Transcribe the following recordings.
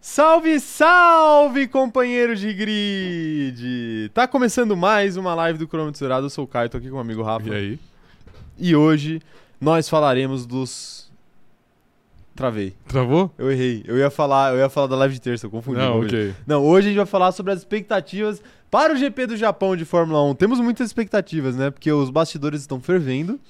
Salve, salve, companheiros de grid! Tá começando mais uma live do Cronômetro Zerado. Eu sou o Caio, tô aqui com o amigo Rafa. E aí? E hoje nós falaremos dos. Travei. Travou? Eu errei. Eu ia falar, eu ia falar da live de terça, eu confundi. Não, com hoje. ok. Não, hoje a gente vai falar sobre as expectativas para o GP do Japão de Fórmula 1. Temos muitas expectativas, né? Porque os bastidores estão fervendo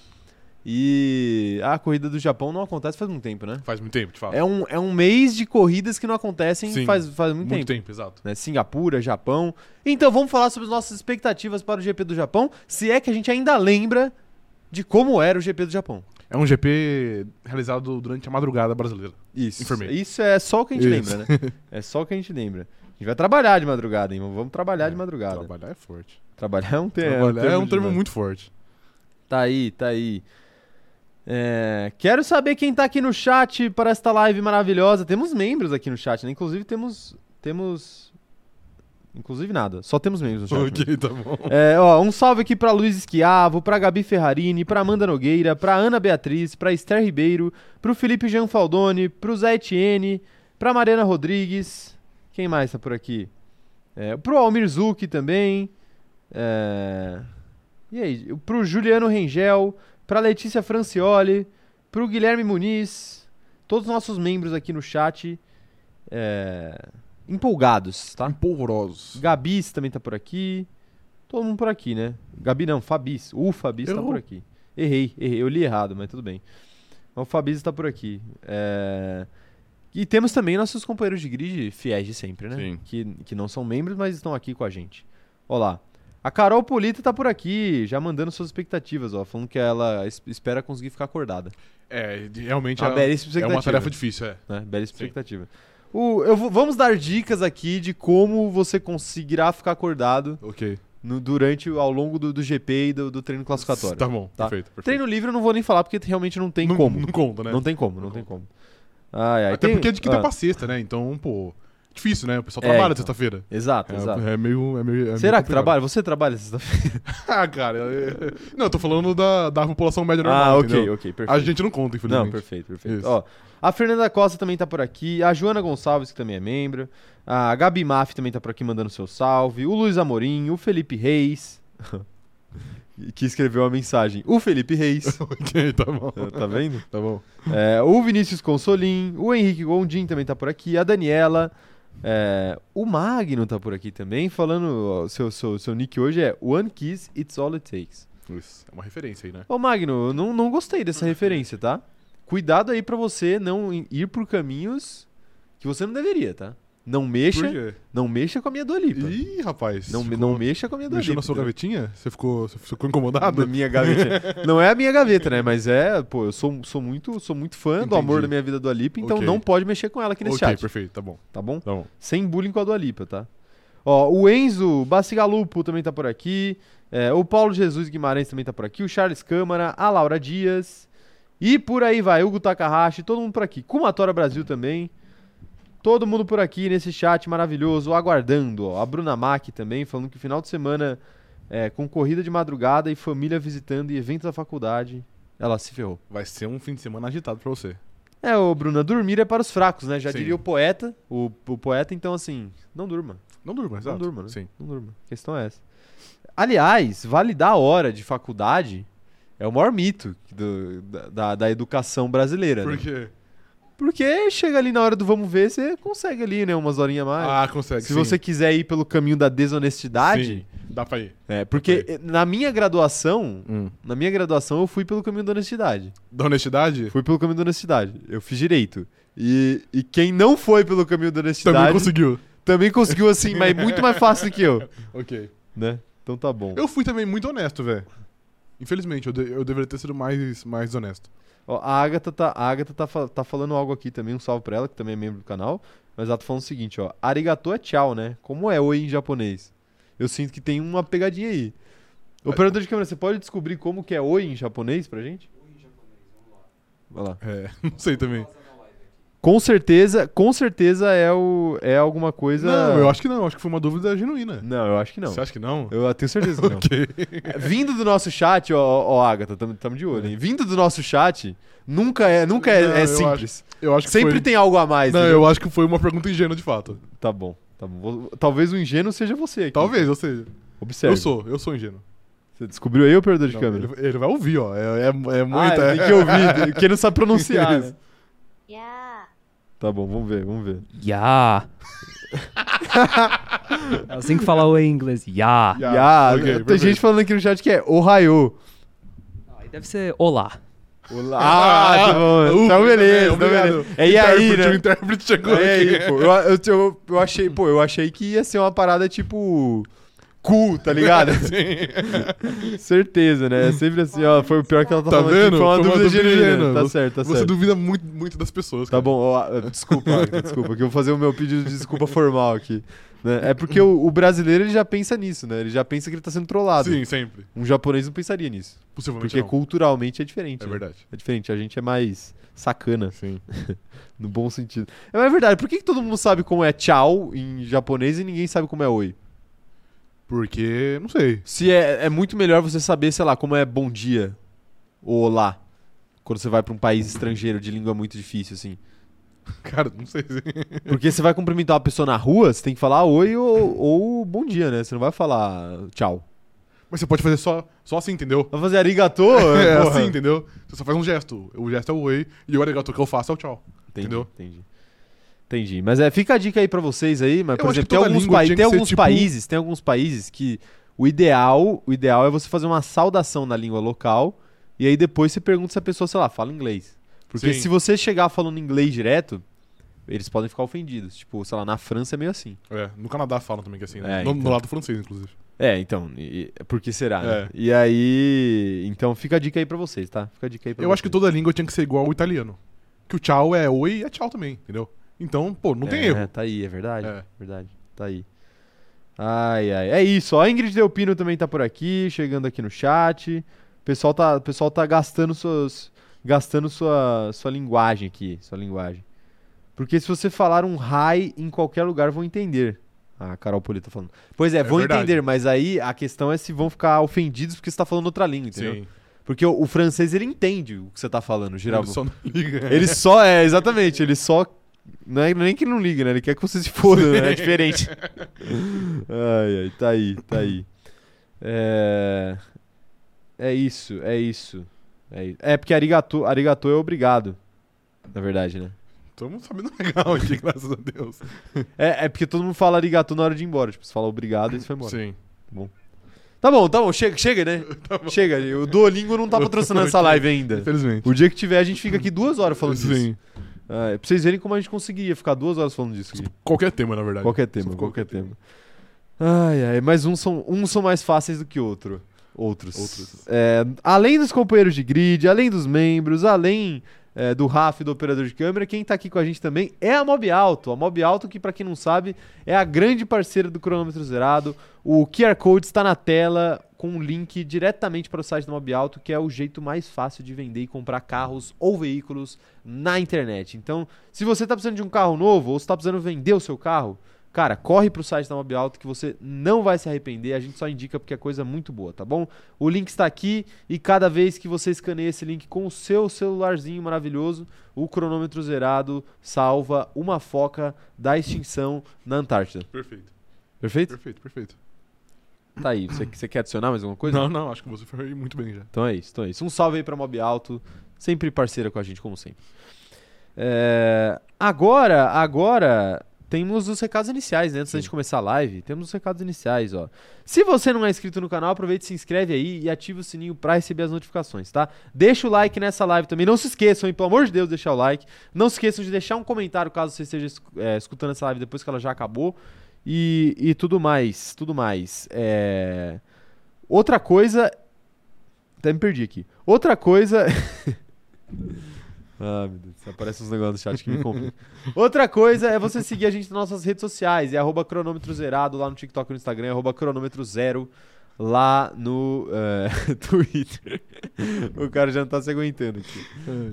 e a corrida do Japão não acontece faz muito tempo, né? Faz muito tempo, de fato. É um, é um mês de corridas que não acontecem Ah. Sim, faz, faz muito, tempo. exato. Né? Singapura, Japão. Então vamos falar sobre as nossas expectativas para o GP do Japão, se é que a gente ainda lembra de como era o GP do Japão. É um GP realizado durante a madrugada brasileira. Isso. Informei. Isso é só o que a gente Isso. lembra, né? É só o que a gente lembra. A gente vai trabalhar de madrugada, hein? Vamos trabalhar de É, madrugada. Trabalhar é forte. Trabalhar é um termo. Trabalhar é um termo demais. muito forte. Tá aí, tá aí. É, quero saber quem tá aqui no chat para esta live maravilhosa. Temos membros aqui no chat, né? Inclusive temos. Temos. Inclusive nada. Só temos membros no chat. né? mesmo. ok, tá bom. É, ó, um salve aqui pra Luiz Esquiavo, pra Gabi Ferrarini, pra Amanda Nogueira, pra Ana Beatriz, pra Esther Ribeiro, pro Felipe Jean Faldoni, pro Zé Etienne, pra Mariana Rodrigues. Quem mais tá por aqui? É, pro Almir Zucchi também. É, E aí? Pro Juliano Rengel, pra Letícia Francioli, pro Guilherme Muniz. Todos os nossos membros aqui no chat. é, Empolgados, tá? Polvorosos. Gabis também tá por aqui. Todo mundo por aqui, né? Gabi não, Fabis. O Fabis tá Errou. por aqui. Errei, errei. Eu li errado, mas tudo bem. Mas o Fabis tá por aqui. É, E temos também nossos companheiros de grid fiéis de sempre, né? Sim. Que, que não são membros, mas estão aqui com a gente. Olá. A Carol Polita tá por aqui, já mandando suas expectativas, ó. Falando que ela es- espera conseguir ficar acordada. É, de- realmente Uma é, belíssima é expectativa uma tarefa difícil, é. né? Bela expectativa. expectativa. vamos dar dicas aqui de como você conseguirá ficar acordado Ok. no- durante, ao longo do, do GP e do, do treino classificatório. Tá bom, Tá. perfeito. perfeito. Treino livre eu não vou nem falar porque realmente não tem não, como. Não conta, né? Não tem como, não tem como. Ai, ai, Até tem- porque é de ah, quinta pra sexta, né? Então, pô, difícil, né? O pessoal É, trabalha então. sexta-feira. Exato, É, exato. É, meio. Será É meio é meio que complicado. trabalha? Você trabalha sexta-feira? ah, cara. é- Não, eu tô falando da, da população média normal. Ah, ok, entendeu? ok, perfeito. A gente não conta, infelizmente. Não, perfeito, perfeito. Isso. Ó, a Fernanda Costa também tá por aqui, a Joana Gonçalves, que também é membro, a Gabi Maff também tá por aqui mandando seu salve, o Luiz Amorim, o Felipe Reis, que escreveu a mensagem, o Felipe Reis, ok, tá bom. tá vendo? Tá bom. É, o Vinícius Consolim, o Henrique Gondim também tá por aqui, a Daniela, é, o Magno tá por aqui também, falando, ó, seu, seu, seu nick hoje é One Kiss, It's All It Takes. Isso, é uma referência aí, né? Ô Magno, eu não, não gostei dessa referência, tá? Cuidado aí pra você não i- ir por caminhos que você não deveria, tá? Não mexa, Por quê? não mexa com a minha Dolipa. Ih, rapaz. Não, me- ficou- não mexa com a minha Dolipa. Mexeu na sua gavetinha? Você ficou, você ficou incomodado? minha gaveta. não é a minha gaveta, né? Mas é, pô, eu sou, sou muito, sou muito fã do Entendi. amor da minha vida do Alipa, então Ok. não pode mexer com ela aqui nesse ok, chat, perfeito, tá bom. tá bom? Tá bom. Sem bullying com a Dualipa, tá? Ó, o Enzo Bacigalupo também tá por aqui. é, o Paulo Jesus Guimarães também tá por aqui. O Charles Câmara, a Laura Dias. E por aí vai, Hugo Takahashi, todo mundo por aqui. Kumatora Brasil também. Todo mundo por aqui nesse chat maravilhoso, aguardando. Ó. A Bruna Mack também, falando que final de semana é, com corrida de madrugada e família visitando e eventos da faculdade. Ela se ferrou. Vai ser um fim de semana agitado pra você. É, ô Bruna, dormir é para os fracos, né? Já Sim. diria o poeta. O, o poeta, então, assim, não durma. Não durma, exato. durma, né? Sim. Não durma. A questão é essa. Aliás, validar a hora de faculdade é o maior mito do- da, da- da educação brasileira. né? Por quê? Porque chega ali na hora do vamos ver, você consegue ali, né? Umas horinhas a mais. Ah, consegue. Se sim. você quiser ir pelo caminho da desonestidade. Sim, dá pra ir. É, porque eh, na minha graduação. Hum. Na minha graduação, eu fui pelo caminho da honestidade. Da honestidade? Fui pelo caminho da honestidade. Eu fiz direito. E, e quem não foi pelo caminho da honestidade Também conseguiu. também conseguiu, assim, mas muito mais fácil do que eu. Ok. Né? Então tá bom. Eu fui também muito honesto, velho. Infelizmente, eu, de- eu deveria ter sido mais, mais honesto. Ó, a Agatha, tá, a Agatha tá, fa- tá falando algo aqui também, um salve pra ela, que também é membro do canal. Mas ela tá falando o seguinte, ó. Arigato é tchau, né? Como é oi em japonês? Eu sinto que tem uma pegadinha aí. É. Operador de câmera, você pode descobrir como que é oi em japonês pra gente? Oi em japonês, vamos lá. Vai lá. É, não sei também. Com certeza, com certeza é, o, é alguma coisa. Não, eu acho que não. Acho que foi uma dúvida genuína. Não, eu acho que não. Você acha que não? Eu tenho certeza que não. É, Vindo do nosso chat, ó, ó, ó Agatha, tamo, tamo de olho, hein? Vindo do nosso chat, nunca é, nunca é, É. Não, é eu simples. Eu acho que Sempre foi... tem algo a mais. Não, né? eu acho que foi uma pergunta ingênua de fato. Tá bom, tá bom. Vou- Talvez o ingênuo seja você aqui. Talvez, ou seja. Observe. Eu sou, eu sou ingênuo. Você descobriu aí o operador de Não, câmera? Ele, ele vai ouvir, ó. É, é, é muito. Ah, é- tem que ouvir, quem não sabe pronunciar. né? Isso. Yeah. Tá bom, vamos ver, vamos ver. Ya. é assim que fala o em inglês. Ya. Ya, Ya, ok, tem perfeito. gente falando aqui no chat que é Ohio. Não, aí deve ser olá. Olá. Ah, tá bom. Ufa, Então beleza, Uh, também, tá obrigado. beleza. É e aí, Intérprete, O né? intérprete chegou É aqui. aí, pô. Eu, eu, eu- eu achei, pô, eu achei que ia ser uma parada tipo. Cu, tá ligado? Certeza, né? É sempre assim, ó. Foi o pior que ela tá, Tá falando. vendo? Aqui, foi uma dúvida genuína. genuína. Tá Você- certo, tá Você certo. duvida muito, muito das pessoas. Tá bom, ó, ah, desculpa, Agatha, desculpa, que eu vou fazer o meu pedido de desculpa formal aqui. né? É porque o, o brasileiro ele já pensa nisso, né? Ele já pensa que ele tá sendo trollado. Sim, sempre. Um japonês não pensaria nisso. Possivelmente Porque não. culturalmente é diferente. É né? verdade. É diferente, a gente é mais sacana, Sim. no bom sentido. É, mas é verdade, por que, que todo mundo sabe como é tchau em japonês e ninguém sabe como é oi? Porque, não sei. Se é, é muito melhor você saber, sei lá, como é bom dia ou olá, quando você vai pra um país estrangeiro de língua muito difícil, assim. Cara, não sei. Porque você vai cumprimentar uma pessoa na rua, você tem que falar oi ou, ou bom dia, né? Você não vai falar tchau. Mas você pode fazer só, só assim, entendeu? Vai fazer arigatô? É porra. assim, entendeu? Você só faz um gesto. O gesto é o oi. E o arigato que eu faço é o tchau. Entendi, Entendeu? Entendi. Entendi. Mas é, fica a dica aí pra vocês aí, mas Eu por acho que exemplo, tem toda alguns, língua pai- tinha tem que ser, alguns tipo- países, tem alguns países que o ideal, o ideal é você fazer uma saudação na língua local e aí depois você pergunta se a pessoa, sei lá, fala inglês. Porque Sim. se você chegar falando inglês direto, eles podem ficar ofendidos. Tipo, sei lá, na França é meio assim. É, no Canadá falam também que é assim, né? É, no, então. no lado francês, inclusive. É, então, e, e- por que será, né? É. E aí, então fica a dica aí pra vocês, tá? Fica a dica aí pra Eu vocês. acho que toda língua tinha que ser igual ao italiano. Que o tchau é oi e é tchau também, entendeu? Então, pô, não tem é, erro. tá aí, é verdade, É. verdade, tá aí. Ai, ai, é isso, ó, a Ingrid Delpino também tá por aqui, chegando aqui no chat. O pessoal tá, o pessoal tá gastando suas, gastando sua, sua linguagem aqui, sua linguagem. Porque se você falar um hi em qualquer lugar, vão entender. Ah, a Carol Polito tá falando. Pois é, É vão verdade. entender, mas aí a questão é se vão ficar ofendidos porque você tá falando outra língua, entendeu? Sim. Porque o, o francês ele entende o que você tá falando, geralmente. Ele só não liga. Ele só é, exatamente, ele só não é nem que não liga, né? Ele quer que você se foda, né? É diferente. ai, ai, tá aí, tá aí. É, é isso, é isso. É, i- é porque arigato, arigato é obrigado. Na verdade, né? Estamos sabendo legal aqui, graças a Deus. É, é porque todo mundo fala arigato na hora de ir embora. Tipo, você fala obrigado e você foi embora. Sim. Tá bom, tá bom, chega, chega, né? Tá Chega, o Duolingo não tá patrocinando essa live ainda. Infelizmente. O dia que tiver, a gente fica aqui duas horas falando disso. Sim. Ah, é pra vocês verem como a gente conseguiria ficar duas horas falando disso. Aqui. Qualquer tema, na verdade. Qualquer tema, Sobre qualquer tema. Ai, ai, mas uns são, uns são mais fáceis do que outro. Outros. Outros. É, além dos companheiros de grid, além dos membros, além é, do Rafa e do operador de câmera, quem tá aqui com a gente também é a Mob Alto. A Mob Alto, que pra quem não sabe, é a grande parceira do cronômetro zerado. O QR Code está na tela com um link diretamente para o site da Mob Alto, que é o jeito mais fácil de vender e comprar carros ou veículos na internet. Então, se você tá precisando de um carro novo ou está precisando vender o seu carro, Cara, corre pro site da Mob Alto que você não vai se arrepender. A gente só indica porque é coisa muito boa, tá bom? O link está aqui e cada vez que você escaneia esse link com o seu celularzinho maravilhoso, o cronômetro zerado salva uma foca da extinção na Antártida. Perfeito, Perfeito? perfeito, perfeito. Tá aí. Você, você quer adicionar mais alguma coisa? Não, não, acho que você foi muito bem já. Então é isso, então é isso. Um salve aí pra Mob Alto, sempre parceira com a gente, como sempre. É, agora, agora temos os recados iniciais, né? Antes da gente começar a live, temos os recados iniciais, ó. Se você não é inscrito no canal, aproveita e se inscreve aí e ativa o sininho pra receber as notificações, tá? Deixa o like nessa live também. Não se esqueçam, hein? Pelo amor de Deus, deixar o like. Não se esqueçam de deixar um comentário caso você esteja es- é, escutando essa live depois que ela já acabou. E, e tudo mais, tudo mais. É, Outra coisa até me perdi aqui. Outra coisa. ah, meu Deus, aparece uns negócios no chat que me complicam. Outra coisa é você seguir a gente nas nossas redes sociais. É arroba cronômetro zerado lá no TikTok e no Instagram, é arroba cronômetro zero. lá no eh, Twitter. o cara já não tá se aguentando aqui.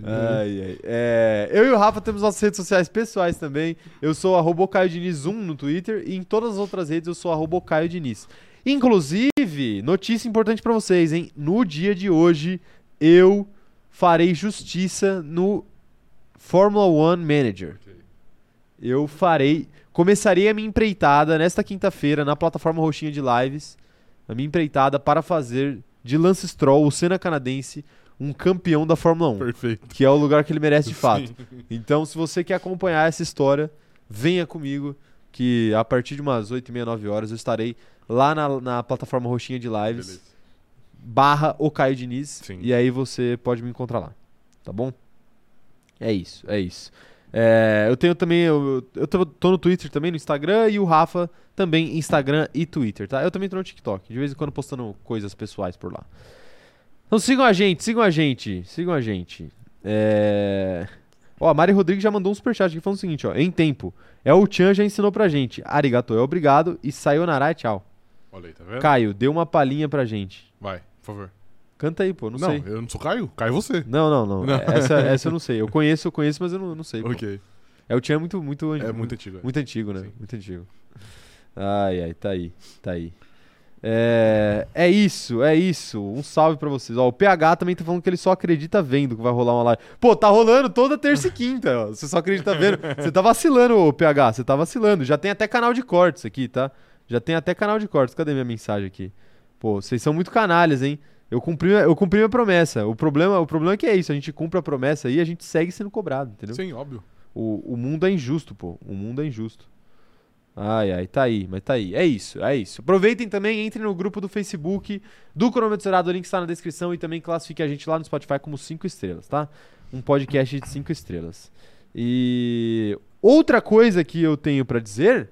É, Ai, ai. É, eu e o Rafa temos nossas redes sociais pessoais também. Eu sou arroba o Caio Diniz 1 no Twitter e em todas as outras redes eu sou arroba o Caio Diniz. Inclusive, notícia importante pra vocês, hein? No dia de hoje, eu farei justiça no Fórmula One Manager. Eu farei. Começarei a minha empreitada nesta quinta-feira na plataforma roxinha de lives. A minha empreitada para fazer de Lance Stroll, o Senna canadense, um campeão da Fórmula 1 Perfeito. que é o lugar que ele merece de fato. Então, se você quer acompanhar essa história, venha comigo, que a partir de umas 8 e meia, 9 horas, eu estarei lá na, na plataforma roxinha de lives, Beleza. barra o Caio Diniz, Sim. e aí você pode me encontrar lá, tá bom? É isso, é isso. É, eu tenho também, eu, eu tô, tô no Twitter também, no Instagram, e o Rafa também, Instagram e Twitter, tá? Eu também tô no TikTok, de vez em quando postando coisas pessoais por lá. Então sigam a gente, sigam a gente, sigam a gente. É... Ó, a Mari Rodrigues já mandou um superchat aqui falando o seguinte, ó. Em tempo, é o Chan já ensinou pra gente. Arigato é obrigado e sayonara é tchau. Olha aí, tá vendo? Caio, dê uma palhinha pra gente. Vai, por favor. Canta aí, pô, não, sei. eu não sou Caio. Caio é você. Não, não, não. Não. Essa, essa eu não sei. Eu conheço, eu conheço, mas eu não, não sei. pô. ok. É o Chan é muito, muito, É muito antigo. é. muito antigo, né? Sim. Muito antigo. Ai, ai, tá aí, tá aí. É, é isso, é isso. Um salve pra vocês. Ó, o PH também tá falando que ele só acredita vendo que vai rolar uma live. Pô, tá rolando toda terça e quinta. ó. Você só acredita vendo. Você tá vacilando, ô, PH. Você tá vacilando. Já tem até canal de cortes aqui, tá? Já tem até canal de cortes. Cadê minha mensagem aqui? Pô, vocês são muito canalhas, hein? Eu cumpri, eu cumpri minha promessa. O problema, o problema é que é isso. A gente cumpre a promessa e a gente segue sendo cobrado, entendeu? Sim, óbvio. O, o mundo é injusto, pô. O mundo é injusto. Ai, ai, tá aí, mas tá aí. É isso, é isso. Aproveitem também, entrem no grupo do Facebook do Cronômetro Zerado, o link está na descrição e também classifique a gente lá no Spotify como 5 estrelas, tá? Um podcast de 5 estrelas. E outra coisa que eu tenho pra dizer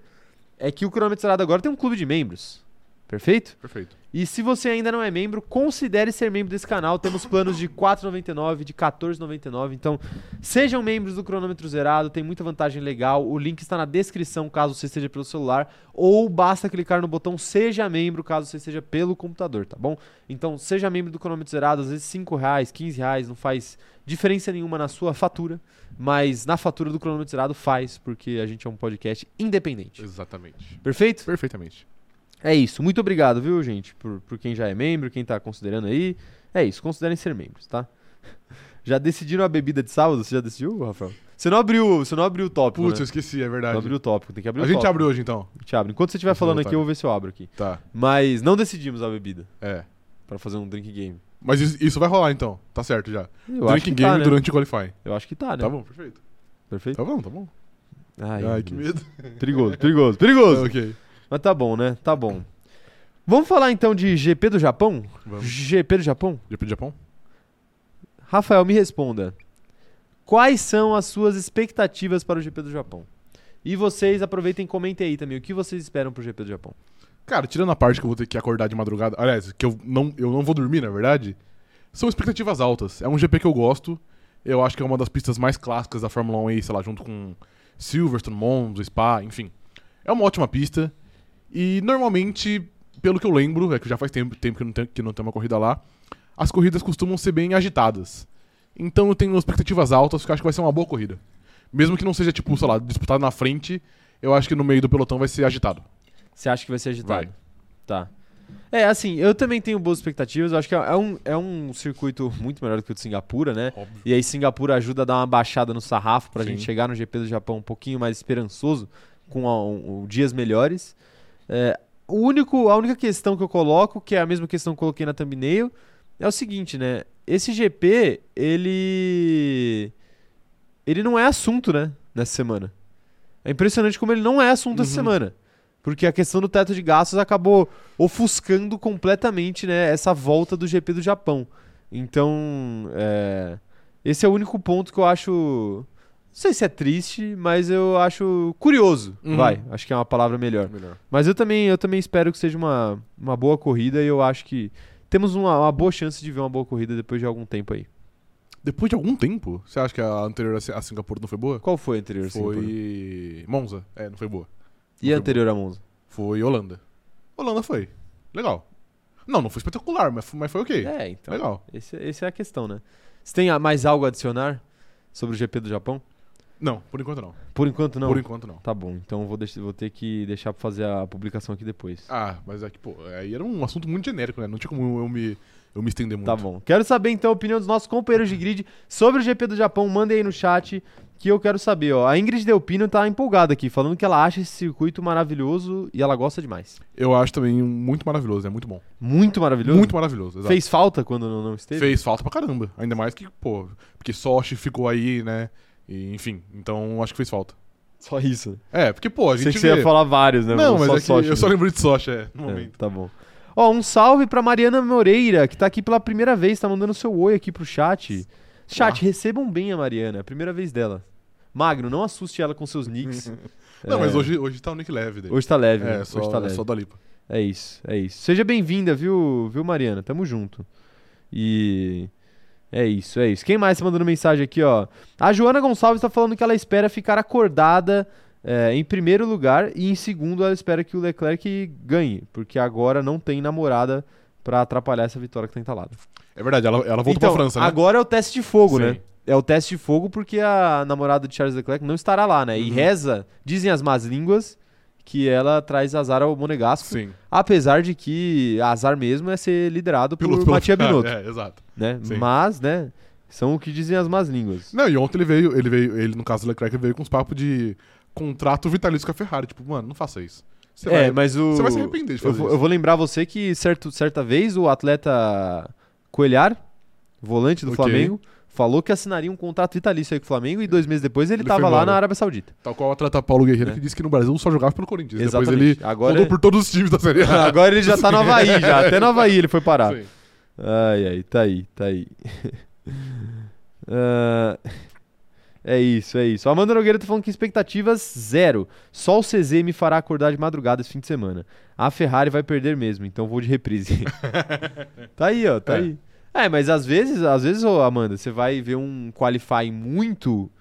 é que o Cronômetro Zerado agora tem um clube de membros. Perfeito? Perfeito. E se você ainda não é membro, considere ser membro desse canal. Temos planos de R$ 4,99, de R$ 14,99. Então, sejam membros do Cronômetro Zerado, tem muita vantagem legal. O link está na descrição, caso você esteja pelo celular. Ou basta clicar no botão Seja Membro, caso você esteja pelo computador, tá bom? Então, seja membro do Cronômetro Zerado. Às vezes, R$ 5 reais, 15 reais, não faz diferença nenhuma na sua fatura. Mas na fatura do Cronômetro Zerado faz, porque a gente é um podcast independente. Exatamente. Perfeito? Perfeitamente. É isso. Muito obrigado, viu, gente, por, por quem já é membro, quem tá considerando aí. É isso, considerem ser membros, tá? Já decidiram a bebida de sábado? Você já decidiu, Rafael? Você não abriu, você não abriu o tópico, Putz, eu né? esqueci, é Não verdade. abriu o tópico, tem que abrir A o gente tópico. abre hoje, então. A gente abre. Enquanto você estiver Vou falando voltar. aqui, eu vou ver se eu abro aqui. Tá. Mas não decidimos a bebida É. pra fazer um drink game. Mas isso isso vai rolar, então. Tá certo já. Eu acho que Drinking tá, game né? durante o qualifying. Eu acho que tá, né? Tá bom, perfeito. Perfeito? Tá bom, tá bom. Ai, Ai, meu que Deus. medo. Perigoso, perigoso, perigoso. ok. Mas tá bom, né? Tá bom. Vamos falar então de GP do Japão? Vamos. GP do Japão? GP do Japão? Rafael, me responda. Quais são as suas expectativas para o GP do Japão? E vocês aproveitem e comentem aí também o que vocês esperam pro GP do Japão. Cara, tirando a parte que eu vou ter que acordar de madrugada, aliás, que eu não, eu não vou dormir, na verdade, são expectativas altas. É um GP que eu gosto. Eu acho que é uma das pistas mais clássicas da Fórmula 1 aí, sei lá, junto com Silverstone, Monza, Spa, enfim. É uma ótima pista. E normalmente, pelo que eu lembro, é que já faz tempo, tempo que, não tem, que não tem uma corrida lá, as corridas costumam ser bem agitadas. Então eu tenho expectativas altas, porque eu acho que vai ser uma boa corrida. Mesmo que não seja, tipo, sei lá, disputado na frente, eu acho que no meio do pelotão vai ser agitado. Você acha que vai ser agitado? Vai. Tá. É, assim, eu também tenho boas expectativas. Eu acho que é é um, é um circuito muito melhor do que o de Singapura, né? Óbvio. E aí Singapura ajuda a dar uma baixada no sarrafo pra Sim. gente chegar no GP do Japão um pouquinho mais esperançoso, com a- um- um- dias melhores. É, o único, a única questão que eu coloco, que é a mesma questão que eu coloquei na thumbnail, é o seguinte, né? Esse GP, ele ele não é assunto, né, nessa semana. É impressionante como ele não é assunto Uhum. essa semana. Porque a questão do teto de gastos acabou ofuscando completamente, né, essa volta do GP do Japão. Então, é, esse é o único ponto que eu acho. Não sei se é triste, mas eu acho curioso. Uhum. Vai, acho que é uma palavra melhor. Melhor. Mas eu também, eu também espero que seja uma, uma boa corrida e eu acho que temos uma, uma boa chance de ver uma boa corrida depois de algum tempo aí. Depois de algum tempo, você acha que a anterior a Si- a Singapura não foi boa? Qual foi assim, a anterior? a Singapura? Foi Monza. É, não foi boa. E a anterior a Monza? Foi Holanda. Holanda foi. Legal. Não, não foi espetacular, mas foi, mas foi ok. É, então. Legal. Esse, esse é a questão, né? Você tem ah, mais algo a adicionar sobre o GP do Japão? Não, por enquanto não. Por enquanto não. Por enquanto não. Tá bom, então eu vou, deix- vou ter que deixar pra fazer a publicação aqui depois. Ah, mas é que, pô, aí era um assunto muito genérico, né? Não tinha como eu me, eu me estender muito. Tá bom. Quero saber então a opinião dos nossos companheiros de grid sobre o GP do Japão. Mandem aí no chat que eu quero saber, ó. A Ingrid Delpino tá empolgada aqui, falando que ela acha esse circuito maravilhoso e ela gosta demais. Eu acho também um- muito maravilhoso, é muito bom. Muito maravilhoso. Muito maravilhoso, exato. Fez falta quando não, não esteve? Fez falta pra caramba. Ainda mais que, pô, porque Sochi ficou aí, né? E, enfim, então acho que fez falta. Só isso. né? É, porque, pô, a gente. Sei que você ia vê- falar vários, né? Não, mas é que sorte eu só mesmo. lembro de Sochi, é, no É, momento. Tá bom. Ó, um salve pra Mariana Moreira, que tá aqui pela primeira vez, tá mandando seu oi aqui pro chat. Chat, recebam bem a Mariana, é a primeira vez dela. Magno, não assuste ela com seus nicks. Não, É, mas hoje, hoje tá o Nick Leve dele. Hoje tá leve, né? é, só, hoje tá leve. só da Lipa. É isso, é isso. Seja bem-vinda, viu, viu, Mariana? Tamo junto. E é isso, é isso. Quem mais tá mandando mensagem aqui, ó? A Joana Gonçalves tá falando que ela espera ficar acordada é, em primeiro lugar e em segundo ela espera que o Leclerc ganhe, porque agora não tem namorada pra atrapalhar essa vitória que tá entalada. É verdade, ela, ela voltou então, pra França, né? agora é o teste de fogo, né? Sim. É o teste de fogo porque a namorada de Charles Leclerc não estará lá, né? E Uhum. reza, dizem as más línguas, que ela traz azar ao Monegasco. Sim. Apesar de que azar mesmo é ser liderado por Piloto, piloto. Matia Binotto, É, exato. né? sim. Mas, né, são o que dizem as más línguas. Não, e ontem ele veio, ele veio, ele, no caso do Leclerc, ele veio com uns papos de contrato vitalício com a Ferrari. Tipo, mano, não faça isso. Você é, vai, mas o... você vai se arrepender de eu fazer vou, isso. eu vou lembrar você que certo, certa vez o atleta Coelhar, volante do Ok. Flamengo, falou que assinaria um contrato vitalício aí com o Flamengo e dois meses depois ele, Ele estava foi lá embora. na Arábia Saudita. Tal qual o atleta Paulo Guerreiro, É. que disse que no Brasil só jogava pelo Corinthians. Depois Exatamente. ele Agora- é- rodou por todos os times da Série A. Agora ele já tá no Havaí, já. Até no Havaí ele foi parar. Sim. Ai, ai, tá aí, tá aí. Ah, é isso, é isso. A Amanda Nogueira tá falando que expectativas zero. Só o CZ me fará acordar de madrugada esse fim de semana. A Ferrari vai perder mesmo, então vou de reprise. tá aí, ó, tá É. aí. É, mas às vezes, às vezes, ô Amanda, você vai ver um qualify muito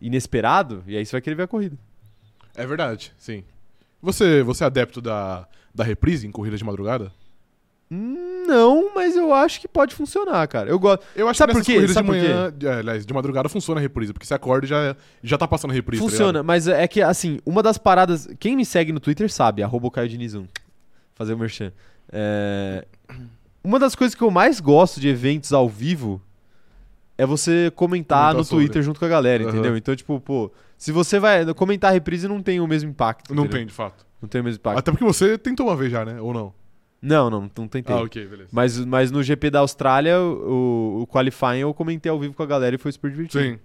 inesperado e aí você vai querer ver a corrida. É verdade, sim. Você, você é adepto da, da reprise em corrida de madrugada? Hum, Não, mas eu acho que pode funcionar, cara. Eu gosto. Eu acho Sabe por que quê? nessas corridas Sabe de por quê? manhã, de- é, aliás, de madrugada funciona a reprise, porque você acorda e já, já tá passando a reprise. tá Funciona, mas é que, assim, uma das paradas. Quem me segue no Twitter sabe, arroba o Caio Diniz 1. Fazer o merchan. É, Uma das coisas que eu mais gosto de eventos ao vivo é você comentar Comentar no sobre. Twitter junto com a galera, Aham. entendeu? Então, tipo, pô, se você vai comentar a reprise, não tem o mesmo impacto. ligado? Não entendeu? tem, de fato. Não tem o mesmo impacto. Até porque você tentou uma vez já, né? Ou não? Não, não, não tentei. Ah, ok, beleza. mas, mas no GP da Austrália, o, o qualifying eu comentei ao vivo com a galera e foi super divertido. Sim.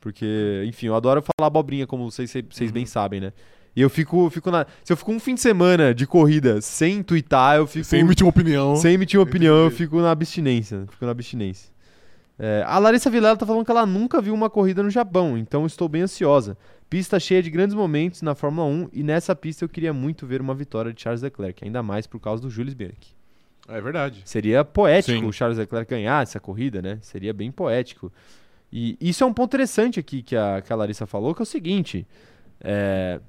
Porque, enfim, eu adoro falar abobrinha, como vocês, vocês Uhum. bem sabem, né? E eu fico, fico na. Se eu fico um fim de semana de corrida sem twittar, eu fico. Sem emitir uma opinião. sem emitir uma opinião, eu Entendi. fico na abstinência. Fico na abstinência. É, a Larissa Vilela tá falando que ela nunca viu uma corrida no Japão, então estou bem ansiosa. Pista cheia de grandes momentos na Fórmula 1 e nessa pista eu queria muito ver uma vitória de Charles Leclerc, ainda mais por causa do Jules Bianchi. É verdade. Seria poético Sim. o Charles Leclerc ganhar essa corrida, né? Seria bem poético. E isso é um ponto interessante aqui que a, que a Larissa falou, que é o seguinte: é,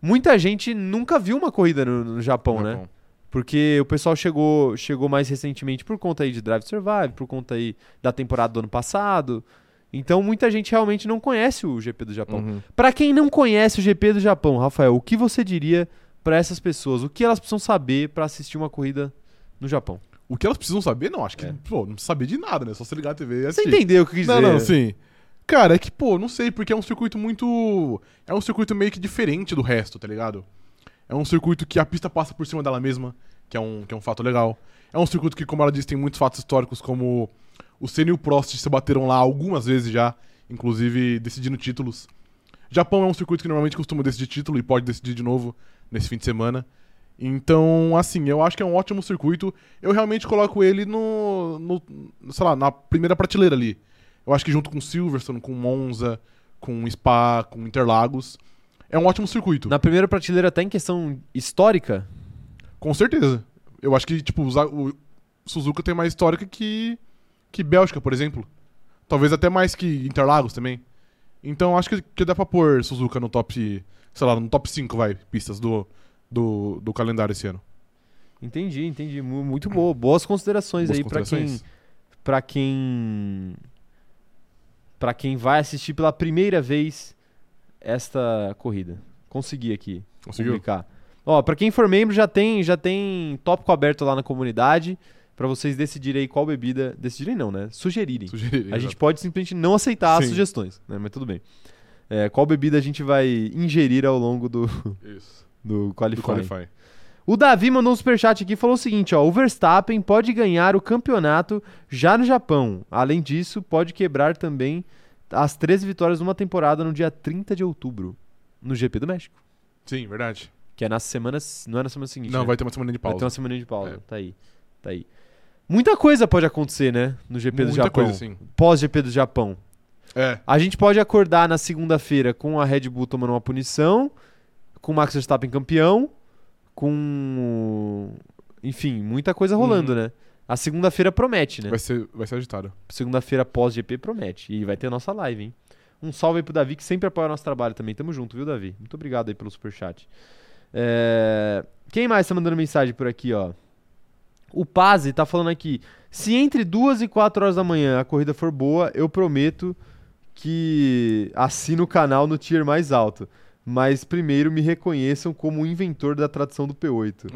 muita gente nunca viu uma corrida no, no Japão, né? Japão. Porque o pessoal chegou, chegou mais recentemente por conta aí de Drive to Survive, por conta aí da temporada do ano passado. Então muita gente realmente não conhece o GP do Japão. Uhum. Pra quem não conhece o GP do Japão, Rafael, o que você diria pra essas pessoas? O que elas precisam saber pra assistir uma corrida no Japão? O que elas precisam saber, não, acho que, É. pô, não precisa saber de nada, né? Só se ligar a TV e Você assistir. entendeu o que eu quis Não, dizer? não, sim. Cara, é que, pô, não sei, porque é um circuito muito. É um circuito meio que diferente do resto, tá ligado? É um circuito que a pista passa por cima dela mesma, que é um, que é um fato legal. É um circuito que, como ela disse, tem muitos fatos históricos, como o Senna e o Prost se bateram lá algumas vezes já, inclusive decidindo títulos. Japão é um circuito que normalmente costuma decidir título e pode decidir de novo nesse fim de semana. Então, assim, eu acho que é um ótimo circuito. Eu realmente coloco ele no, no sei lá, na primeira prateleira ali. Eu acho que junto com Silverstone, com Monza, com Spa, com Interlagos, é um ótimo circuito. Na primeira prateleira, até em questão histórica, Com certeza. Eu acho que, tipo, usar o Suzuka tem mais histórica que. que Bélgica, por exemplo. Talvez até mais que Interlagos também. Então acho que, que dá pra pôr Suzuka no top. Sei lá, no top 5, vai, pistas do, do, do calendário esse ano. Entendi, entendi. Mu- Muito boa. Boas considerações Boas aí pra quem considerações. para quem para quem vai assistir pela primeira vez esta corrida. Consegui aqui Conseguiu? publicar. Ó, para quem for membro já tem já tem tópico aberto lá na comunidade pra vocês decidirem aí qual bebida, decidirem não, né? Sugerirem. Sugerir. A gente pode simplesmente não aceitar as Sim. sugestões, né? Mas tudo bem. É, qual bebida a gente vai ingerir ao longo do, Isso. do Do qualifying? qualify. O Davi mandou um superchat aqui e falou o seguinte: ó, o Verstappen pode ganhar o campeonato já no Japão. Além disso, pode quebrar também as 13 vitórias numa temporada no dia 30 de outubro, no GP do México. Sim, verdade. Que é na semana. Não é na semana seguinte. Não, né? vai ter uma semana de Vai ter pausa. uma semana de pausa. É. Tá aí. Tá aí. Muita coisa pode acontecer, né? No GP do Muita Japão. coisa, sim. Pós-GP do Japão. É. A gente pode acordar na segunda-feira com a Red Bull tomando uma punição, com o Max Verstappen campeão, com. Enfim, muita coisa rolando, né? A segunda-feira promete, né? Vai ser, vai ser agitado. Segunda-feira pós-GP promete. E vai ter a nossa live, hein? Um salve aí pro Davi, que sempre apoia o nosso trabalho também. Tamo junto, viu, Davi? Muito obrigado aí pelo superchat. É, Quem mais tá mandando mensagem por aqui, ó? O Pazzi tá falando aqui. Se entre 2 e 4 horas da manhã a corrida for boa, eu prometo que assino o canal no tier mais alto. Mas primeiro me reconheçam como o inventor da tradição do P8.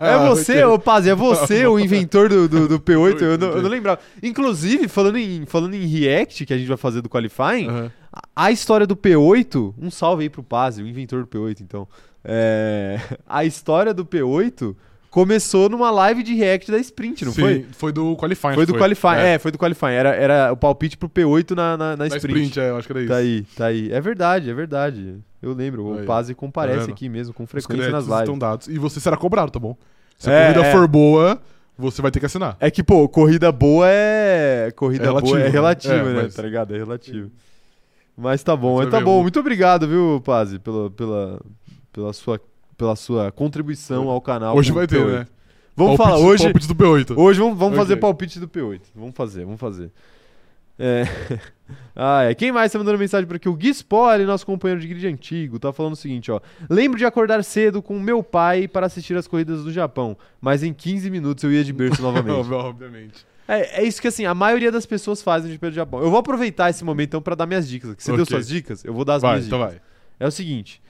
É você, ô Paz, é você o inventor do, do, do P8, eu não, eu não lembrava. Inclusive, falando em, falando em React, que a gente vai fazer do Qualifying, Aham. a- a história do P8, um salve aí pro Paz, o inventor do P8, então. É, a história do P8 começou numa live de React da Sprint, não Sim, foi? Foi do qualify. Foi do Qualifying, é. foi do Qualifying. Era, era o palpite pro P8 na, na, na Da Sprint. sprint, é, eu acho que era isso. Tá aí, tá aí. É verdade, é verdade. Eu lembro, Aí. o Paz comparece Tá vendo? aqui mesmo, com Os frequência nas créditos lives. estão dados. E você será cobrado, tá bom? Se a É, corrida é. for boa, você vai ter que assinar. É que, pô, corrida boa é. Corrida É relativo, boa é né? relativa, É, né? mas- Tá ligado? É relativo. Mas tá bom, Você mas tá vê, bom. o- Muito obrigado, viu, Pazzi, pela, pela, pela, sua, pela sua contribuição ao canal. hoje com o vai ter, P8. né? Vamos Palpite- falar, hoje, Palpite do P8. hoje vamos, vamos Ok. fazer palpite do P8. Vamos fazer, vamos fazer. É. ah, é. Quem mais tá mandando mensagem por aqui? O Gui Spore, nosso companheiro de grid antigo, tá falando o seguinte, ó. Lembro de acordar cedo com meu pai para assistir as corridas do Japão, mas em 15 minutos eu ia de berço novamente. Obviamente. É, é isso que assim, a maioria das pessoas fazem de pé do Japão. Eu vou aproveitar esse momento então pra dar minhas dicas. Que você deu Ok. suas dicas, eu vou dar as vai, minhas então dicas. vai. É o seguinte,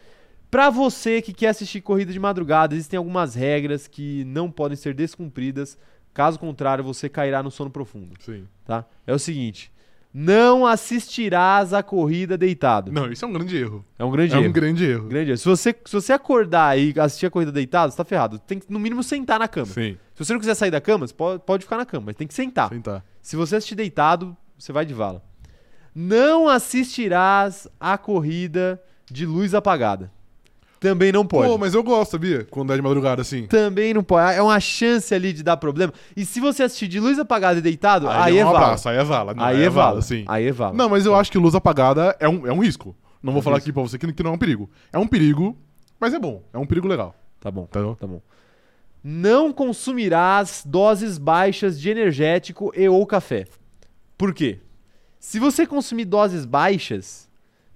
Pra você que quer assistir corrida de madrugada, existem algumas regras que não podem ser descumpridas. Caso contrário, você cairá no sono profundo, Sim. tá? É o seguinte, não assistirás a corrida deitado. Não, isso é um grande erro. É um grande é erro. um grande erro. Grande erro. Se você, se você acordar e assistir a corrida deitado, você tá ferrado. Tem que, no mínimo, sentar na cama. Sim, Se você não quiser sair da cama, você pode, pode ficar na cama, mas tem que sentar. sentar. Se você assistir deitado, você vai de vala. Não assistirás a corrida de luz apagada. Também não pode. Pô, mas eu gosto, sabia? Quando é de madrugada, assim. Também não pode. É uma chance ali de dar problema. E se você assistir de luz apagada e deitado, aí, é um vala. abraço, aí é vala. Não, Aí é vala. sim. Aí é vala. Não, mas eu acho que luz apagada é um, é um risco. Não vou um falar risco. aqui pra você que que não é um perigo. É um perigo, mas é bom. É um perigo legal. Tá bom, Tá bom? tá bom. Não consumirás doses baixas de energético e ou café. Por quê? Se você consumir doses baixas,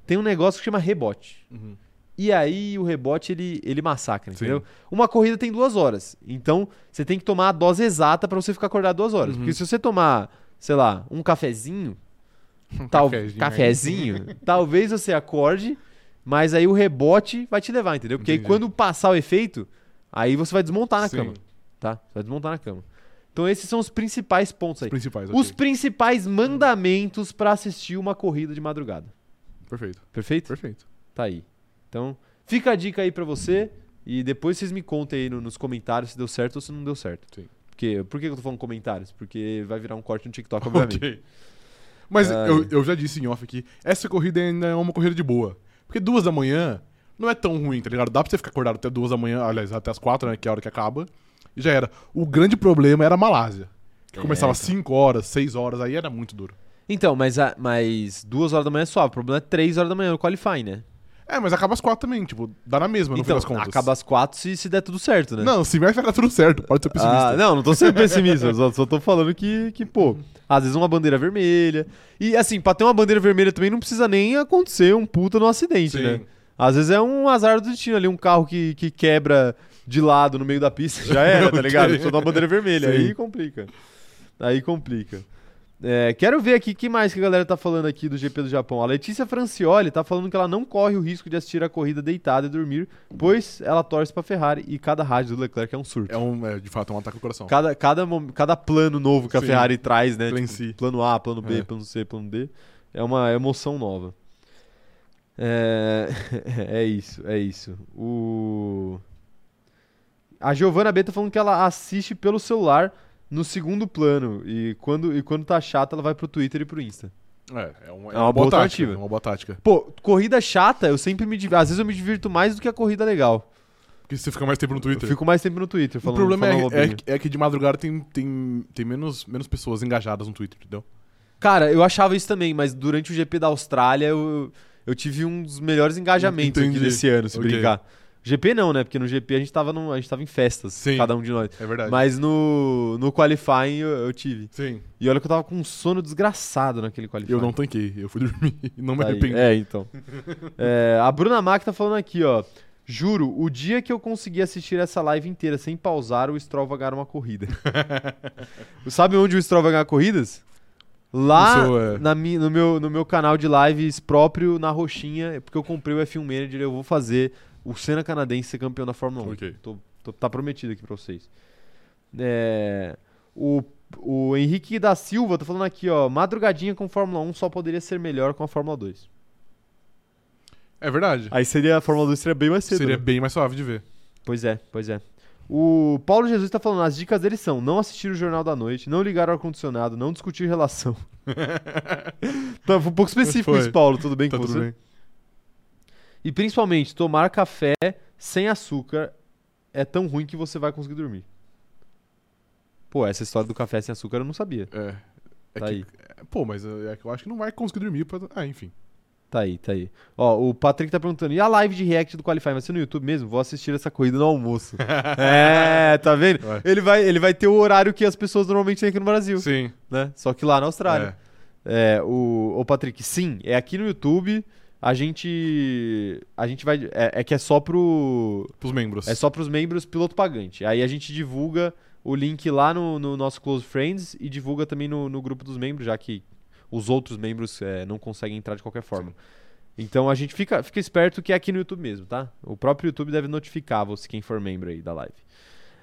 tem um negócio que chama rebote. Uhum. E aí o rebote ele, ele massacra, Sim. entendeu? Uma corrida tem duas horas. Então você tem que tomar a dose exata pra você ficar acordado duas horas. Uhum. Porque se você tomar, sei lá, um cafezinho, tal, Um cafezinho, cafezinho, talvez você acorde, mas aí o rebote vai te levar, entendeu? Porque aí Entendi. quando passar o efeito, aí você vai desmontar na Sim. cama, tá? Você vai desmontar na cama. Então esses são os principais pontos aí. Principais, Os ok. principais mandamentos pra assistir uma corrida de madrugada. Perfeito, Perfeito? perfeito. Tá aí. Então, fica a dica aí pra você. E depois vocês me contem aí no- nos comentários se deu certo ou se não deu certo. Sim. Porque, por que que eu tô falando comentários? Porque vai virar um corte no TikTok, obviamente. Ok. Mas Ai. eu, eu já disse em off aqui, essa corrida ainda é uma corrida de boa. Porque duas da manhã não é tão ruim, tá ligado? Dá pra você ficar acordado até duas da manhã, aliás, até as quatro, né? Que é a hora que acaba. E já era. O grande problema era a Malásia. Que É, começava cara. cinco horas, seis horas, aí era muito duro. Então, mas, a, mas duas horas da manhã é suave. O problema é três horas da manhã no Qualify, né? É, mas acaba às quatro também, tipo, dá na mesma, no fim então, das contas. acaba às quatro se, se der tudo certo, né? Não, se vai ficar tudo certo, pode ser pessimista. Ah, não, não tô sendo pessimista, só, só tô falando que, que, pô, às vezes uma bandeira vermelha. E assim, pra ter uma bandeira vermelha também não precisa nem acontecer um puta no acidente, Sim. né? Às vezes é um azar do destino ali, um carro que, que quebra de lado no meio da pista, já era, tá ligado? Só dá uma bandeira vermelha, Sim. aí complica. Aí complica. É, quero ver aqui o que mais que a galera tá falando aqui do GP do Japão. A Letícia Francioli tá falando que ela não corre o risco de assistir a corrida deitada e dormir, pois ela torce pra Ferrari e cada rádio do Leclerc é um surto. É um, é, de fato, é um ataque ao coração. Cada, cada, mom- cada plano novo que a Sim. Ferrari traz, né? Plan Tipo, C. plano A, plano B, É. plano C, plano D. É uma emoção nova. É, é isso, é isso. O... A Giovanna B tá falando que ela assiste pelo celular no segundo plano. E quando, e quando tá chata, ela vai pro Twitter e pro Insta. É, é, um- é uma, uma boa boa alternativa. tática. É uma boa tática. Pô, corrida chata, eu sempre me divirto. Às vezes eu me divirto mais do que a corrida legal. Porque você fica mais tempo no Eu Twitter. fico mais tempo no Twitter O falando problema falando é, é, bobinha. que- é que de madrugada tem, tem, tem menos, menos pessoas engajadas no Twitter, entendeu? Cara, eu achava isso também, mas durante o GP da Austrália eu, eu tive um dos melhores engajamentos aqui Entendi. desse ano, se Ok. brincar. GP não, né? Porque no GP a gente tava, num, a gente tava em festas, Sim. cada um de nós. É verdade. Mas no, no qualifying eu, eu tive. Sim, E olha que eu tava com um sono desgraçado naquele qualifying. eu não tanquei. Eu fui dormir e não me Tá aí. arrependi. É, então. É, a Bruna Mac tá falando aqui, ó. Juro, o dia que eu consegui assistir essa live inteira sem pausar, o Stroll vai ganhar uma corrida. Sabe onde o Stroll vai ganhar corridas? Lá No seu, é. na mi- no, meu, no meu canal de lives próprio, na Roxinha, é porque eu comprei o F1 Manager eu vou fazer o Senna canadense ser campeão da Fórmula 1. Ok. Tô- tô- tá prometido aqui pra vocês. É, o, o Henrique da Silva tá falando aqui, ó. Madrugadinha com Fórmula 1 só poderia ser melhor com a Fórmula 2. É verdade. Aí seria a Fórmula 2 seria bem mais cedo. Seria né? bem mais suave de ver. Pois é, pois é. O Paulo Jesus tá falando, as dicas dele são não assistir o Jornal da Noite, não ligar o ar-condicionado, não discutir relação. tá, foi um pouco específico Foi. isso, Paulo, tudo bem Tá com tudo você? bem. E principalmente, tomar café sem açúcar é tão ruim que você vai conseguir dormir. Pô, essa história do café sem açúcar eu não sabia. É. É Tá que- aí. é, Pô, mas é é que eu acho que não vai conseguir dormir. Pra... Ah, enfim. Tá aí, tá aí. Ó, o Patrick tá perguntando: e a live de react do Qualify? Vai ser no YouTube mesmo? Vou assistir essa corrida no almoço. é, tá vendo? Vai. Ele vai, ele vai ter o horário que as pessoas normalmente têm aqui no Brasil, Sim. né? Só que lá na Austrália. É. É, o, o Patrick, sim, é aqui no YouTube. A gente. A gente vai. É, é que é só pro. Pros membros. É só pros membros piloto pagante. Aí a gente divulga o link lá no, no nosso Close Friends e divulga também no, no grupo dos membros, já que os outros membros eh, não conseguem entrar de qualquer forma. Então a gente fica, fica esperto que é aqui no YouTube mesmo, tá? O próprio YouTube deve notificar você quem for membro aí da live.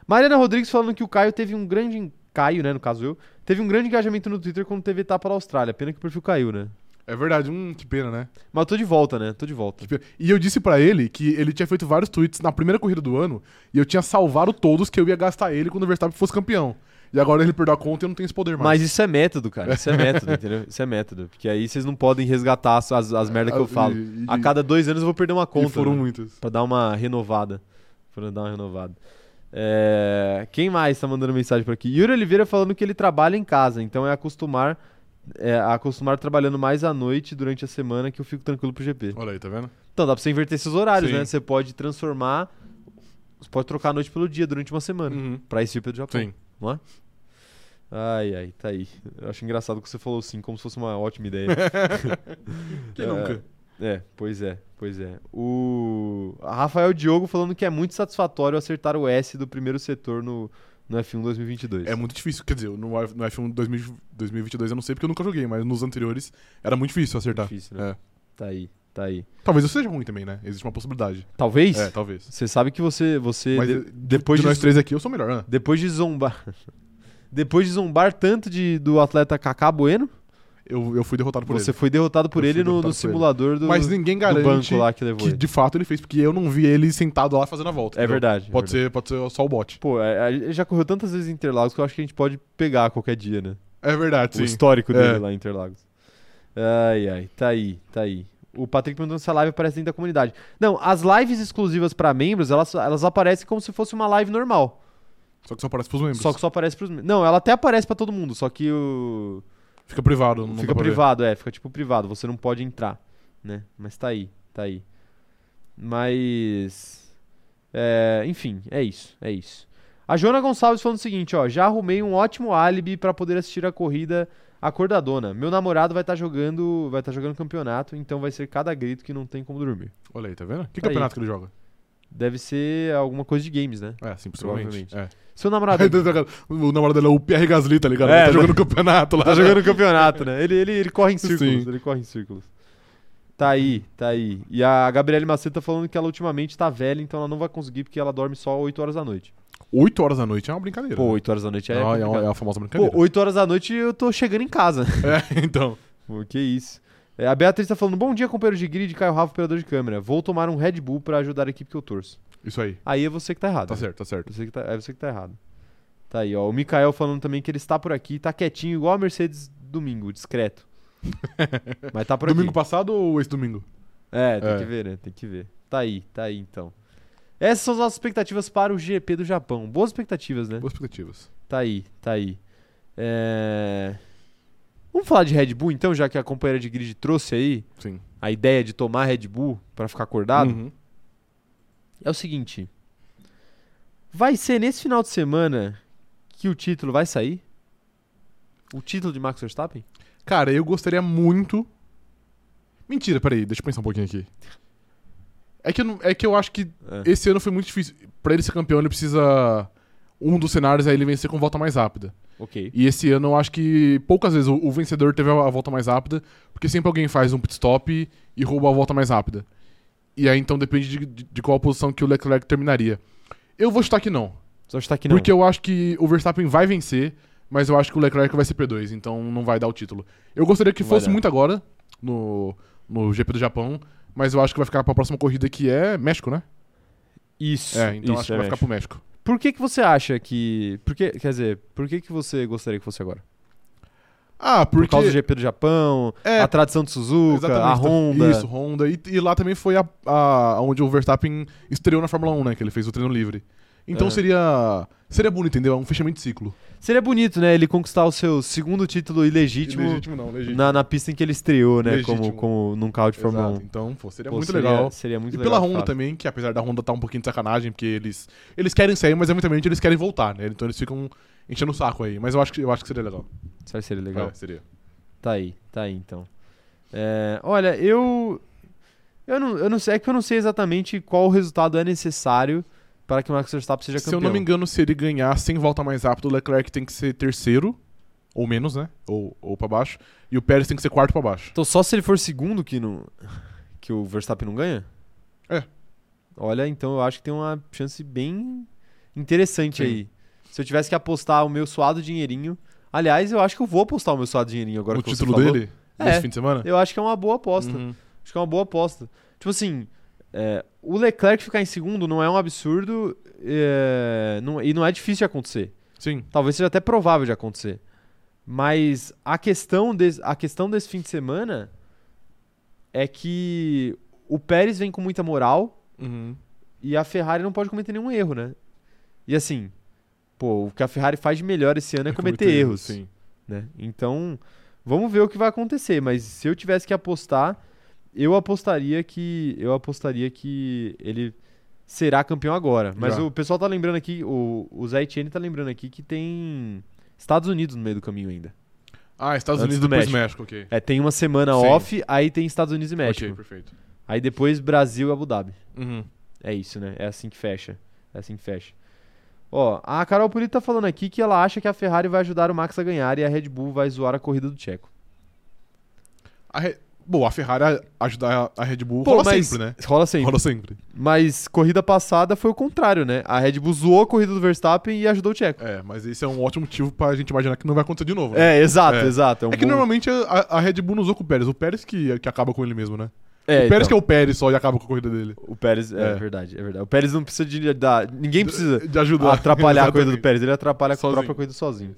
Mariana Rodrigues falando que o Caio teve um grande. en- Caio, né? No caso eu. Teve um grande engajamento no Twitter quando teve etapa da Austrália. Pena que o perfil caiu, né? É verdade. Hum, que pena, né? Mas eu tô de volta, né? Tô de volta. Que pena. E eu disse pra ele que ele tinha feito vários tweets na primeira corrida do ano e eu tinha salvado todos que eu ia gastar ele quando o Verstappen fosse campeão. E agora ele perdeu a conta e eu não tenho esse poder mais. Mas isso é método, cara. Isso é método, entendeu? Isso é método. Porque aí vocês não podem resgatar as, as, as merdas que eu Ah, falo. e- e- A cada dois anos eu vou perder uma E conta. foram um- né? muitas. Pra dar uma renovada. Pra dar uma renovada. É, Quem mais tá mandando mensagem por aqui? Yuri Oliveira falando que ele trabalha em casa, então é acostumar. É, acostumar trabalhando mais à noite durante a semana que eu fico tranquilo pro GP. Olha aí, tá vendo? Então dá pra você inverter seus horários, Sim. né? Você pode transformar. Você pode trocar a noite pelo dia durante uma semana. Uhum. Pra esse GP do Japão. Sim. Ai, ai, tá aí. Eu acho engraçado que você falou sim, como se fosse uma ótima ideia. Quem É, nunca? É, pois é, pois é. O a Rafael Diogo falando que é muito satisfatório acertar o S do primeiro setor no, no F1 2022. É muito difícil. Quer dizer, no, no F1 2000 2022 eu não sei porque eu nunca joguei, mas nos anteriores era muito difícil acertar. difícil, né? É. Tá aí, tá aí. Talvez eu seja ruim também, né? Existe uma possibilidade. Talvez. É, talvez. Você sabe que você você Mas de- de- depois de de, nós três aqui eu sou melhor, né? depois de zombar depois de zombar tanto de do atleta Kaká Bueno, Eu, eu fui derrotado por você ele. foi derrotado por Eu ele fui no, no derrotado por ele. simulador do, Mas ninguém do garante banco lá que levou que ele. de fato ele fez, porque eu não vi ele sentado lá fazendo a volta. É entendeu? verdade. é Pode, verdade. ser, pode ser só o bot. Pô, é- é- já correu tantas vezes em Interlagos que eu acho que a gente pode pegar qualquer dia, né? É verdade, o sim. histórico dele É. lá em Interlagos. Ai, ai, tá aí, tá aí. O Patrick perguntando se a live aparece dentro da comunidade. Não, as lives exclusivas pra membros, elas, elas aparecem como se fosse uma live normal. Só que só aparece pros membros. Só que só aparece pros membros. Não, ela até aparece pra todo mundo, só que o Fica privado. Não fica dá pra ver. privado, é, fica tipo privado, você não pode entrar, né? Mas tá aí, tá aí. Mas é, enfim, é isso, é isso. A Joana Gonçalves falando o seguinte, ó, já arrumei um ótimo álibi pra poder assistir a corrida acordadona. Meu namorado vai estar jogando, vai estar jogando campeonato, então vai ser cada grito que não tem como dormir. Olha aí, tá vendo? Que Tá aí. campeonato que ele joga? Deve ser alguma coisa de games, né? É, sim, possivelmente. É. Seu namorado o namorado dela é o Pierre Gasly, tá ligado? É, ele tá né? jogando campeonato lá. tá jogando campeonato, né? Ele, ele, ele corre em círculos, Sim. ele corre em círculos. Tá aí, tá aí. E a Gabriele Macedo tá falando que ela ultimamente tá velha, então ela não vai conseguir porque ela dorme só 8 horas da noite. 8 horas da noite é uma brincadeira. Pô, 8 horas da noite é. Ah, é, uma- complicado. é a famosa brincadeira. Pô, 8 horas da noite eu tô chegando em casa. É, então. Pô, que isso. É, a Beatriz tá falando: Bom dia, companheiro de grid, Caio Rafa, operador de câmera. Vou tomar um Red Bull pra ajudar a equipe que eu torço. Isso aí. Aí é você que tá errado. Tá né? certo, tá certo. Você que tá, é você que tá errado. Tá aí, ó. O Mikael falando também que ele está por aqui, tá quietinho, igual a Mercedes domingo, discreto. Mas tá por domingo aqui. passado ou esse domingo? É, tem É. que ver, né? Tem que ver. Tá aí, tá aí então. Essas são as nossas expectativas para o GP do Japão. Boas expectativas, né? Boas expectativas. Tá aí, tá aí. É... Vamos falar de Red Bull então, já que a companheira de grid trouxe aí Sim. a ideia de tomar Red Bull pra ficar acordado. Uhum. É o seguinte. Vai ser nesse final de semana que o título vai sair? O título de Max Verstappen? Cara, eu gostaria muito. Mentira, peraí, deixa eu pensar um pouquinho aqui. É que eu, não- é que eu acho que É. esse ano foi muito difícil. Pra ele ser campeão, ele precisa. Um dos cenários é ele vencer com volta mais rápida. Ok. E esse ano eu acho que poucas vezes o, o vencedor teve a, a volta mais rápida, porque sempre alguém faz um pit stop e, e rouba a volta mais rápida. E aí então depende de, de- de qual posição que o Leclerc terminaria. Eu vou chutar que não, Só está aqui não. porque eu acho que o Verstappen vai vencer, mas eu acho que o Leclerc vai ser P2, então não vai dar o título. Eu gostaria que Não vai fosse dar. muito agora, no, no GP do Japão, mas eu acho que vai ficar pra próxima corrida que é México, né? Isso. É, então isso, acho que é vai ficar México. pro México. Por que que você acha que... Por que, quer dizer, por que que você gostaria que fosse agora? Ah, Por porque... causa do GP do Japão, É, a tradição de Suzuka, a Exatamente. então, Honda. Isso, Honda. E, e lá também foi a, a- onde o Verstappen estreou na Fórmula 1, né? Que ele fez o treino livre. Então É. seria. Seria bonito, entendeu? É um fechamento de ciclo. Seria bonito, né? Ele conquistar o seu segundo título ilegítimo, não, na, na pista em que ele estreou, né? Como, Legítimo. como num carro de Fórmula Exato. 1. Então, pô, seria Pô, muito seria- legal. Seria muito E legal. pela de Honda fato. também, que apesar da Honda tá um pouquinho de sacanagem, porque eles. Eles querem sair, mas eventualmente eles querem voltar, né? Então eles ficam enchendo o saco aí. Mas eu acho que, eu acho que seria legal. Será que seria legal? É, seria. Tá aí, tá aí então. É, olha, eu. Eu não, eu não sei, é que eu não sei exatamente qual resultado é necessário para que o Max Verstappen seja Se campeão. eu não me engano, se ele ganhar sem volta mais rápido, o Leclerc tem que ser terceiro, ou menos, né? Ou, ou pra baixo. E o Pérez tem que ser quarto pra baixo. Então, só se ele for segundo que, não, que o Verstappen não ganha? É. Olha, então eu acho que tem uma chance bem interessante Sim. aí. Se eu tivesse que apostar o meu suado dinheirinho. Aliás, eu acho que eu vou apostar o meu suado dinheirinho agora o que título você falou. dele É. nesse fim de semana? Eu acho que é uma boa aposta. Uhum. Acho que é uma boa aposta. Tipo assim, é, o Leclerc ficar em segundo não é um absurdo é, não- e não é difícil de acontecer. Sim. Talvez seja até provável de acontecer. Mas a questão, des- a questão desse fim de semana é que o Pérez vem com muita moral Uhum. e a Ferrari não pode cometer nenhum erro, né? E assim, pô, o que a Ferrari faz de melhor esse ano é, Vai cometer erros Sim. né? Então, vamos ver o que vai acontecer, mas se eu tivesse que apostar, eu apostaria que eu apostaria que ele será campeão agora. Mas Já. o pessoal tá lembrando aqui, o, o Zé Etienne tá lembrando aqui que tem Estados Unidos no meio do caminho ainda. Ah, Estados Antes Unidos do depois México, ok. É, tem uma semana Sim. off, aí tem Estados Unidos e México. Ok, perfeito. Aí depois Brasil e Abu Dhabi. Uhum. É isso, né? É assim que fecha. É assim que fecha. Ó, a Carol Poli tá falando aqui que ela acha que a Ferrari vai ajudar o Max a ganhar e a Red Bull vai zoar a corrida do Checo. A Re- Bom, a Ferrari a- ajudar a a Red Bull Pô, rola mas- sempre, né? Rola sempre. Rola sempre. Mas corrida passada foi o contrário, né? A Red Bull zoou a corrida do Verstappen e ajudou o Tcheco. É, mas esse é um ótimo motivo pra gente imaginar que não vai acontecer de novo. né? É, exato, É. exato. É, um É que bom- normalmente a, a Red Bull não usou com o Pérez. O Pérez que, que acaba com ele mesmo, né? É, o Pérez então. que é o Pérez só e acaba com a corrida dele. O Pérez, é, É. verdade, é verdade. O Pérez não precisa de. Da... Ninguém precisa De ajudar. atrapalhar a corrida do Exatamente. Pérez. Ele atrapalha com a Sozinho. própria corrida sozinho.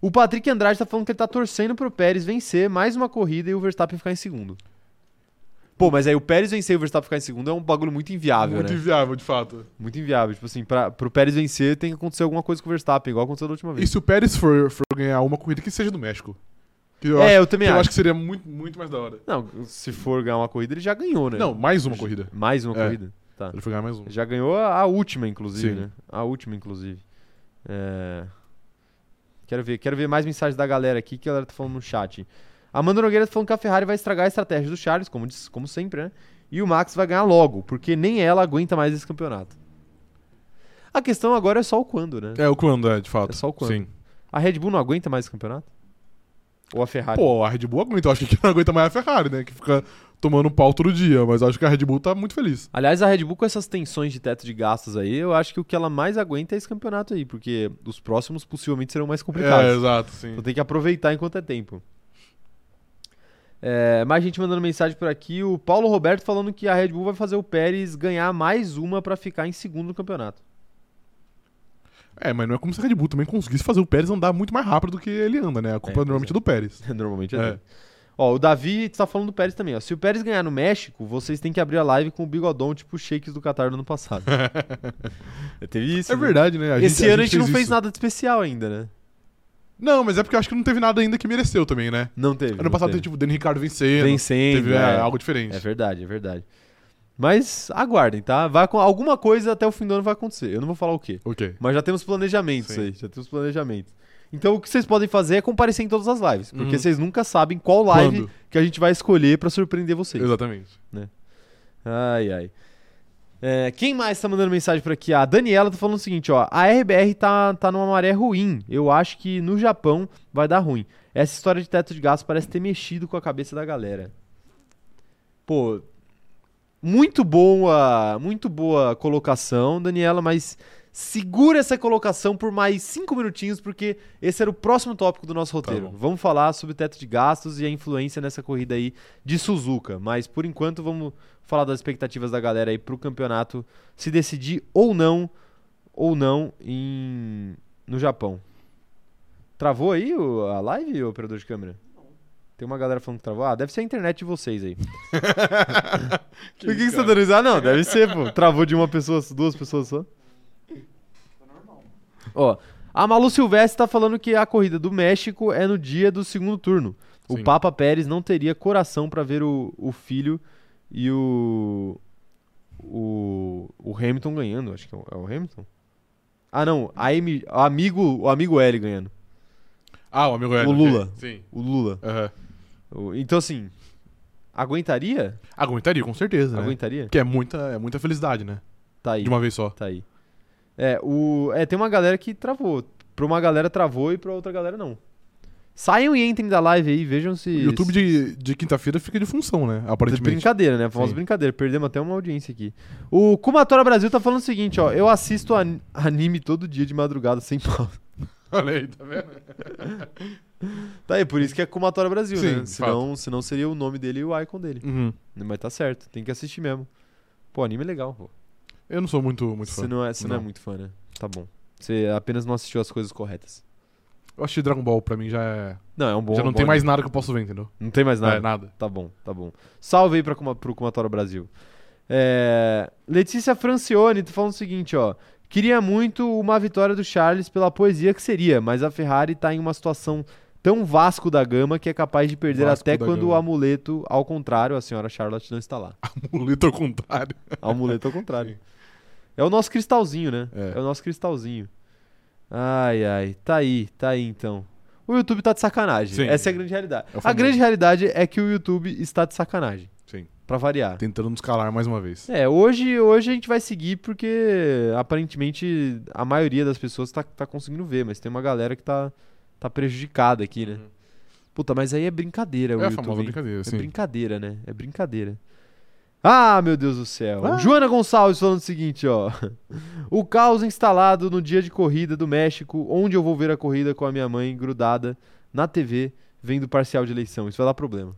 O Patrick Andrade tá falando que ele tá torcendo pro Pérez vencer mais uma corrida e o Verstappen ficar em segundo. Pô, mas aí o Pérez vencer e o Verstappen ficar em segundo é um bagulho muito inviável, Muito né? inviável, de fato. Muito inviável. Tipo assim, pra, pro Pérez vencer tem que acontecer alguma coisa com o Verstappen, igual aconteceu da última E vez. se o Pérez for, for ganhar uma corrida que seja do México? Que eu é, acho, eu também que eu acho. acho que seria muito, muito mais da hora. Não, se for ganhar uma corrida, ele já ganhou, né? Não, mais uma corrida. Mais uma É. corrida? Tá. Ele foi ganhar mais um. Já ganhou a a última, inclusive, Sim. né? A última, inclusive. É, Quero ver, quero ver mais mensagens da galera aqui que a galera tá falando no chat. Amanda Nogueira tá falando que a Ferrari vai estragar a estratégia do Charles, como, diz- como sempre, né? E o Max vai ganhar logo, porque nem ela aguenta mais esse campeonato. A questão agora é só o quando, né? É o quando, é, de fato. É só o quando. Sim. A Red Bull não aguenta mais esse campeonato? Ou a Ferrari? Pô, a Red Bull aguenta. Eu acho que não aguenta mais a Ferrari, né? Que fica tomando pau todo dia. Mas eu acho que a Red Bull tá muito feliz. Aliás, a Red Bull com essas tensões de teto de gastos aí, eu acho que o que ela mais aguenta é esse campeonato aí, porque os próximos possivelmente serão mais É, complicados. exato, sim. então tem que aproveitar enquanto é tempo. É, mais gente mandando mensagem por aqui. O Paulo Roberto falando que a Red Bull vai fazer o Pérez ganhar mais uma pra ficar em segundo no campeonato. É, mas não é como se a Red Bull também conseguisse fazer o Pérez andar muito mais rápido do que ele anda, né? A É, culpa pois normalmente é. é do Pérez. Normalmente é. É. dele. Ó, o Davi está falando do Pérez também. Ó. Se o Pérez ganhar no México, vocês têm que abrir a live com o bigodão tipo os shakes do Qatar no ano passado. Teve isso. É né? verdade, né? Esse ano a gente, não fez isso. nada de especial ainda, né? Não, mas é porque eu acho que não teve nada ainda que mereceu também, né? Não teve. Ano não passado teve, teve. tipo, o Dani Ricardo vencendo. vencendo. Teve é, é, algo diferente. é verdade, é verdade. Mas aguardem, tá? Vai com alguma coisa até o fim do ano vai acontecer. Eu não vou falar o quê. Ok. Mas já temos planejamentos Sim. aí, já temos planejamentos. Então o que vocês podem fazer é comparecer em todas as lives, porque Uhum. vocês nunca sabem qual live Quando? que a gente vai escolher pra surpreender vocês. Exatamente. Ai, ai. É, quem mais tá mandando mensagem por aqui? A Daniela tá falando o seguinte, ó. A RBR tá, tá numa maré ruim. Eu acho que no Japão vai dar ruim. Essa história de teto de gasto parece ter mexido com a cabeça da galera. Pô, muito boa, muito boa colocação, Daniela, mas segura essa colocação por mais cinco minutinhos, porque esse era o próximo tópico do nosso Tá roteiro. bom. vamos falar sobre teto de gastos e a influência nessa corrida aí de Suzuka. Mas por enquanto vamos falar das expectativas da galera aí pro campeonato se decidir ou não, ou não em no Japão. Travou aí o- a live, o operador de câmera? Tem uma galera falando que travou. Ah, deve ser a internet de vocês aí. Por que, que você tá dando isso? Ah, não, deve ser, pô. Travou de uma pessoa, duas pessoas só. Ó, a Malu Silvestre tá falando que a corrida do México é no dia do segundo turno. O Sim. Papa Pérez não teria coração pra ver o, o filho e o, o. O Hamilton ganhando, acho que é o, é o Hamilton. Ah, não, a Amy- o amigo, o amigo L ganhando. Ah, o amigo Hélio, O ok. Lula. Sim. O Lula. Aham. O- então, assim, aguentaria? Aguentaria, com certeza, né? Aguentaria? Porque é muita, é muita felicidade, né? Tá aí. De uma vez só. Tá aí. É, o... é, tem uma galera que travou. Pra uma galera travou e pra outra galera não. Saiam e entrem da live aí, vejam se. O YouTube de, de quinta-feira fica de função, né? se... Aparentemente. Brincadeira, né? Famosa Sim. brincadeira. Perdemos até uma audiência aqui. O Kumatora Brasil tá falando o seguinte, ó. Eu assisto an- anime todo dia de madrugada sem pausa. Olha aí, tá vendo? Tá aí, por isso que é Kumatora Brasil, Sim, né? de Senão, senão seria o nome dele e o icon dele. Uhum. Mas tá certo, tem que assistir mesmo. Pô, anime é legal, pô. Eu não sou muito, muito Você fã. não, é, você não. é Não. muito fã, né? Tá bom. Você apenas não assistiu as coisas corretas. Eu acho que Dragon Ball pra mim já é. Não, é um bom. já é um não bom tem anime. mais nada que eu posso ver, entendeu? Não tem mais nada. É, nada. Tá bom, tá bom. Salve aí pra, Kuma- pro Kumatora Brasil. É, Letícia Francione tá falando o seguinte, ó. Queria muito uma vitória do Charles pela poesia que seria, mas a Ferrari tá em uma situação tão vasco da gama que é capaz de perder Vasco até da quando o Gama. amuleto, ao contrário, a senhora Charlotte não está lá. Muleta ao contrário. Amuleto ao contrário. É o nosso cristalzinho, né? É. o nosso cristalzinho. Ai, ai. Tá aí, tá aí então. O YouTube tá de sacanagem. Sim. Essa é a grande realidade. É o a famoso. grande realidade é que o YouTube está de sacanagem. Sim. Pra variar. Tentando nos calar mais uma vez. É, hoje, hoje a gente vai seguir porque aparentemente a maioria das pessoas tá, tá conseguindo ver, mas tem uma galera que tá, tá prejudicada aqui, né? Uhum. Puta, mas aí é brincadeira o a YouTube. famosa hein? brincadeira, É sim. brincadeira, né? É brincadeira. Ah, meu Deus do céu. Ah. Joana Gonçalves falando o seguinte, ó. O caos instalado no dia de corrida do México, onde eu vou ver a corrida com a minha mãe grudada na TV, vendo o parcial de eleição. Isso vai dar problema.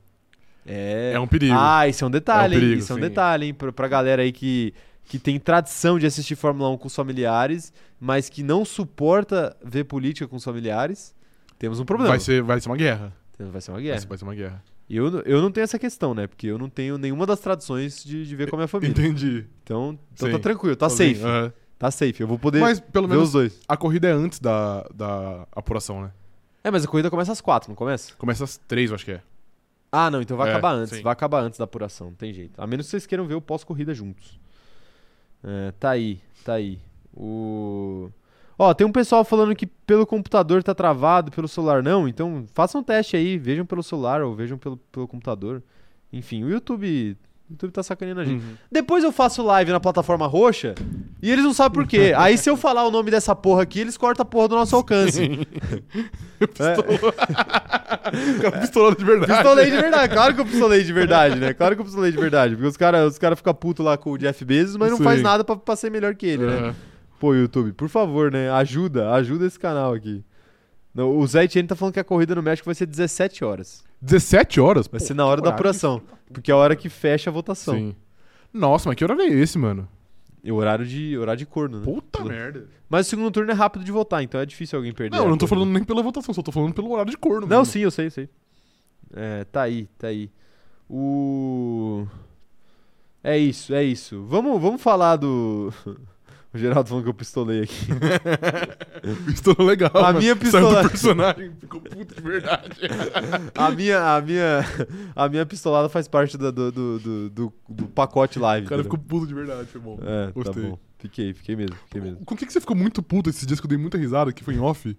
É. É um perigo. Ah, isso é um detalhe, É um hein? perigo, Isso é um sim. detalhe, hein? Pra, pra galera aí que, que tem tradição de assistir Fórmula 1 com os familiares, mas que não suporta ver política com os familiares, temos um problema. É. Vai ser, vai ser uma guerra. Vai ser uma Vai guerra. ser- Vai ser uma guerra. E Eu, n- eu não tenho essa questão, né? Porque eu não tenho nenhuma das tradições de, de ver com a minha família. Entendi. Então, então Sim. tá tranquilo, tá Sozinho, safe. aham. Tá safe. Eu vou poder Mas pelo ver os menos dois. a corrida é antes da, da apuração, né? É, mas a corrida começa às quatro, não começa? Começa às três, eu acho que é. Ah, não, então vai É, acabar antes. sim. Vai acabar antes da apuração, não tem jeito. A menos que vocês queiram ver o pós-corrida juntos. É, tá aí, tá aí. O. Ó, tem um pessoal falando que pelo computador tá travado, pelo celular não, então façam um teste aí, vejam pelo celular ou vejam pelo, pelo computador. Enfim, o YouTube. O YouTube tá sacaneando a gente. Uhum. Depois eu faço live na plataforma roxa e eles não sabem por quê. Aí se eu falar o nome dessa porra aqui, eles cortam a porra do nosso alcance. O cara pistolando de verdade. É. Pistolei de verdade, claro que eu pistolei de verdade, né? Claro que eu pistolei de verdade. Porque os caras os cara ficam putos lá com o Jeff Bezos, mas não Sim. faz nada pra, pra ser melhor que ele, né? É. Pô, YouTube, por favor, né? Ajuda, ajuda esse canal aqui. Não, o Zé Etienne tá falando que a corrida no México vai ser 17 horas. 17 horas? Vai Pô, ser na hora da horário. apuração. Porque é a hora que fecha a votação. Sim. Nossa, mas que horário é esse, mano? E o horário de, horário de corno, né? Puta Tudo. merda. Mas o segundo turno é rápido de votar, então é difícil alguém perder. Não, eu a não tô corrida. falando nem pela votação, só tô falando pelo horário de corno. Não, mano. sim, eu sei, eu sei. É, tá aí, tá aí. O. É isso, é isso. Vamos, vamos falar do. O Geraldo falando que eu pistolei aqui. Pistola legal. A mano. minha Saiu pistola- do personagem, ficou puto de verdade. A minha, a minha, a minha pistolada faz parte da- do, do, do, do- do pacote live. O cara entendeu? ficou puto de verdade, foi bom. É, Gostei. tá bom. Fiquei, fiquei mesmo, fiquei mesmo. Com o que, que você ficou muito puto esses dias que eu dei muita risada, que foi em off?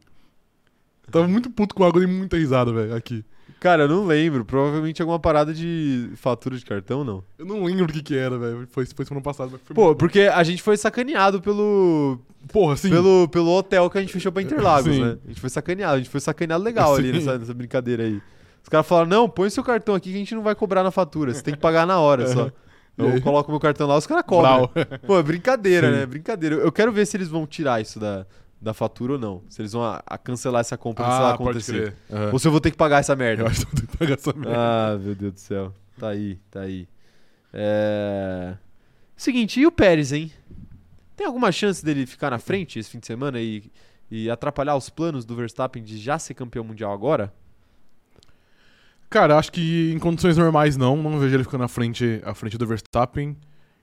Tava muito puto com algo, eu dei muita risada, velho, aqui. Cara, eu não lembro. Provavelmente alguma parada de fatura de cartão, não. Eu não lembro o que que era, velho. Foi, foi semana passada, mas foi Pô, muito porque a gente foi sacaneado pelo, bom. Porra, sim. pelo, pelo hotel que a gente fechou pra Interlagos, Sim. né? A gente foi sacaneado, a gente foi sacaneado legal ali Sim. nessa, nessa brincadeira aí. Os caras falaram, não, põe seu cartão aqui que a gente não vai cobrar na fatura, você tem que pagar na hora só. E aí? Eu coloco meu cartão lá, os caras cobram. É. Brau. Pô, é brincadeira, Sim. né? Brincadeira. Eu quero ver se eles vão tirar isso da, da fatura ou não. Se eles vão a- a cancelar essa compra antes ela Ah, pode acontecer. crer. Aham. Ou se eu vou ter que pagar essa Eu merda. acho que eu tenho que pagar essa merda. Ah, meu Deus do céu. Tá aí, tá aí. É... Seguinte, e o Pérez, hein? Tem alguma chance dele ficar na frente esse fim de semana e, e atrapalhar os planos do Verstappen de já ser campeão mundial agora? Cara, acho que em condições normais não, não vejo ele ficando à frente, à frente do Verstappen.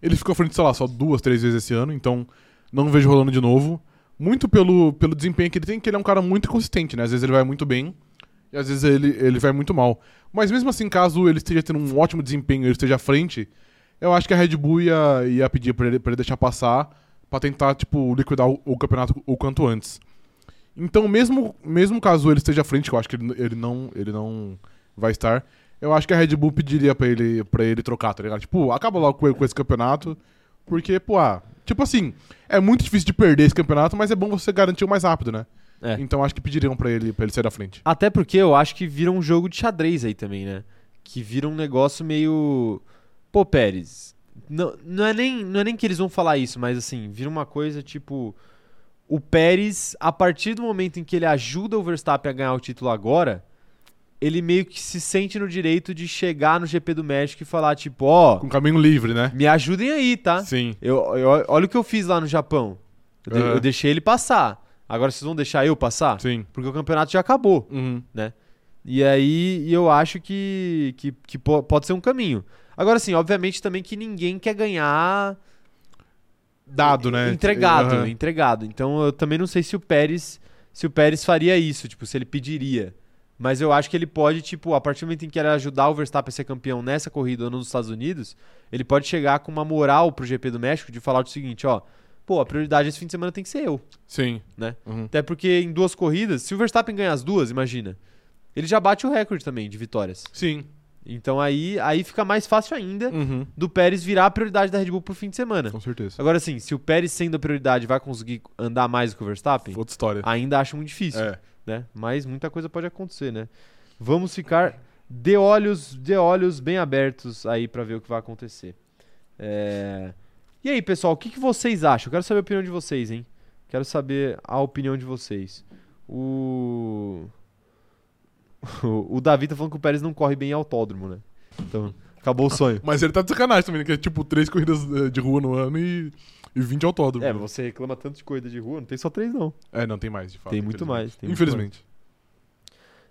Ele ficou à frente, sei lá, só duas, três vezes esse ano, então não vejo rolando de novo. Muito pelo, pelo desempenho que ele tem, que ele é um cara muito consistente, né? Às vezes ele vai muito bem e às vezes ele, ele vai muito mal. Mas mesmo assim, caso ele esteja tendo um ótimo desempenho e ele esteja à frente, eu acho que a Red Bull ia, ia pedir pra ele, pra ele deixar passar pra tentar, tipo, liquidar o, o campeonato o quanto antes. Então, mesmo, mesmo caso ele esteja à frente, que eu acho que ele, ele não... Ele não vai estar. Eu acho que a Red Bull pediria pra ele, pra ele trocar, tá ligado? Tipo, acaba logo com, com esse campeonato, porque, pô, ah, tipo assim, é muito difícil de perder esse campeonato, mas é bom você garantir o mais rápido, né? É. Então acho que pediriam pra ele, pra ele sair da frente. Até porque eu acho que vira um jogo de xadrez aí também, né? Que vira um negócio meio. Pô, Pérez. Não, não, é nem, não é nem que eles vão falar isso, mas assim, vira uma coisa tipo. O Pérez, a partir do momento em que ele ajuda o Verstappen a ganhar o título agora, ele meio que se sente no direito de chegar no GP do México e falar, tipo, ó, Com caminho livre, né? me ajudem aí, tá? Sim. Eu, eu- olha o que eu fiz lá no Japão. Eu, de- Aham. eu deixei ele passar. Agora vocês vão deixar eu passar? Sim. Porque o campeonato já acabou. Uhum. E aí e eu acho que, que, que po- pode ser um caminho. Agora, assim, obviamente também que ninguém quer ganhar Dado, né? entregado, Aham. entregado. Então eu também não sei se o Pérez se o Pérez faria isso, tipo, se ele pediria. Mas eu acho que ele pode, tipo, a partir do momento em que ele ajudar o Verstappen a ser campeão nessa corrida ou nos Estados Unidos, ele pode chegar com uma moral pro GP do México de falar o seguinte, ó, pô, a prioridade esse fim de semana tem que ser eu. Sim. Né? Uhum. Até porque em duas corridas, se o Verstappen ganhar as duas, imagina, ele já bate o recorde também de vitórias. Sim. Então aí, aí fica mais fácil ainda Uhum. do Pérez virar a prioridade da Red Bull pro fim de semana. Com certeza. Agora sim, se o Pérez sendo a prioridade vai conseguir andar mais do que o Verstappen, Outra história. ainda acho muito difícil, É. né? Mas muita coisa pode acontecer, né? Vamos ficar de olhos, de olhos bem abertos aí pra ver o que vai acontecer. É, E aí, pessoal, o que, que vocês acham? Eu quero saber a opinião de vocês, hein? Quero saber a opinião de vocês. O o Davi tá falando que o Pérez não corre bem em autódromo, né? Então, acabou o sonho. Mas ele tá de sacanagem também, né? Que é tipo três corridas eh, de rua no ano e, e 20 autódromos. É, você reclama tanto de corrida de rua, não tem só três, não. É, não, tem mais, de fato. Tem muito mais, tem muito infelizmente.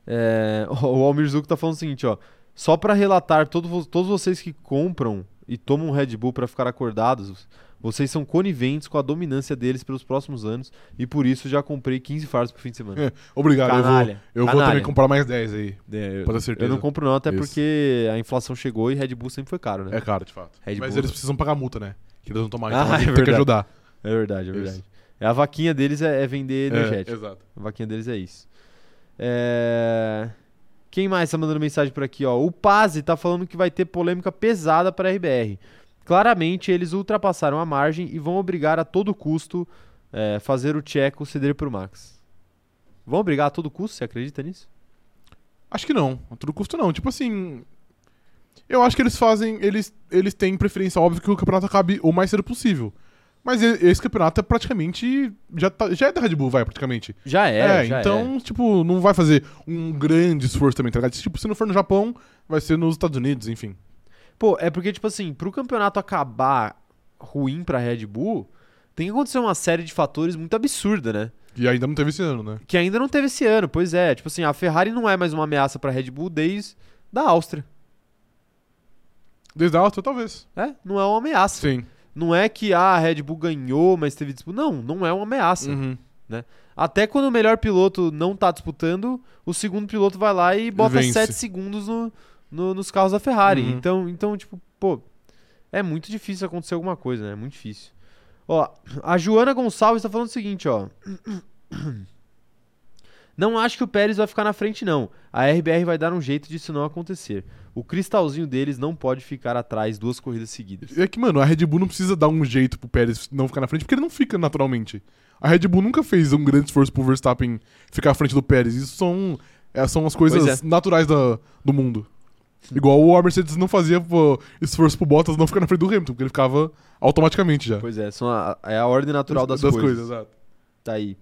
É, o Almir Zuko tá falando o seguinte, ó. Só pra relatar, todo vo- todos vocês que compram e tomam Red Bull pra ficar acordados, vocês são coniventes com a dominância deles pelos próximos anos e por isso já comprei 15 fardos pro fim de semana. Obrigado, eu vou, Canalha. Eu vou canalha. também comprar mais 10 aí. É, eu, Pode ter certeza. eu não compro não, até Isso. porque a inflação chegou e Red Bull sempre foi caro, né? É caro, de fato. Red Mas Bull. eles precisam pagar multa, né? Que eles vão tomar, Ah, então é a gente tem que verdade. ajudar. É, É, verdade, é Isso. verdade. É, a vaquinha deles é, é vender energético. exato. A vaquinha deles é isso. É... O Quem mais tá mandando mensagem por aqui, ó? O Pazzi tá falando que vai ter polêmica pesada para RBR. Claramente, eles ultrapassaram a margem e vão obrigar a todo custo é, fazer o Tcheco ceder pro Max. Vão obrigar a todo custo? Você acredita nisso? Acho que não. A todo custo não. Tipo assim. Eu acho que eles fazem. Eles, eles têm preferência, óbvio, que o campeonato acabe o mais cedo possível. Mas e- esse campeonato é praticamente. Já, tá- já é da Red Bull, vai, praticamente. Já é, já então, tipo, não vai fazer um grande esforço também, tá ligado? Se, Tipo, se não for no Japão, vai ser nos Estados Unidos, enfim. Pô, é porque, tipo assim, pro campeonato acabar ruim pra Red Bull, tem que acontecer uma série de fatores muito absurda, né? E ainda não teve esse ano, né? Que ainda não teve esse ano, pois é. Tipo assim, a Ferrari não é mais uma ameaça pra Red Bull desde da Áustria. Desde a Áustria, talvez. É, não é uma ameaça. Sim. Não é que ah, a Red Bull ganhou, mas teve disputa. Não, não é uma ameaça. Uhum. Até quando o melhor piloto não tá disputando, o segundo piloto vai lá e bota Vence. 7 segundos no, no- nos carros da Ferrari. Uhum. Então, então, tipo, pô, é muito difícil acontecer alguma coisa, né? É muito difícil. Ó, a Joana Gonçalves tá falando o seguinte, ó. Não acho que o Pérez vai ficar na frente, não. A RBR vai dar um jeito disso não acontecer. O cristalzinho deles não pode ficar atrás duas corridas seguidas. É que, mano, a Red Bull não precisa dar um jeito pro Pérez não ficar na frente, porque ele não fica naturalmente. A Red Bull nunca fez um grande esforço pro Verstappen ficar à frente do Pérez. Isso são, é, são as coisas Pois naturais da, do mundo. Igual a Mercedes não fazia pô, esforço pro Bottas não ficar na frente do Hamilton, porque ele ficava automaticamente já. Pois é, são a- é a ordem natural das, coisas. exato. Tá aí.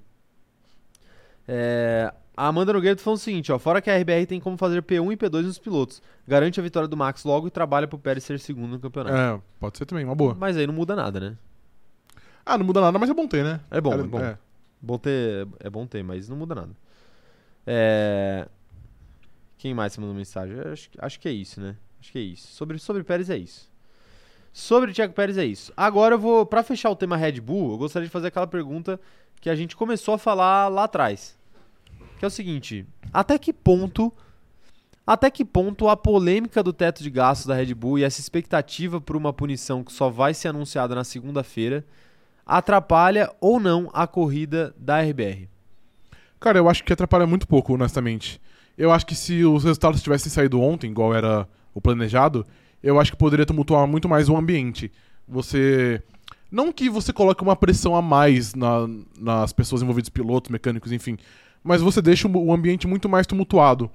É, a Amanda Nogueira tá falando o seguinte, ó. Fora que a RBR tem como fazer P1 e P2 nos pilotos. Garante a vitória do Max logo e trabalha pro Pérez ser segundo no campeonato. É, pode ser também, uma boa. Mas aí não muda nada, né? Ah, não muda nada, mas é bom ter, né? É bom, Cara, é bom. Bom ter, é bom ter, mas não muda nada. É, Quem mais mandou mensagem? Eu Acho, que- acho que é isso, né? Acho que é isso. Sobre, sobre Pérez é isso. Sobre o Thiago Pérez é isso. Agora eu vou, pra fechar o tema Red Bull, eu gostaria de fazer aquela pergunta que a gente começou a falar lá atrás. Que é o seguinte, até que ponto até que ponto a polêmica do teto de gastos da Red Bull e essa expectativa por uma punição que só vai ser anunciada na segunda-feira atrapalha ou não a corrida da RBR. Cara, eu acho que atrapalha muito pouco, honestamente. Eu acho que se os resultados tivessem saído ontem, igual era o planejado, eu acho que poderia tumultuar muito mais o ambiente. Você. Não que você coloque uma pressão a mais na- nas pessoas envolvidas, pilotos, mecânicos, enfim. Mas você deixa o ambiente muito mais tumultuado.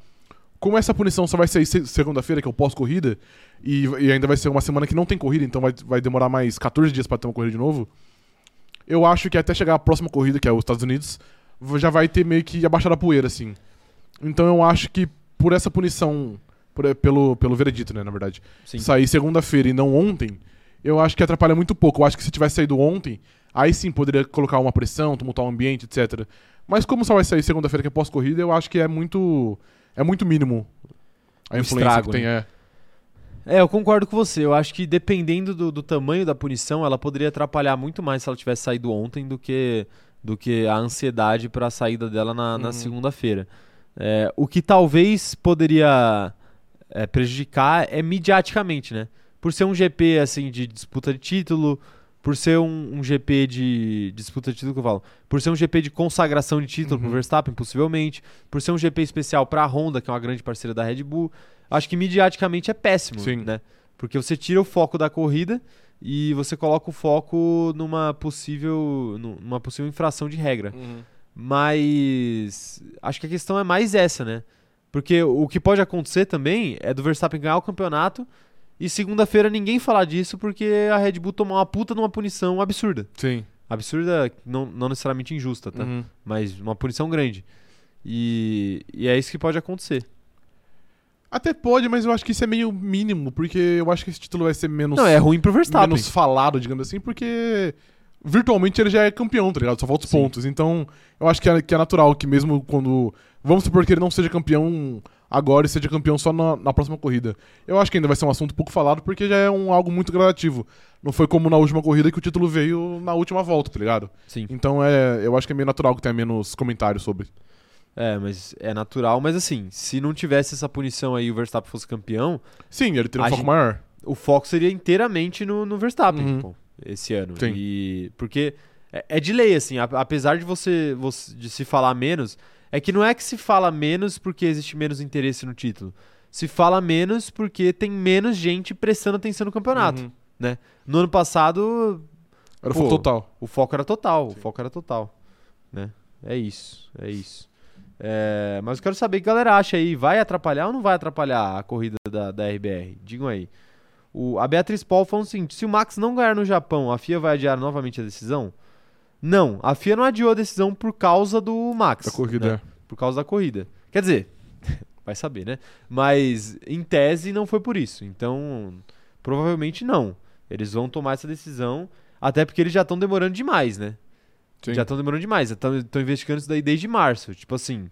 Como essa punição só vai sair se- segunda-feira, que é o pós-corrida, e, e ainda vai ser uma semana que não tem corrida, então vai, vai demorar mais 14 dias pra ter uma corrida de novo. Eu acho que até chegar a próxima corrida, que é os Estados Unidos, v- já vai ter meio que abaixado a poeira, assim. Então eu acho que por essa punição, por- pelo, pelo veredito, né, na verdade, Sim. sair segunda-feira e não ontem, eu acho que atrapalha muito pouco. Eu acho que se tivesse saído ontem, aí sim poderia colocar uma pressão, tumultuar o ambiente, etc. Mas como só vai sair segunda-feira, que é pós-corrida, eu acho que é muito. É muito mínimo a O influência estrago, né? que tem. É. É, eu concordo com você. Eu acho que dependendo do, do tamanho da punição, ela poderia atrapalhar muito mais se ela tivesse saído ontem do que, do que a ansiedade para a saída dela na, na Uhum. segunda-feira. É, o que talvez poderia é, prejudicar é midiaticamente, né? Por ser um GP assim de disputa de título, por ser um, um GP de disputa de título que eu falo, por ser um GP de consagração de título Uhum. pro Verstappen, possivelmente, por ser um GP especial para a Honda, que é uma grande parceira da Red Bull, acho que midiaticamente é péssimo, Sim. né? Porque você tira o foco da corrida e você coloca o foco numa possível nu- numa possível infração de regra. Mas acho que a questão é mais essa, né? Porque o que pode acontecer também é do Verstappen ganhar o campeonato e segunda-feira ninguém falar disso porque a Red Bull tomou uma puta numa punição absurda. Sim. Absurda, não, não necessariamente injusta, tá? Uhum. Mas uma punição grande. E, e é isso que pode acontecer. Até pode, mas eu acho que isso é meio mínimo, porque eu acho que esse título vai ser menos, não, é ruim pro Verstappen. menos falado, digamos assim, porque virtualmente ele já é campeão, tá ligado? Só falta os Sim. pontos. Então, eu acho que é, que é natural que mesmo quando. Vamos supor que ele não seja campeão agora e seja campeão só na, na próxima corrida. Eu acho que ainda vai ser um assunto pouco falado, porque já é um, algo muito gradativo. Não foi como na última corrida que o título veio na última volta, tá ligado? Sim. Então é, eu acho que é meio natural que tenha menos comentários sobre. É, mas é natural. Mas assim, se não tivesse essa punição aí e o Verstappen fosse campeão, Sim, ele teria um A foco gente- maior. o foco seria inteiramente no, no Verstappen Uhum. pô, esse ano. Sim. E porque é, é de lei assim, a- apesar de você, você- de se falar menos, É que não é que se fala menos porque existe menos interesse no título. Se fala menos porque tem menos gente prestando atenção no campeonato. né? Uhum. No ano passado, Era full Pô. total. o foco era total. Sim. O foco era total. Né? É isso, é isso. É, mas eu quero saber o que a galera acha aí. Vai atrapalhar ou não vai atrapalhar a corrida da, da RBR? Digam aí. O- a Beatriz Paul falou o seguinte: se o Max não ganhar no Japão, a FIA vai adiar novamente a decisão? Não, a FIA não adiou a decisão por causa do Max. Da né? corrida. por causa da corrida. Quer dizer, vai saber, né? Mas em tese não foi por isso. Então, provavelmente não. Eles vão tomar essa decisão, até porque eles já estão demorando demais, né? Sim. Já estão demorando demais. Estão investigando isso daí desde março. Tipo assim,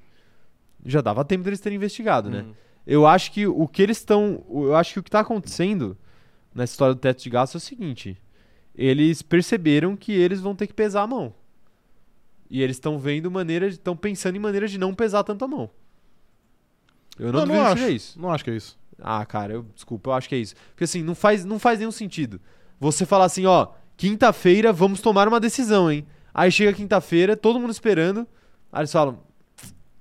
já dava tempo deles terem investigado, né? Hum. Eu acho que o que eles estão. Eu acho que o que está acontecendo nessa história do teto de gasto é o seguinte: eles perceberam que eles vão ter que pesar a mão. E eles estão vendo maneiras. Estão pensando em maneiras de não pesar tanto a mão. Eu não, Não, não duvido que acho. seja isso. Não acho que é isso. Ah, cara, eu desculpa, eu acho que é isso. Porque assim, não faz, não faz nenhum sentido. Você falar assim, ó, quinta-feira vamos tomar uma decisão, hein? Aí chega quinta-feira, todo mundo esperando. Aí eles falam,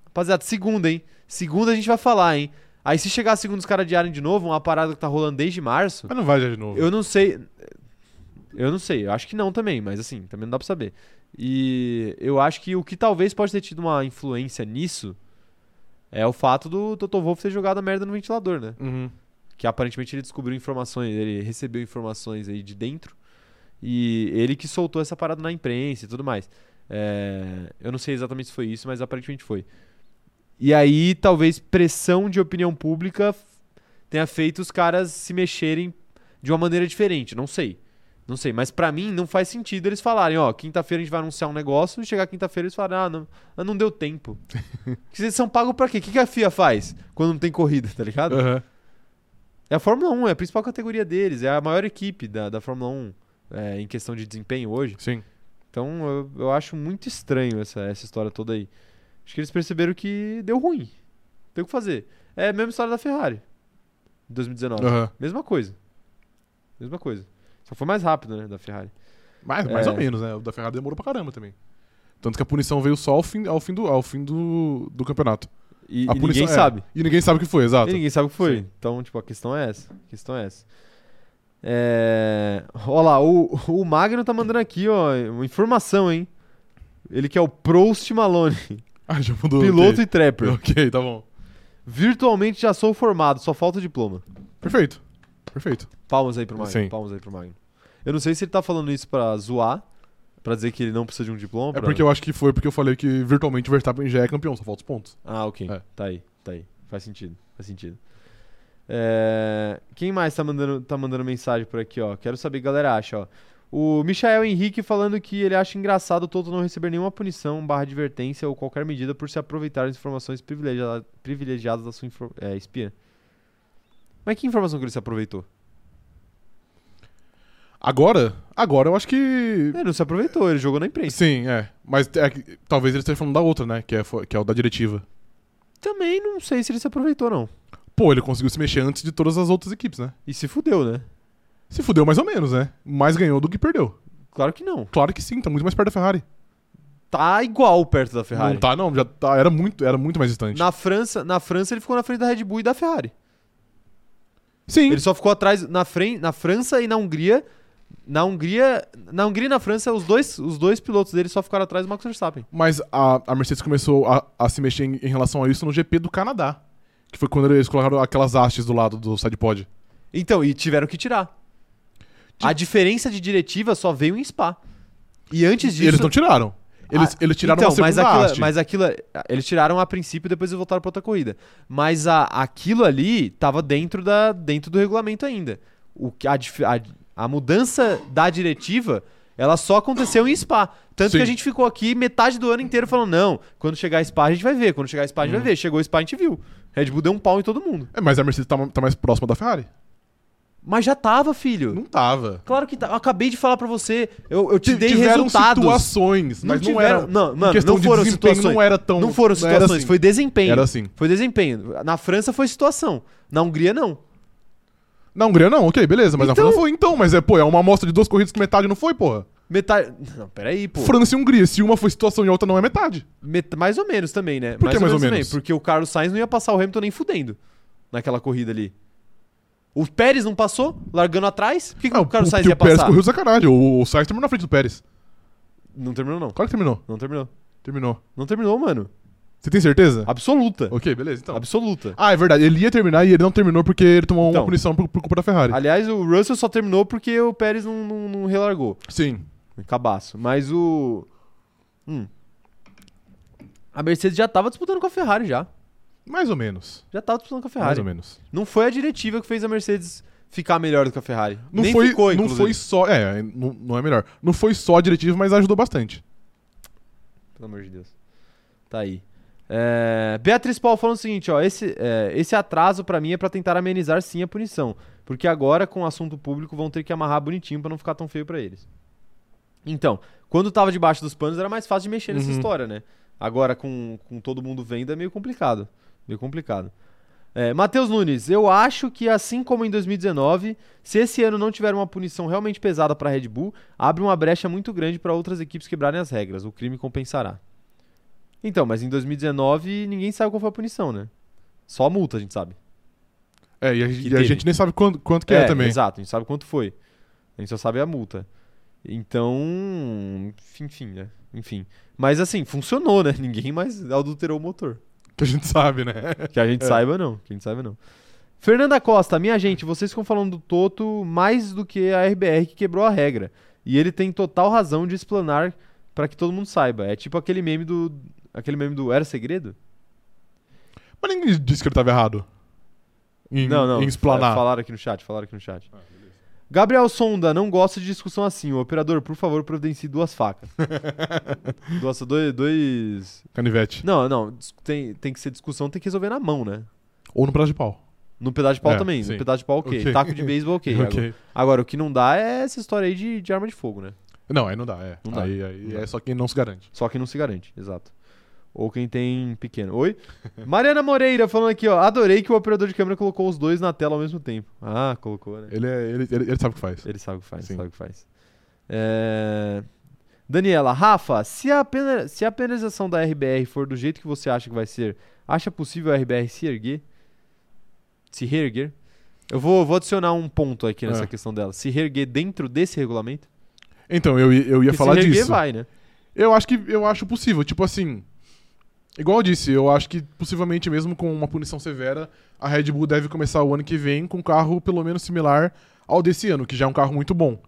rapaziada, segunda, hein? Segunda a gente vai falar, hein? Aí se chegar a segunda os caras adiarem de novo, uma parada que tá rolando desde março, Mas não vai já de novo. eu não sei. Eu não sei, eu acho que não também, mas assim, também não dá pra saber. E eu acho que o que talvez pode ter tido uma influência nisso é o fato do Toto Wolff ter jogado a merda no ventilador, né? Uhum. que aparentemente ele descobriu informações, ele recebeu informações aí de dentro e ele que soltou essa parada na imprensa e tudo mais. É, eu não sei exatamente se foi isso, mas aparentemente foi. E aí, talvez pressão de opinião pública f- tenha feito os caras se mexerem de uma maneira diferente, não sei. Não sei, mas pra mim não faz sentido eles falarem, ó, quinta-feira a gente vai anunciar um negócio, e chegar quinta-feira eles falarem, ah, não, ah, não deu tempo. Porque vocês são pagos pra quê? O que que a FIA faz quando não tem corrida, tá ligado? Aham. É a Fórmula 1, é a principal categoria deles, é a maior equipe da, da Fórmula 1 é, em questão de desempenho hoje. Sim. Então eu, eu acho muito estranho essa, essa história toda aí. Acho que eles perceberam que deu ruim. Tem o que fazer. É a mesma história da Ferrari, de 2019. Aham. Mesma coisa. Mesma coisa. Só foi mais rápido, né, da Ferrari. Mais, mais É. ou menos, né? O da Ferrari demorou pra caramba também. Tanto que a punição veio só ao fim, ao fim, do, ao fim do, do campeonato. E, A e punição- ninguém é. sabe. E ninguém sabe o que foi, exato. E ninguém sabe o que foi. Sim. Então, tipo, a questão é essa. A questão é essa. É... Olha lá, o, o Magno tá mandando aqui, ó, uma informação, hein? Ele que é o Prost Malone, Ah, já mudou. piloto ok. e trapper. Ok, tá bom. Virtualmente já sou formado, só falta o diploma. Perfeito. Perfeito. Palmas aí pro Magno, Sim. palmas aí pro Magno. Eu não sei se ele tá falando isso pra zoar, pra dizer que ele não precisa de um diploma. É pra- porque eu acho que foi porque eu falei que virtualmente o Verstappen já é campeão, só falta os pontos. Ah, ok. É. Tá aí, tá aí. Faz sentido, faz sentido. É, Quem mais tá mandando, tá mandando mensagem por aqui, ó? Quero saber o que a galera acha, ó. O Michael Henrique falando que ele acha engraçado o Toto não receber nenhuma punição, barra advertência ou qualquer medida por se aproveitar das informações privilegia- privilegiadas da sua infor- é, espia. Mas que informação que ele se aproveitou? Agora, agora eu acho que. Ele não se aproveitou, ele jogou na imprensa. Sim, é. Mas é que- talvez ele esteja falando da outra, né? Que é, fo- que é o da diretiva. Também não sei se ele se aproveitou, não. Pô, ele conseguiu se mexer antes de todas as outras equipes, né? E se fudeu, né? Se fudeu mais ou menos, né? Mais ganhou do que perdeu. Claro que não. Claro que sim, tá muito mais perto da Ferrari. Tá igual perto da Ferrari. Não tá, não. Já tá- era, muito, era muito mais distante. Na França, na França ele ficou na frente da Red Bull e da Ferrari. Sim. Ele só ficou atrás na frente, na França e na Hungria. Na Hungria, na Hungria e na França os dois, os dois pilotos dele só ficaram atrás do Max Verstappen. Mas a, a Mercedes começou a, a se mexer em, em relação a isso no GP do Canadá. Que foi quando eles colocaram aquelas hastes do lado do sidepod. Então, e tiveram que tirar. A diferença de diretiva só veio em Spa. E antes E disso, eles não tiraram. Eles, Ah, eles tiraram então, uma segunda mas aquilo, haste. mas aquilo, é- eles tiraram a princípio e depois eles voltaram para outra corrida. Mas a, aquilo ali tava dentro, da, dentro do regulamento ainda. O, que- a, dif- a, a mudança da diretiva, ela só aconteceu em Spa. Tanto Sim. que a gente ficou aqui metade do ano inteiro falando, não, quando chegar Spa a gente vai ver, quando chegar Spa a gente Uhum. vai ver. Chegou Spa a gente viu. Red Bull deu um pau em todo mundo. É, mas a Mercedes tá, tá mais próxima da Ferrari. Mas já tava, filho. Não tava. Claro que tá. Eu acabei de falar para você. Eu, eu te dei tiveram resultados. situações, mas não, tiveram- era. Não, mano, questão não de foram desempenho, situações. não era tão. Não foram era situações, assim. foi desempenho. Era assim. Foi desempenho. Na França foi situação. Na Hungria, não. Na Hungria não, ok, beleza, mas na Então- França foi então, mas é, pô, é uma amostra de duas corridas que metade não foi, porra. Metade. Não, peraí, pô. França e Hungria. Se uma for situação e a outra não é metade. Met- Mais ou menos também, né? Por que mais ou menos? também, porque o Carlos Sainz não ia passar o Hamilton nem fudendo naquela corrida ali. O Pérez não passou, largando atrás. Por que, que Ah, o Carlos Sainz que ia o Pérez passar? correu sacanagem. O, o Sainz terminou na frente do Pérez. Não terminou, não. Claro que terminou. Não terminou. Terminou. Não terminou, mano. Você tem certeza? Absoluta. Ok, beleza, então. Absoluta. Ah, é verdade. Ele ia terminar e ele não terminou porque ele tomou Então. uma punição por, por culpa da Ferrari. Aliás, o Russell só terminou porque o Pérez não, não, não relargou. Sim. Cabaço. Mas o. Hum. A Mercedes já tava disputando com a Ferrari já. Mais ou menos. Já tava disputando com a Mais ou Ferrari. menos. Não foi a diretiva que fez a Mercedes ficar melhor do que a Ferrari. Não Nem foi, ficou, não inclusive. foi só. É, não, não é melhor. Não foi só diretivo, mas ajudou bastante. Pelo amor de Deus. Tá aí. É, Beatriz Paul falando o seguinte, ó, esse, é, esse atraso pra mim é pra tentar amenizar sim a punição, porque agora com o assunto público vão ter que amarrar bonitinho pra não ficar tão feio pra eles. Então, quando tava debaixo dos panos era mais fácil de mexer nessa Uhum. história, né? Agora com, com todo mundo vendo é meio complicado, meio complicado. É, Matheus Nunes, eu acho que assim como em 2019, se esse ano não tiver uma punição realmente pesada pra Red Bull, abre uma brecha muito grande pra outras equipes quebrarem as regras. O crime compensará. Então, mas em 2019 ninguém sabe qual foi a punição, né? Só a multa a gente sabe. É, e a, Que e a teve. gente nem sabe quanto, quanto que é, também. Exato, a gente sabe quanto foi. A gente só sabe a multa. Então, enfim, né? Enfim. Mas assim, funcionou, né? Ninguém mais adulterou o motor. Que a gente sabe, né? Que a gente saiba não, que a gente saiba não. Fernanda Costa, minha gente, vocês ficam falando do Toto mais do que a RBR que quebrou a regra. E ele tem total razão de explanar pra que todo mundo saiba. É tipo aquele meme do aquele meme do era segredo? Mas ninguém disse que ele tava errado. Em, não, não. Em explanar. Falaram aqui no chat, falaram aqui no chat. Gabriel Sonda, não gosto de discussão assim. O operador, por favor, providencie duas facas. Nossa, dois, dois. Canivete. Não, não. dis- Tem, tem que ser discussão, tem que resolver na mão, né? Ou no pedaço de pau. No pedaço de pau É, também. sim. No pedaço de pau, ok. Ok. Taco de beisebol, ok. Agora, ok. agora, o que não dá é essa história aí de, de arma de fogo, né? Não, aí não dá, é. Não dá. Aí, aí Não é só quem não se garante. Só quem não se garante, exato. Ou quem tem pequeno. Oi? Mariana Moreira falando aqui, ó. Adorei que o operador de câmera colocou os dois na tela ao mesmo tempo. Ah, colocou, né? Ele, é, ele, ele, ele sabe o que faz. Ele sabe o que faz, Sim. sabe o que faz. É, Daniela, Rafa, se a, pena- se a penalização da RBR for do jeito que você acha que vai ser, acha possível a RBR se erguer? Se reerguer? Eu vou, vou adicionar um ponto aqui nessa É. questão dela. Se reerguer dentro desse regulamento? Então, eu, ia- eu ia Porque falar se reerguer disso. vai, né? Eu acho que eu acho possível, tipo assim. Igual eu disse, eu acho que possivelmente mesmo com uma punição severa, a Red Bull deve começar o ano que vem com um carro pelo menos similar ao desse ano, que já é um carro muito bom.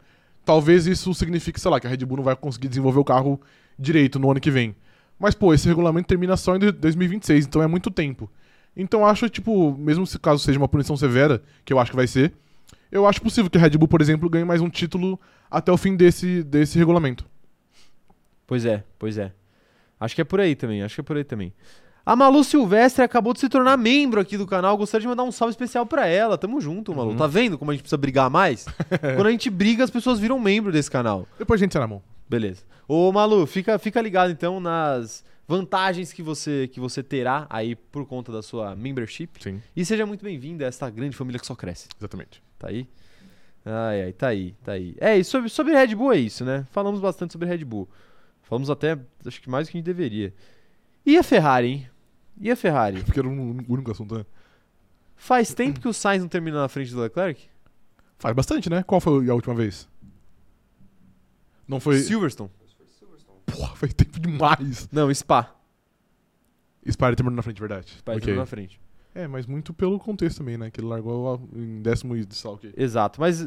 Talvez isso signifique, sei lá, que a Red Bull não vai conseguir desenvolver o carro direito no ano que vem. Mas pô, esse regulamento termina só em 2026, então é muito tempo. Então eu acho tipo, mesmo se caso seja uma punição severa, que eu acho que vai ser, eu acho possível que a Red Bull, por exemplo, ganhe mais um título até o fim desse desse regulamento. Pois é, pois é. Acho que é por aí também, acho que é por aí também. A Malu Silvestre acabou de se tornar membro aqui do canal. Gostaria de mandar um salve especial pra ela. Tamo junto, Malu. Tá vendo como a gente precisa brigar mais? Quando a gente briga, as pessoas viram membro desse canal. Depois a gente sai na mão. Beleza. Ô, Malu, fica, fica ligado então nas vantagens que você, que você terá aí por conta da sua membership. Sim, E seja muito bem-vinda a esta grande família que só cresce. exatamente. Tá aí? Ai, ai, tá aí, tá aí. É, e sobre, sobre Red Bull é isso, né? Falamos bastante sobre Red Bull. Falamos até, acho que mais do que a gente deveria. E a Ferrari, hein? E a Ferrari? É Porque era o un- o único assunto, né? Faz tempo que o Sainz não termina na frente do Leclerc? Faz bastante, né? Qual foi a última vez? Não foi. Silverstone. Porra, foi tempo demais. Não, Spa. Spire terminou na frente, de verdade. Spa ele Ok. terminou na frente. É, mas muito pelo contexto também, né? Que ele largou a- em décimo e sei lá o quê. Exato. Mas,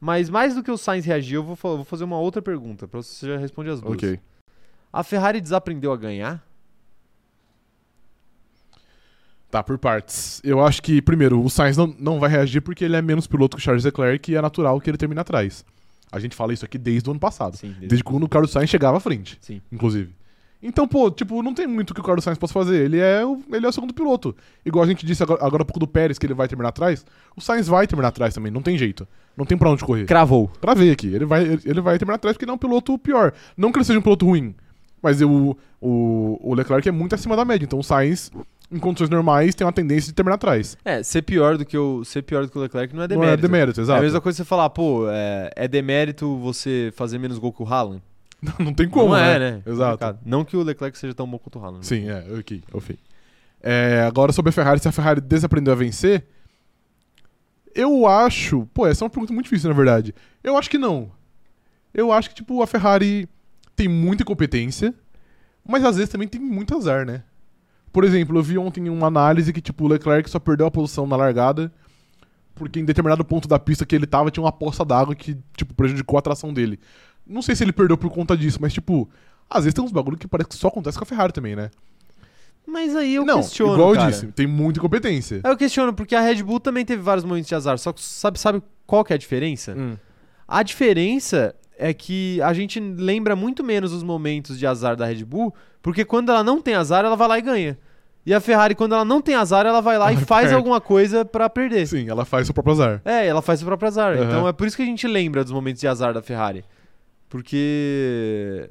mas mais do que o Sainz reagir, eu vou, fa- vou fazer uma outra pergunta, pra você já responder as duas. Ok. A Ferrari desaprendeu a ganhar? Tá, por partes. Eu acho que, primeiro, o Sainz não, não vai reagir porque ele é menos piloto que o Charles Leclerc e é natural que ele termine atrás. A gente fala isso aqui desde o ano passado. Sim, desde- Desde quando o Carlos Sainz chegava à frente. Sim. inclusive. Então, pô, tipo, não tem muito que o Carlos Sainz possa fazer. Ele é o, ele é o segundo piloto. Igual a gente disse agora, agora há pouco do Pérez, que ele vai terminar atrás. O Sainz vai terminar atrás também, não tem jeito. Não tem pra onde correr. Cravou. Pra ver aqui, ele vai, ele- ele vai terminar atrás porque ele é um piloto pior. Não que ele seja um piloto ruim, mas eu, o, o Leclerc é muito acima da média. Então o Sainz em condições normais, tem uma tendência de terminar atrás. É, ser pior do que o, ser pior do que o Leclerc não é Não é demérito. demérito, É exato. a mesma coisa que você falar, pô, é, é demérito você fazer menos gol que o Haaland. Não tem como, não né? é, né? Exato. Complicado. Não que o Leclerc seja tão bom quanto o Haaland. Sim, é, ok, ok. É, agora sobre a Ferrari, se a Ferrari desaprendeu a vencer, eu acho. Pô, essa é uma pergunta muito difícil, na verdade. Eu acho que não. Eu acho que, tipo, a Ferrari tem muita competência, mas às vezes também tem muito azar, né? Por exemplo, eu vi ontem uma análise que, tipo, o Leclerc só perdeu a posição na largada porque em determinado ponto da pista que ele tava tinha uma poça d'água que, tipo, prejudicou a tração dele. Não sei se ele perdeu por conta disso, mas, tipo, às vezes tem uns bagulho que parece que só acontece com a Ferrari também, né? Mas aí eu não, questiono, igual eu cara. disse, tem muita incompetência. Aí eu questiono, porque a Red Bull também teve vários momentos de azar. Só que sabe, sabe qual que é a Hum. diferença? A diferença é que a gente lembra muito menos os momentos de azar da Red Bull, porque quando ela não tem azar, ela vai lá e ganha. E a Ferrari, quando ela não tem azar, ela vai lá e faz perde. alguma coisa pra perder. Sim, ela faz o próprio azar. É, ela faz o próprio azar. Aham. Então é por isso que a gente lembra dos momentos de azar da Ferrari. Porque.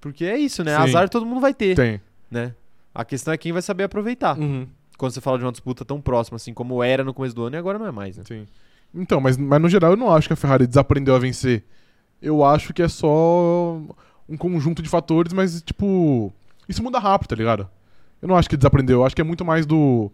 Porque é isso, né? Sim. Azar todo mundo vai ter, Tem. né? A questão é quem vai saber aproveitar. Uhum, Quando você fala de uma disputa tão próxima, assim como era no começo do ano e agora não é mais, né? sim. Então, mas, mas no geral eu não acho que a Ferrari desaprendeu a vencer. Eu acho que é só um conjunto de fatores, mas, tipo, isso muda rápido, tá ligado? Eu não acho que desaprendeu, eu acho que é muito mais do.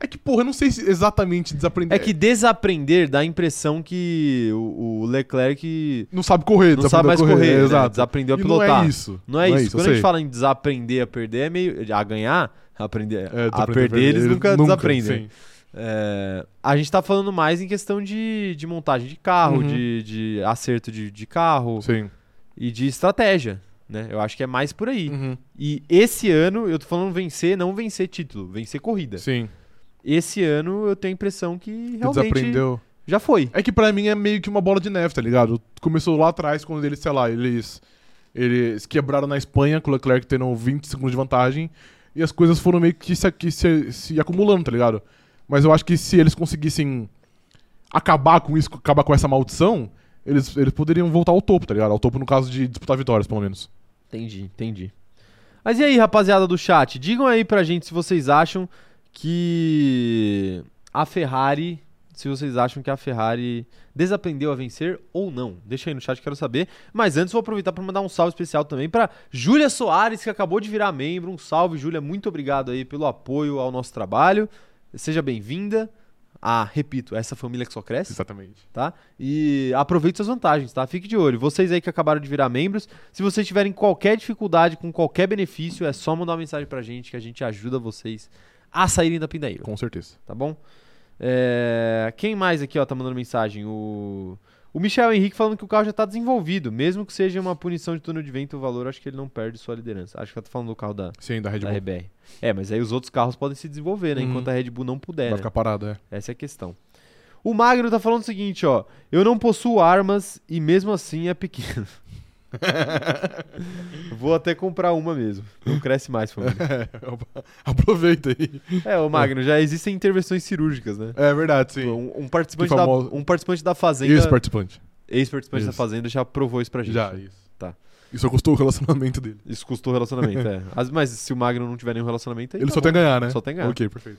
É que, porra, eu não sei se exatamente desaprender. É que desaprender dá a impressão que o, o Leclerc não sabe correr, não sabe mais desaprendeu a correr, né? exato. desaprendeu a E pilotar. Não é isso. Não é isso. eu Quando a gente sei. fala em desaprender a perder, é meio. a ganhar, aprender a É, desaprender "Ah, perder, eles nunca, desaprendem. sim. É, a gente tá falando mais em questão de, de montagem de carro, Uhum. de, de acerto de, de carro Sim. e de estratégia, né? Eu acho que é mais por aí. Uhum. E esse ano, eu tô falando vencer, não vencer título, vencer corrida. Sim. Esse ano eu tenho a impressão que realmente Desaprendeu. já foi. É que pra mim é meio que uma bola de neve, tá ligado? Começou lá atrás, quando eles, sei lá, eles, eles quebraram na Espanha, com o Leclerc tendo 20 segundos de vantagem, e as coisas foram meio que se, que se- se acumulando, tá ligado? Mas eu acho que se eles conseguissem acabar com isso, acabar com essa maldição, eles, eles poderiam voltar ao topo, tá ligado? Ao topo no caso de disputar vitórias, pelo menos. Entendi, entendi. Mas e aí, rapaziada do chat? Digam aí pra gente se vocês acham que a Ferrari. Se vocês acham que a Ferrari desaprendeu a vencer ou não. Deixa aí no chat, quero saber. Mas antes vou aproveitar pra mandar um salve especial também pra Júlia Soares, que acabou de virar membro. Um salve, Júlia. Muito obrigado aí pelo apoio ao nosso trabalho. Seja bem-vinda. Ah, repito, essa família que só cresce Exatamente. tá? E aproveite suas vantagens, tá? Fique de olho. Vocês aí que acabaram de virar membros, se vocês tiverem qualquer dificuldade com qualquer benefício, é só mandar uma mensagem pra gente que a gente ajuda vocês a saírem da pindaíba, Com certeza. tá bom? É, Quem mais aqui, ó, tá mandando mensagem? O... o Michel Henrique falando que o carro já tá desenvolvido, mesmo que seja uma punição de túnel de vento, o valor acho que ele não perde sua liderança. Acho que tá falando do carro da, Sim, da Red da Bull. RBR. É, mas aí os outros carros podem se desenvolver, né? Uhum. Enquanto a Red Bull não puder, Vai né? ficar parada, é. Essa é a questão. O Magno tá falando o seguinte, ó. Eu não possuo armas e mesmo assim é pequeno. Vou até comprar uma mesmo. Não cresce mais, família. Aproveita aí. É, ô Magno, já existem intervenções cirúrgicas, né? É verdade, sim. Um, um participante Que famoso- da, um participante da Fazenda. Isso, participante. Ex-participante da Isso. Fazenda já provou isso pra gente. Já, isso. Tá. Isso custou o relacionamento dele. Isso custou o relacionamento, é. As- Mas se o Magno não tiver nenhum relacionamento, aí Ele tá bom. só tem a ganhar, né? Só tem a ganhar. Ok, perfeito.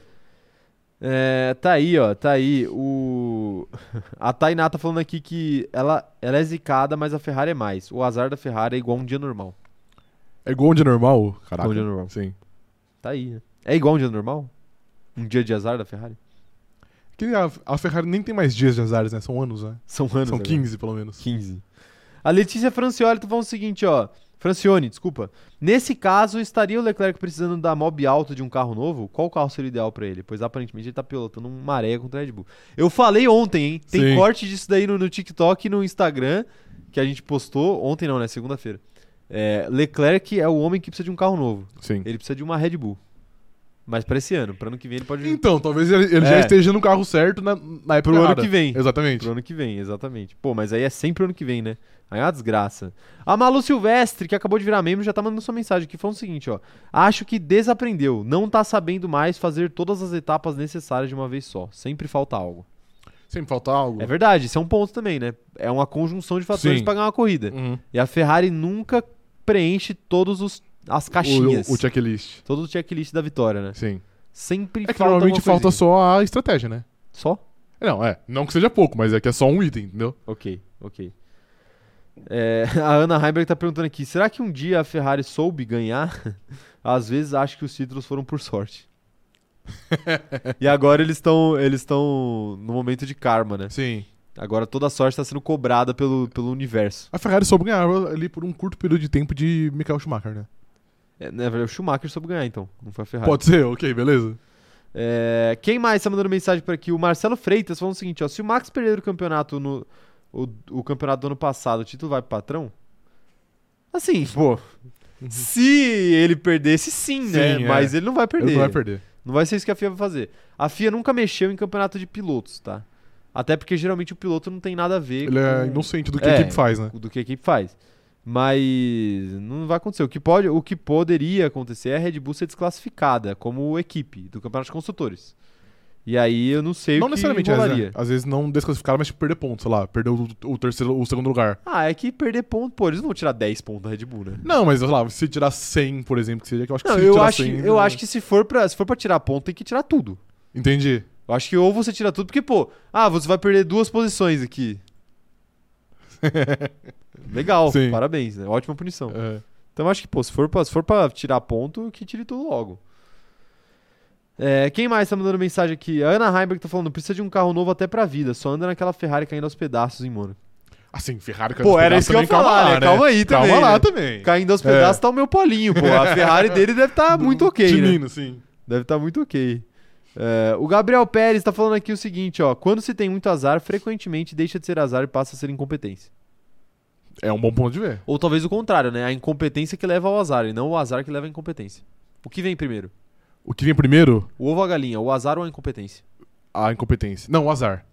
É, tá aí, ó, tá aí. O... A Tainá tá falando aqui que ela, ela é zicada, mas a Ferrari é mais. O azar da Ferrari é igual um dia normal. É igual um dia normal? Caraca. Igual um dia normal. Sim. Tá aí, né? É igual um dia normal? Um dia de azar da Ferrari? Que a, a Ferrari nem tem mais dias de azares, né? São anos, né? São anos. é São agora. 15, pelo menos. 15. A Letícia Francioli tá falando o seguinte, ó. Francione, desculpa. Nesse caso, estaria o Leclerc precisando da mob alta de um carro novo? Qual carro seria o ideal pra ele? Pois aparentemente ele tá pilotando um maré contra a Red Bull. Eu falei ontem, hein? Tem Sim. corte disso daí no, no TikTok e no Instagram que a gente postou. Ontem não, né? Segunda-feira. É, Leclerc é o homem que precisa de um carro novo. Sim. Ele precisa de uma Red Bull. Mas pra esse ano, pra ano que vem ele pode. Então, talvez ele, ele já É. esteja no carro certo na, na época Pro ano errada. que vem. Exatamente. Pro ano que vem, exatamente. Pô, mas aí é sempre ano que vem, né? Aí é uma desgraça. A Malu Silvestre, que acabou de virar membro, já tá mandando sua mensagem aqui falando o seguinte, ó. Acho que desaprendeu, não tá sabendo mais fazer todas as etapas necessárias de uma vez só. Sempre falta algo. Sempre falta algo. É verdade, isso é um ponto também, né? É uma conjunção de fatores Sim. pra ganhar uma corrida. Uhum. E a Ferrari nunca preenche todos os as caixinhas. o, o checklist. Todo o checklist da vitória, né? Sim. Sempre É que falta normalmente alguma falta coisinha. só a estratégia, né? Só? Não, é. Não que seja pouco, mas é que é só um item, entendeu? Ok, ok. É, a Ana Heimberg tá perguntando aqui: será que um dia a Ferrari soube ganhar? Às vezes acho que os títulos foram por sorte. e agora eles estão eles estão no momento de karma, né? Sim. Agora toda a sorte está sendo cobrada pelo, pelo universo. A Ferrari soube ganhar ali por um curto período de tempo de Michael Schumacher, né? É, na verdade, o Schumacher soube ganhar, então. Não foi a Ferrari. Pode ser, ok, beleza. É, quem mais tá mandando mensagem por aqui? O Marcelo Freitas falando o seguinte: ó, se o Max perder o campeonato no. O, o campeonato do ano passado, o título vai pro patrão? Assim, pô. Se ele perdesse, sim, né? Sim, é. Mas ele não vai perder. Ele não vai perder. Não vai ser isso que a FIA vai fazer. A FIA nunca mexeu em campeonato de pilotos, tá? Até porque geralmente o piloto não tem nada a ver Ele é com inocente do que É. a equipe faz, né? do que a equipe faz. Mas não vai acontecer. O que, pode, o que poderia acontecer é a Red Bull ser desclassificada como equipe do Campeonato de Construtores. E aí eu não sei Não o que necessariamente, às rolaria. vezes, né? Às vezes não desclassificaram, mas tipo, perder ponto, sei lá. Perdeu o, o terceiro, o segundo lugar. Ah, é que perder ponto, pô, eles não vão tirar 10 pontos da Red Bull, né? Não, mas sei lá, se tirar 100, por exemplo, que seria que eu acho que Não, se eu tirar né? acho, 100, eu acho que se for, pra, se for pra tirar ponto, tem que tirar tudo. Entendi. Eu acho que ou você tira tudo, porque, pô, ah, você vai perder duas posições aqui. Legal, Sim. parabéns, né? Ótima punição. É. Então eu acho que, pô, se for pra, se for pra tirar ponto, que tire tudo logo. É, quem mais tá mandando mensagem aqui? A Ana Heimberg tá falando, precisa de um carro novo até pra vida, só anda naquela Ferrari caindo aos pedaços em Mônaco. Assim, Ferrari... Pô, era isso que eu ia também, calma falar, lá, né? Calma aí também, Calma né? lá também. Caindo aos É. pedaços tá o meu polinho, pô. A Ferrari dele deve tá muito ok, né? Tinino, sim. Deve estar muito ok. É, o Gabriel Pérez tá falando aqui o seguinte, ó. Quando se tem muito azar, frequentemente deixa de ser azar e passa a ser incompetência. É um bom ponto de ver. Ou talvez o contrário, né? A incompetência que leva ao azar e não o azar que leva à incompetência. O que vem primeiro? O que vem primeiro, O ovo ou a galinha? O azar ou a incompetência? a incompetência. Não, o azar.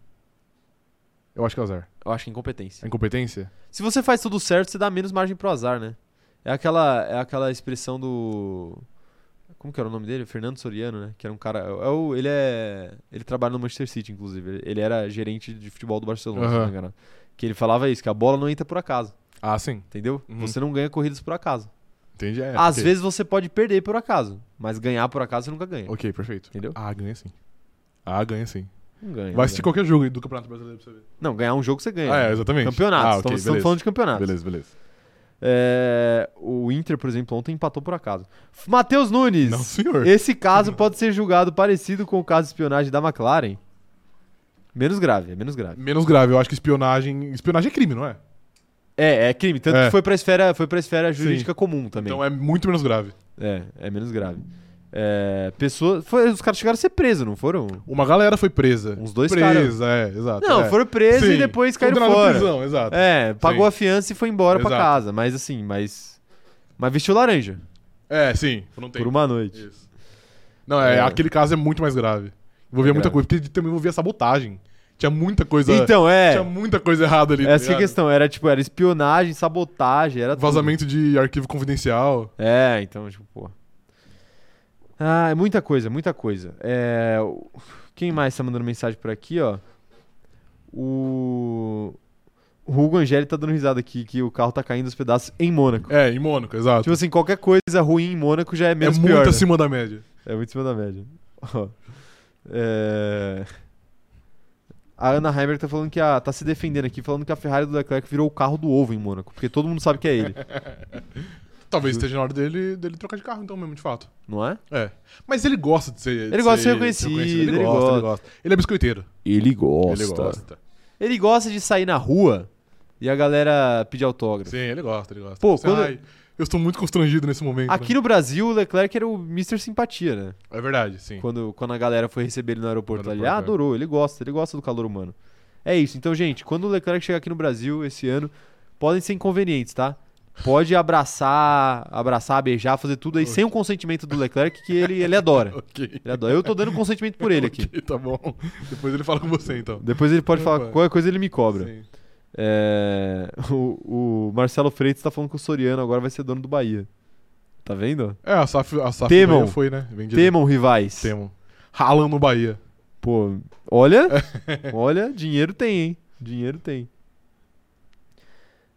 Eu acho que é o azar. Eu acho que incompetência. A incompetência? Se você faz tudo certo, você dá menos margem pro azar, né? É aquela, é aquela expressão do. Como que era o nome dele? Fernando Soriano, né? Que era um cara. É o, ele é. Ele trabalha no Manchester City, inclusive. Ele era gerente de futebol do Barcelona, se não Aham. me engano. Que ele falava isso, que a bola não entra por acaso, Ah, sim. entendeu? Uhum. Você não ganha corridas por acaso. Entendi. É, Às ok. vezes você pode perder por acaso, mas ganhar por acaso você nunca ganha. Ok, perfeito. Entendeu? Ah, ganha sim. Ah, ganha sim. Não ganha. Vai não, assistir ganha. qualquer jogo aí do Campeonato Brasileiro pra você ver. Não, ganhar um jogo você ganha. Ah, é, exatamente. Campeonatos. Ah, ok, estamos, estamos beleza. falando de campeonatos. Beleza, beleza. É, o Inter, por exemplo, ontem empatou por acaso. Matheus Nunes. Não, senhor. Esse caso pode ser julgado parecido com o caso de espionagem da McLaren. Menos grave, é menos grave. Menos grave, eu acho que espionagem. Espionagem é crime, não é? É, é crime, tanto É. que foi pra esfera, foi pra esfera jurídica comum também. Então é muito menos grave. é... é, menos grave. É, pessoa, foi- os caras chegaram a ser presos, não foram? Uma galera foi presa. Uns dois Presa, caras. é, exato. Não, é. foram presos Sim, e depois caíram condenado à fora. prisão, exato. É, pagou Sim. a fiança e foi embora pra Exato. casa, mas assim, mas mas vestiu laranja É, sim. Não tem. por uma noite. Isso. Não, é, É. aquele caso é muito mais grave. Envolvia É muita grave. coisa, porque também envolvia sabotagem. Tinha muita coisa. Então, é. Tinha muita coisa errada ali. tá Essa que é a ligado? questão, era tipo, era espionagem, sabotagem, era tudo. Vazamento de arquivo confidencial. É, então, tipo, pô. Ah, é muita coisa, muita coisa. É, o- quem mais tá mandando mensagem por aqui, ó? O, o Hugo Angeli tá dando risada aqui, que o carro tá caindo aos pedaços em Mônaco. É, em Mônaco, exato. Tipo assim, qualquer coisa ruim em Mônaco já é é menos muito pior. né? acima da média. É muito em cima da média. Ó, é... A Ana Heimberg tá falando que a, tá se defendendo aqui, falando que a Ferrari do Leclerc virou o carro do ovo em Mônaco, porque todo mundo sabe que é ele, Talvez Justo. esteja na hora dele, dele trocar de carro, então, mesmo, de fato. não é? É. Mas ele gosta de ser. Ele gosta de ser reconhecido, Ele, ele gosta, ele gosta. gosta. Ele é biscoiteiro. Ele gosta. Ele gosta. Ele gosta de sair na rua e a galera pedir autógrafo. Sim, ele gosta, ele gosta. Pô, Você, quando- "Ai, eu estou muito constrangido nesse momento. Aqui né?" no Brasil, o Leclerc era o Mr. Simpatia, né? É verdade, sim. Quando, quando a galera foi receber ele no aeroporto, No ali, ah, aeroporto, é. adorou, ele gosta, ele gosta do calor humano. É isso. Então, gente, quando o Leclerc chegar aqui no Brasil esse ano, podem ser inconvenientes, tá? Pode abraçar, abraçar, beijar, fazer tudo aí sem o consentimento do Leclerc, que ele, ele adora. Ok. Ele adora. Eu tô dando consentimento por ele aqui. Ok, tá bom. Depois ele fala com você, então. Depois ele pode falar Opa. qualquer coisa, ele me cobra. Sim. É, o, o Marcelo Freitas tá falando que o Soriano agora vai ser dono do Bahia. Tá vendo? É, a SAF, a SAF Temam. Bahia foi, né? Vendida. Temam rivais. Temam. Ralam no Bahia. Pô, olha, olha, dinheiro tem, hein? Dinheiro tem.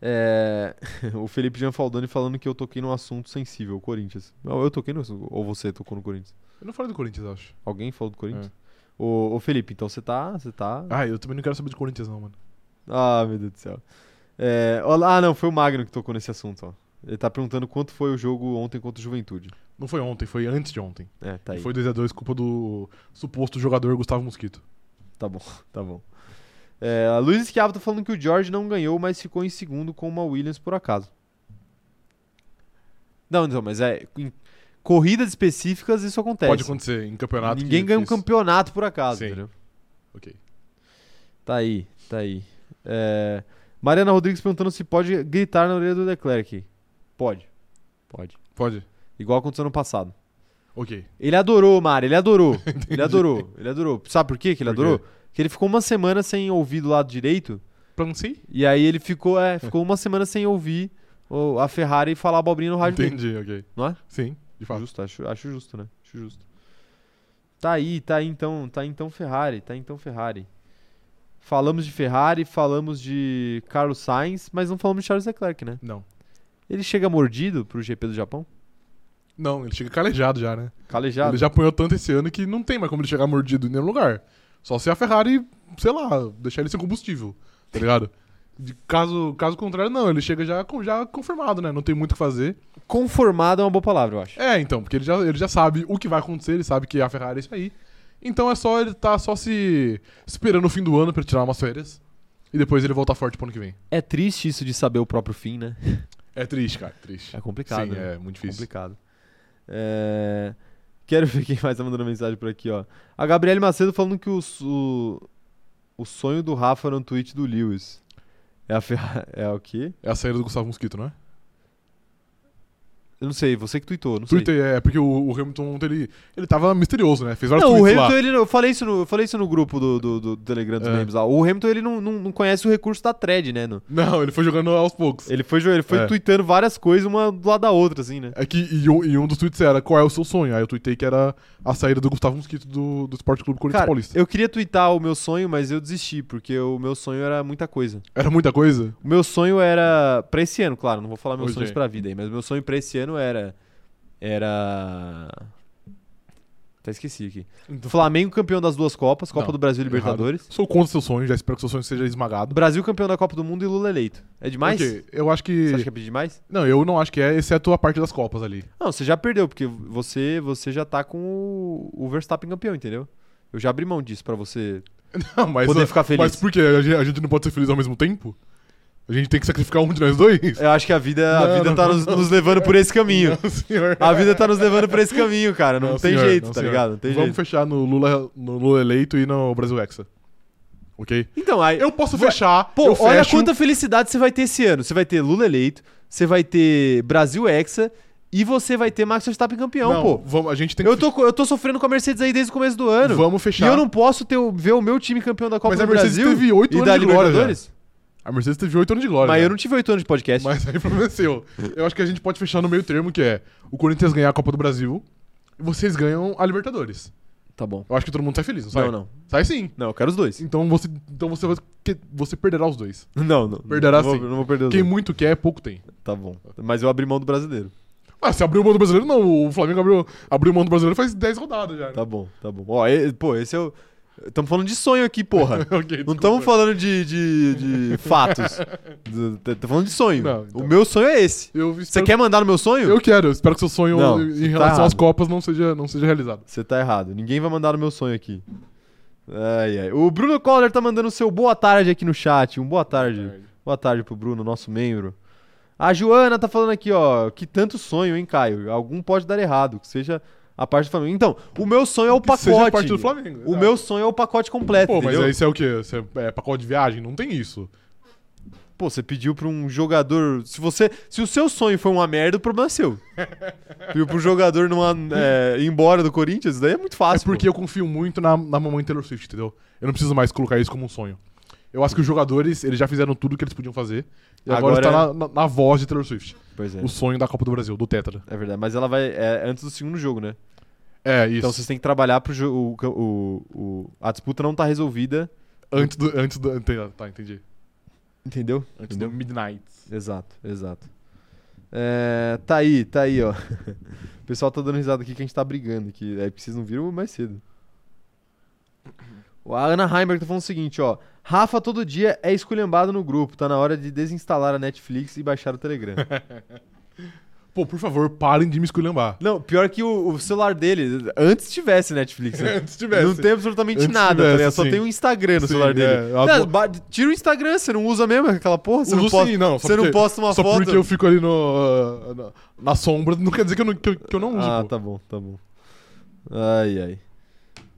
É, o Felipe Gianfaldoni falando que eu toquei num assunto sensível, Corinthians. Não, eu toquei no assunto. Ou você tocou no Corinthians? Eu não falei do Corinthians, eu acho. Alguém falou do Corinthians? Ô, ô, Felipe, então você tá. Você tá. Ah, eu também não quero saber do Corinthians, não, mano. Ah, meu Deus do céu. É, olá, ah, não, foi o Magno que tocou nesse assunto, ó. Ele tá perguntando quanto foi o jogo ontem contra o Juventude. Não foi ontem, foi antes de ontem. É, tá aí. Foi 2x2, culpa do suposto jogador Gustavo Mosquito. Tá bom, tá bom. É, a Luiz Schiavo tá falando que o George não ganhou, mas ficou em segundo com uma Williams por acaso. Não, não, mas é. Em corridas específicas isso acontece. Pode acontecer em campeonato. que- Ninguém ganha um que isso- campeonato por acaso, Sim. entendeu? Ok. Tá aí, tá aí. É, Mariana Rodrigues perguntando se pode gritar na orelha do Leclerc. Pode. Pode. Pode? Igual aconteceu no passado. Ok. Ele adorou, Mari, ele adorou. ele adorou, ele adorou. Sabe por quê que ele Por quê? adorou? Que ele ficou uma semana sem ouvir do lado direito, Pronunciei? e aí ele ficou, é, ficou uma semana sem ouvir o- a Ferrari falar abobrinha no rádio dele. Entendi, ok. Não é? Sim, de fato. Justo, acho, acho justo, né? Acho justo. Tá aí, tá aí então, tá aí então Ferrari, tá aí então Ferrari. Falamos de Ferrari, falamos de Carlos Sainz, mas não falamos de Charles Leclerc, né? Não. Ele chega mordido pro GP do Japão? Não, ele chega calejado já, né? Calejado. Ele já apanhou tanto esse ano que não tem mais como ele chegar mordido em nenhum lugar. Só se a Ferrari, sei lá, deixar ele sem combustível, tá ligado? De caso, caso contrário, não, ele chega já, com- já confirmado, né? Não tem muito o que fazer. Conformado é uma boa palavra, eu acho. É, então, porque ele já, ele já sabe o que vai acontecer, ele sabe que a Ferrari é isso aí. Então é só ele tá só se esperando o fim do ano pra ele tirar umas férias. E depois ele voltar forte pro ano que vem. É triste isso de saber o próprio fim, né? É triste, cara, triste. É complicado, Sim, né? é muito difícil. complicado. É, Quero ver quem mais tá mandando mensagem por aqui, ó. A Gabriele Macedo falando que o, o, o sonho do Rafa era um tweet do Lewis. É a Ferrari. É o quê? É a saída do Gustavo Mosquito, não é? Eu não sei, você que tweetou, não sei. Twitter, é, porque o, o Hamilton, ontem, ele, ele tava misterioso, né? Fez vários Não, o tweets lá. Hamilton, ele não- eu, falei isso no, eu falei isso no grupo do, do, do Telegram dos É. memes lá. O Hamilton, ele não, não, não conhece o recurso da thread, né? no- Não, ele foi jogando aos poucos. ele foi, jo- ele foi É. tweetando várias coisas uma do lado da outra, assim, né? É que, e, um, e um dos tweets era qual é o seu sonho? Aí eu tweetei que era a saída do Gustavo Mosquito do, do Esporte Clube Corinthians Cara, Paulista. eu queria tweetar o meu sonho, mas eu desisti, porque o meu sonho era muita coisa. Era muita coisa? O meu sonho era. Pra esse ano, claro, não vou falar meus Hoje sonhos é. pra vida aí, mas meu sonho pra esse ano era. Era. Até esqueci aqui. Flamengo campeão das duas Copas, Copa Não, do Brasil e errado. Libertadores. Sou contra o seu sonho, já espero que seu sonho seja esmagado. Brasil campeão da Copa do Mundo e Lula eleito. É demais? Ok, eu acho que... Você acha que é pedir demais? Não, eu não acho que é, exceto a parte das Copas ali. Não, você já perdeu, porque você, você já tá com o, o Verstappen campeão, entendeu? Eu já abri mão disso pra você. Não, mas, eh, é- Poder ficar feliz. Mas por quê? A gente, a gente não pode ser feliz ao mesmo tempo? A gente tem que sacrificar um de nós dois? Eu acho que a vida, a Não, vida não, tá não, nos, não. nos levando por esse caminho. Não, senhor. A vida tá nos levando por esse caminho, cara. Não, tem senhor, jeito, não, tá senhor. ligado? Não tem Vamos jeito. fechar no Lula, no Lula eleito e no Brasil Hexa. Ok? Então, aí. Eu posso Vai- fechar. Pô, eu olha fecho. quanta felicidade você vai ter esse ano. Você vai ter Lula eleito, você vai ter Brasil Hexa e você vai ter Max Verstappen campeão, Não, pô. Vamos, a gente tem Eu que tô, co- eu tô sofrendo com a Mercedes aí desde o começo do ano. Vamos fechar. E eu não posso ter, o- ver o meu time campeão da Copa Mas do a Mercedes Brasil teve oito e anos da de glória já. Libertadores. A Mercedes teve 8 anos de glória. Mas né? eu não tive oito anos de podcast. Mas aí prometeu. Eu acho que a gente pode fechar no meio termo, que é o Corinthians ganhar a Copa do Brasil e vocês ganham a Libertadores. Tá bom. Eu acho que todo mundo sai feliz, não sai? Não, não. Sai sim. Não, eu quero os dois. Então você, então você, vai- que- você perderá os dois. Não, não. Perderá não, vou- sim. Não vou perder os Quem dois. muito quer, pouco tem. Tá bom. Mas eu abri mão do brasileiro. Ah, se abriu o mão do brasileiro, não. O Flamengo abriu, abriu o mão do brasileiro faz 10 rodadas já. né? Tá bom, tá bom. Ó, e- pô, esse é o. Estamos falando de sonho aqui, porra. Ok, Não desculpa. estamos falando de, de, de fatos. Estamos falando de sonho. Não, então. O meu sonho é esse. Eu Você espero- quer mandar no meu sonho? Eu quero, eu espero que seu sonho Não, você em tá relação às errado. Copas não seja, não seja realizado. Você tá errado. Ninguém vai mandar no meu sonho aqui. Ai, ai. O Bruno Coller tá mandando o seu boa tarde aqui no chat. Um boa tarde. Boa tarde pro Bruno, nosso membro. A Joana tá falando aqui, ó. Que tanto sonho, hein, Caio? Algum pode dar errado, que seja a parte do Flamengo. Então, o meu sonho é o Que pacote. seja a parte do Flamengo, O exato. meu sonho é o pacote completo, Pô, mas entendeu? aí isso é o quê? Isso é, é pacote de viagem? Não tem isso. Pô, você pediu pra um jogador. Se você, se o seu sonho foi uma merda, o problema é seu. pediu pra um jogador numa, é, ir embora do Corinthians, daí é muito É fácil. porque pô. eu confio muito na, na mamãe Taylor Swift, entendeu? Eu não preciso mais colocar isso como um sonho. Eu acho que os jogadores, eles já fizeram tudo que eles podiam fazer. E agora, Agora- está na, na- na voz de Taylor Swift. Pois é. O sonho da Copa do Brasil, do Tetra. É verdade, mas ela vai. É antes do segundo jogo, né? É, isso. Então vocês têm que trabalhar pro jogo. O, o, a disputa não tá resolvida. Antes do. Antes do. ente- Tá, entendi. Entendeu? Antes do Midnight. Exato, exato. É, tá aí, tá aí, ó. O pessoal tá dando risada aqui que a gente tá brigando, que é porque vocês não viram mais cedo. A Ana Heimberg tá falando o seguinte, ó. Rafa todo dia é esculhambado no grupo, tá na hora de desinstalar a Netflix e baixar o Telegram. Pô, por favor, parem de me esculhambar. não, pior que o, o celular dele, antes tivesse Netflix, né? Antes tivesse. Não tem absolutamente Antes nada, tá tivesse, ligado? Só sim. tem o Instagram no Sim, celular dele. é. Agora- Não, ba- tira o Instagram, você não usa mesmo aquela porra? Você, não Uso posta, sim, não, só você não porque- posta uma Só foto? porque eu fico ali no, ah, na, na sombra, não quer dizer que eu não, que eu, que eu não uso, ah, pô. tá bom, tá bom. Ai, ai.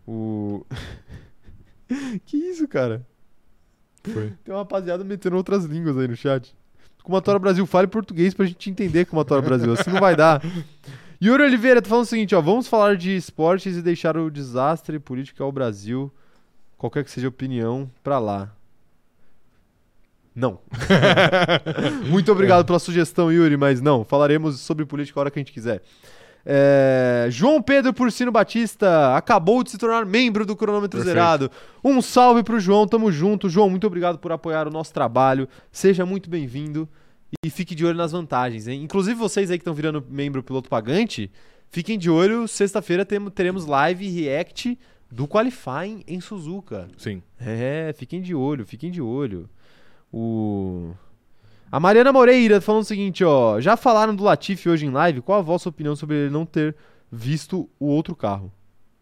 O... que isso, cara? tá. Foi. Tem uma rapaziada metendo outras línguas aí no chat. Kumatora Brasil, fale português pra gente entender Kumatora Brasil. Assim não vai dar. Yuri Oliveira tá falando o seguinte, ó. Vamos falar de esportes e deixar o desastre político ao Brasil, qualquer que seja a opinião, pra lá. Não. Muito obrigado pela sugestão, Yuri, mas não. Falaremos sobre política a hora que a gente quiser. É, João Pedro Porcino Batista acabou de se tornar membro do Cronômetro Perfeito. Zerado. Um salve pro João, tamo junto. João, muito obrigado por apoiar o nosso trabalho. Seja muito bem-vindo e fique de olho nas vantagens, hein? Inclusive vocês aí que estão virando membro piloto pagante, fiquem de olho. Sexta-feira temo- teremos live react do qualifying em Suzuka. Sim. É, fiquem de olho, fiquem de olho. O. A Mariana Moreira falando o seguinte, ó. Já falaram do Latifi hoje em live? Qual a vossa opinião sobre ele não ter visto o outro carro?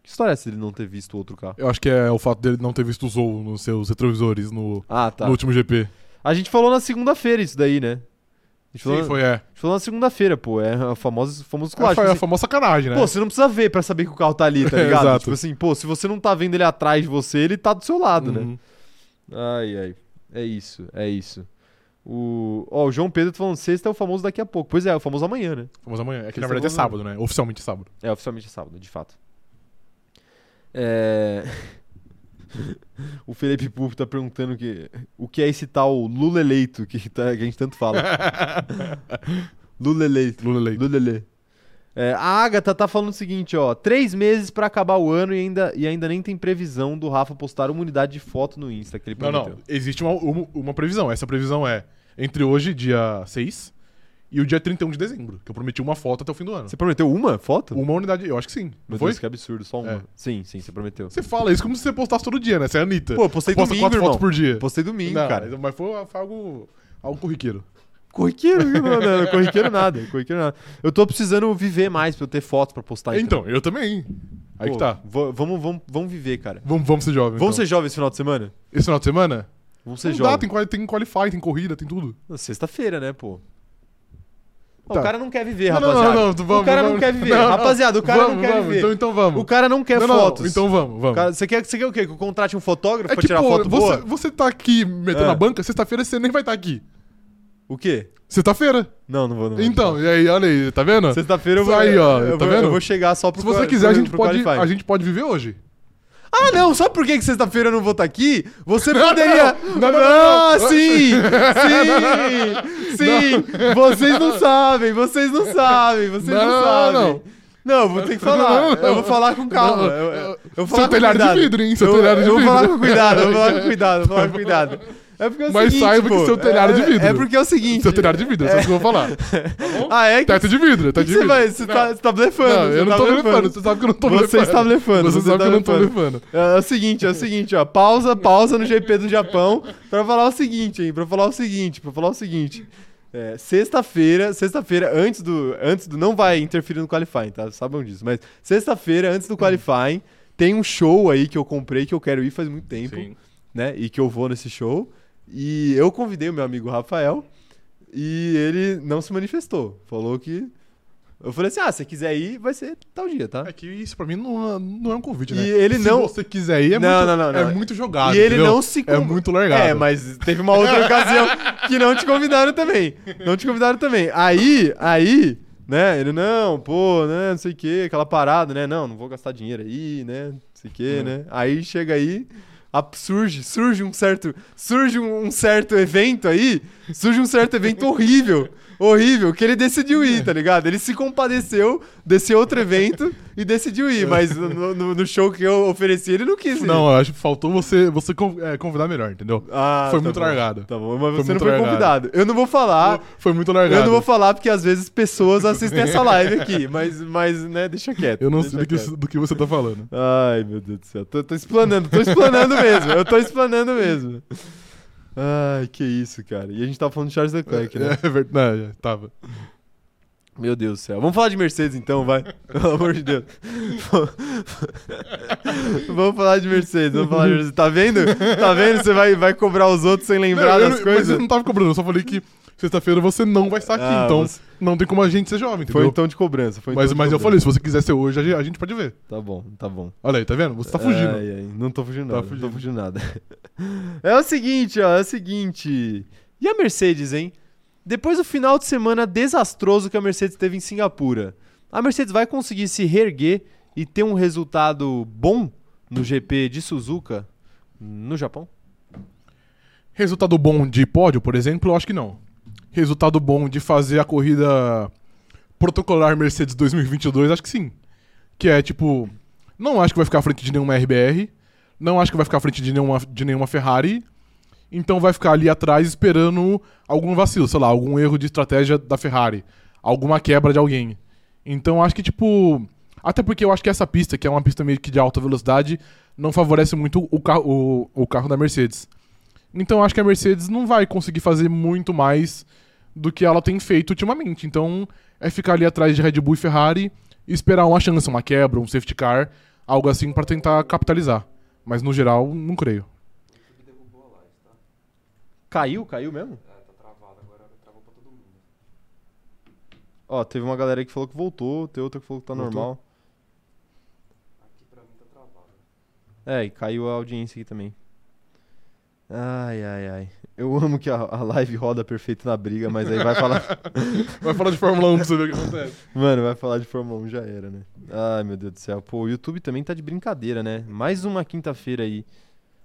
Que história é essa dele não ter visto o outro carro? Eu acho que é o fato dele não ter visto o Zou nos seus retrovisores no, Ah, tá. no último GP. A gente falou na segunda-feira isso daí, né? A gente falou, Sim, foi, é. a gente falou na segunda-feira, pô. É a famosa, famoso Foi clássico. a Assim, famosa sacanagem, né? Pô, você não precisa ver pra saber que o carro tá ali, tá É, ligado? exato. Tipo assim, pô, se você não tá vendo ele atrás de você, ele tá do seu lado, né? Uhum. Ai, ai. É isso, é isso. O... Ó, o João Pedro tá falando, sexta é o famoso daqui a pouco. Pois é, o famoso amanhã, né? Vamos amanhã. É que Esse na é verdade é bom, né? sábado, né? Oficialmente é sábado. É, oficialmente é sábado, de fato. É... o Felipe Pupo tá perguntando que... o que é esse tal Lula eleito que, tá- que a gente tanto fala. Lula eleito. Lula eleito. Lulele. É, a Agatha tá falando o seguinte, ó. Três meses pra acabar o ano e ainda, e ainda nem tem previsão do Rafa postar uma unidade de foto no Insta que ele Não, prometeu. não. Existe uma, uma, uma previsão. Essa previsão é entre hoje, dia 6, e o dia 31 de dezembro, que eu prometi uma foto até o fim do ano. Você prometeu uma foto? Uma unidade, eu acho que sim. Não é Meu foi? Deus, que absurdo, só uma. É. Sim, sim, você prometeu. Você fala isso como se você postasse todo dia, né? Você é a Anitta. Pô, eu postei Posta domingo, quatro irmão. fotos por dia. Postei domingo, Não, cara. Mas foi, foi algo, algo corriqueiro. Corriqueiro, não, não, não, corriqueiro nada, corriqueiro nada. Eu tô precisando viver mais pra eu ter fotos pra postar. então, eu também. Aí Ah, Pô, que tá. va- Vamos, vamos, vamos viver, cara. Vamos, vamos ser jovens. Vamos então. ser jovens esse final de semana? Esse final de semana? Vamos ser não dá, jovens. tem, quali- tem qualify, tem corrida, tem tudo. Na Sexta-feira, né, pô? Ó, Tá. O cara não quer viver, Não, não, rapaziada. não, não, o vamos, cara não vamos. quer viver. Não, não. rapaziada, o cara vamos, não quer vamos, viver. Então, então vamos. O cara não quer não, não, fotos. então vamos, vamos. O cara- você, quer, você quer o quê? Que eu contrate um fotógrafo é pra que, tirar pô, foto você, boa? você tá aqui metendo Ah. a banca, sexta-feira você nem vai estar aqui. O quê? Sexta-feira. Não, não vou, não vou. Então, e aí, olha aí, tá vendo? Sexta-feira eu Isso vou. aí, ó, eu, tá vou eu vendo? vou chegar só pro Se você qua- quiser, a pro- gente, pro pode, qualify. a gente pode viver hoje. Ah, não, sabe por que, que sexta-feira eu não vou estar aqui? Você poderia. não, não, não. Ah, sim! Sim! Sim! Vocês não sabem, vocês não sabem, vocês não, Não, sabem. não. Não, eu vou ter que falar. Não, não. Eu vou falar com calma. Não, Eu, eu, eu vou falar Seu com telhado de cuidado. vidro, hein? Seu eu, telhado de eu vou falar vidro. com cuidado, eu vou falar com cuidado, eu vou falar com cuidado. É porque é o Mas seguinte, saiba que pô, seu telhado é- de vidro. É porque é o seguinte. Seu telhado de vidro, é só isso que eu vou falar. Ah, é? Que, Teto de vidro, que teto de você vidro. vai? Você tá, você tá blefando. não, você eu não tá tô levando, você sabe que eu não tô levando. Você tá está blefando. Você está sabe que eu não tô blefando. levando. É, é o seguinte, é o seguinte, ó. Pausa, pausa no GP do Japão pra falar o seguinte, hein? Pra falar o seguinte, pra falar o seguinte. É, sexta-feira, sexta-feira, antes do, antes do. Não vai interferir no qualifying, tá? Sabem disso. Mas sexta-feira, antes do qualifying, tem um show aí que eu comprei que eu quero ir faz muito tempo, né? E que eu vou nesse show. E eu convidei o meu amigo Rafael e ele não se manifestou. Falou que. Eu falei assim: ah, se você quiser ir, vai ser tal dia, tá? É que isso pra mim não, não é um convite, E né? ele Se não- você quiser ir, é, Não, muito, não, não, não. é muito jogado. E ele entendeu? não se É conv- muito largado. É, mas teve uma outra ocasião que não te convidaram também. Não te convidaram também. Aí, aí, né? Ele, não, pô, né? Não sei o quê, aquela parada, né? Não, não vou gastar dinheiro aí, né? Não sei o quê, né? Aí chega aí. a- Surge, surge um certo. Surge um, um certo evento aí. Surge um certo evento horrível. Horrível. Que ele decidiu ir, tá ligado? Ele se compadeceu desse outro evento e decidiu ir, mas no, no- no show que eu ofereci ele não quis ir. Não, eu acho que faltou você, você con- é, convidar melhor, entendeu? Ah, foi tá muito bom. largado. Tá bom, mas Foi você não muito foi largado. convidado. Eu não vou falar. Foi muito largado. Ah, Eu não vou falar porque às vezes pessoas assistem essa live aqui, mas, mas né, deixa quieto. Eu não deixa sei do que, quieto. do que você tá falando. Ai, meu Deus do céu. Tô, tô explanando, tô explanando mesmo. Eu tô explanando mesmo. Ai, que isso, cara. E a gente tava falando de Charles Leclerc, né? É verdade, tava. Meu Deus do céu. Vamos falar de Mercedes então, vai. Pelo amor de Deus. vamos falar de Mercedes, vamos falar de Mercedes. Tá vendo? Tá vendo? Você vai, vai cobrar os outros sem lembrar Não, eu das não- Mas eu coisas? não tava cobrando, eu só falei que sexta-feira você não vai estar aqui, Ah, então você- não tem como a gente ser jovem, Foi entendeu? um tom de cobrança. Foi um mas tom de mas eu cobrança. falei, se você quiser ser hoje, a gente- a gente pode ver. Tá bom, tá bom. Olha aí, tá vendo? Você tá fugindo. Ai, ai, não tô fugindo Tá nada, não fugindo. tô fugindo nada. É o seguinte, ó, é o seguinte. E a Mercedes, hein? Depois do final de semana desastroso que a Mercedes teve em Singapura, a Mercedes vai conseguir se reerguer e ter um resultado bom no GP de Suzuka no Japão? Resultado bom de pódio, por exemplo, eu acho que não. Resultado bom de fazer a corrida protocolar Mercedes 2022, acho que sim. Que é tipo, não acho que vai ficar à frente de nenhuma RBR, não acho que vai ficar à frente de nenhuma, de nenhuma Ferrari, então vai ficar ali atrás esperando algum vacilo, sei lá, algum erro de estratégia da Ferrari, alguma quebra de alguém. Então acho que tipo, até porque eu acho que essa pista, que é uma pista meio que de alta velocidade, não favorece muito o carro, o- o carro da Mercedes. Então acho que a Mercedes não vai conseguir fazer muito mais do que ela tem feito ultimamente. Então é ficar ali atrás de Red Bull e Ferrari e esperar uma chance, uma quebra, um safety car, algo assim pra tentar capitalizar. Mas no geral, não creio. Caiu? Caiu mesmo? Ó, teve uma galera aí que falou que voltou, tem outra que falou que tá Voltou? normal. É, e caiu a audiência aqui também. Ai, ai, ai. Eu amo que a, a live roda perfeito na briga, mas aí vai falar. Vai falar de Fórmula 1 pra você ver o que acontece. Mano, vai falar de Fórmula 1 já era, né? Ai, meu Deus do céu. Pô, o YouTube também tá de brincadeira, né? Mais uma quinta-feira aí.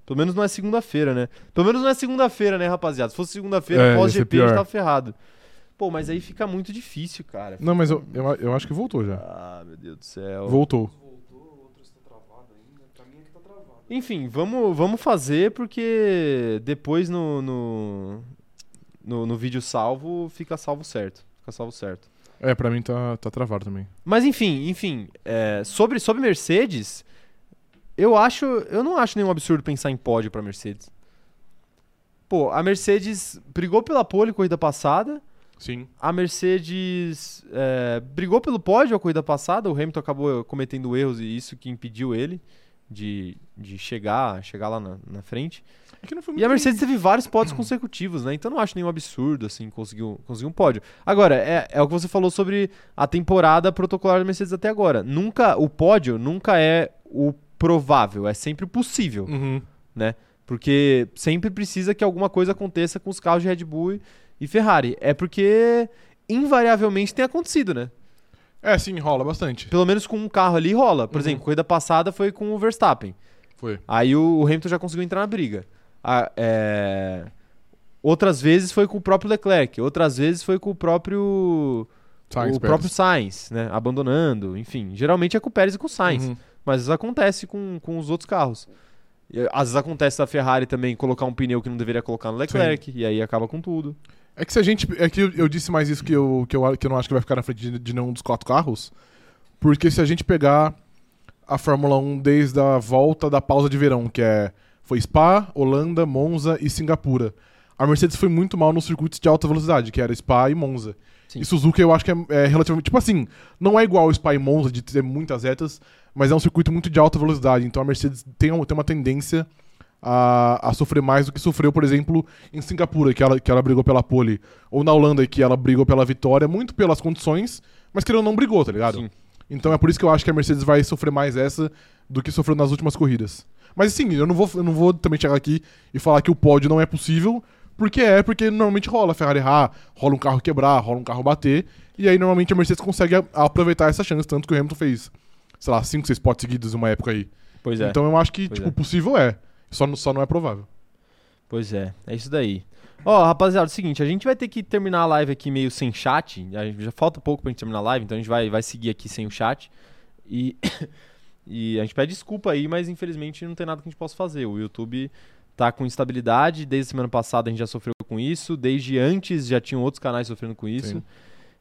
Pelo menos não é segunda-feira, né? Pelo menos não é segunda-feira, né, rapaziada? Se fosse segunda-feira, É, ia ser pós-GP, a gente pior. tá ferrado. Pô, mas aí fica muito difícil, cara. Não, mas eu, eu, eu acho que voltou já. Ah, meu Deus do céu. Voltou. Enfim, vamos, vamos fazer porque depois no, no, no, no vídeo salvo fica salvo certo. Fica salvo certo. É, pra mim tá, tá travado também. Mas enfim, enfim, é, sobre, sobre Mercedes, eu acho, eu não acho nenhum absurdo pensar em pódio pra Mercedes. Pô, a Mercedes brigou pela pole corrida passada, Sim. a Mercedes é, brigou pelo pódio a corrida passada, o Hamilton acabou cometendo erros e isso que impediu ele de, de chegar, chegar lá na, na frente. É que não foi E muito a Mercedes teve vários pódios consecutivos, né? Então não acho nenhum absurdo, assim, conseguir um, conseguir um pódio. Agora, é, é o que você falou sobre a temporada protocolar da Mercedes até agora. Nunca, o pódio nunca é o provável, é sempre o possível. Uhum. Porque sempre precisa que alguma coisa aconteça com os carros de Red Bull e- e Ferrari. É porque invariavelmente tem acontecido, né? É, sim, rola bastante. Pelo menos com um carro ali rola. Por Uhum. exemplo, corrida passada foi com o Verstappen. Foi. Aí o o Hamilton já conseguiu entrar na briga. A- é, Outras vezes foi com o próprio Leclerc, outras vezes foi com o próprio Sainz, o Pérez. próprio Sainz, né? Abandonando, enfim. Geralmente é com o Pérez e com o Sainz, Uhum. mas isso acontece com, com os outros carros. E, Às vezes acontece da Ferrari também colocar um pneu que não deveria colocar no Leclerc, e aí acaba com tudo. É que se a gente. É que eu, eu disse mais isso que eu, que, eu, que eu não acho que vai ficar na frente de, de nenhum dos quatro carros. Porque se a gente pegar a Fórmula 1 desde a volta da pausa de verão, que é. Foi Spa, Holanda, Monza e Singapura. A Mercedes foi muito mal nos circuitos de alta velocidade, que era Spa e Monza. Sim. E Suzuka eu acho que é, é relativamente. Tipo assim, não é igual ao Spa e Monza de ter muitas retas, mas é um circuito muito de alta velocidade. Então a Mercedes tem, um- tem uma tendência a, a sofrer mais do que sofreu, por exemplo, em Singapura, que ela, que ela brigou pela pole, ou na Holanda, que ela brigou pela vitória, muito pelas condições, mas que ela não brigou, tá ligado? Sim. Então é por isso que eu acho que a Mercedes vai sofrer mais essa do que sofreu nas últimas corridas. Mas assim, eu não vou, eu não vou também chegar aqui e falar que o pódio não é possível, porque é, porque normalmente rola a Ferrari errar, rola um carro quebrar, rola um carro bater, e aí normalmente a Mercedes consegue a- aproveitar essa chance, tanto que o Hamilton fez, sei lá, 5, 6 potes seguidos em uma época aí. Pois é. Então eu acho que, Pois tipo, é. possível é. Só, não- só não é provável. Pois é, é isso daí. Ó, rapaziada, é o seguinte, a gente vai ter que terminar a live aqui meio sem chat. a gente- Já falta pouco pra gente terminar a live, então a gente vai, vai seguir aqui sem o chat. E, e a gente pede desculpa aí, mas infelizmente não tem nada que a gente possa fazer. O YouTube tá com instabilidade, desde semana passada a gente já sofreu com isso, desde antes já tinham outros canais sofrendo com isso. Sim.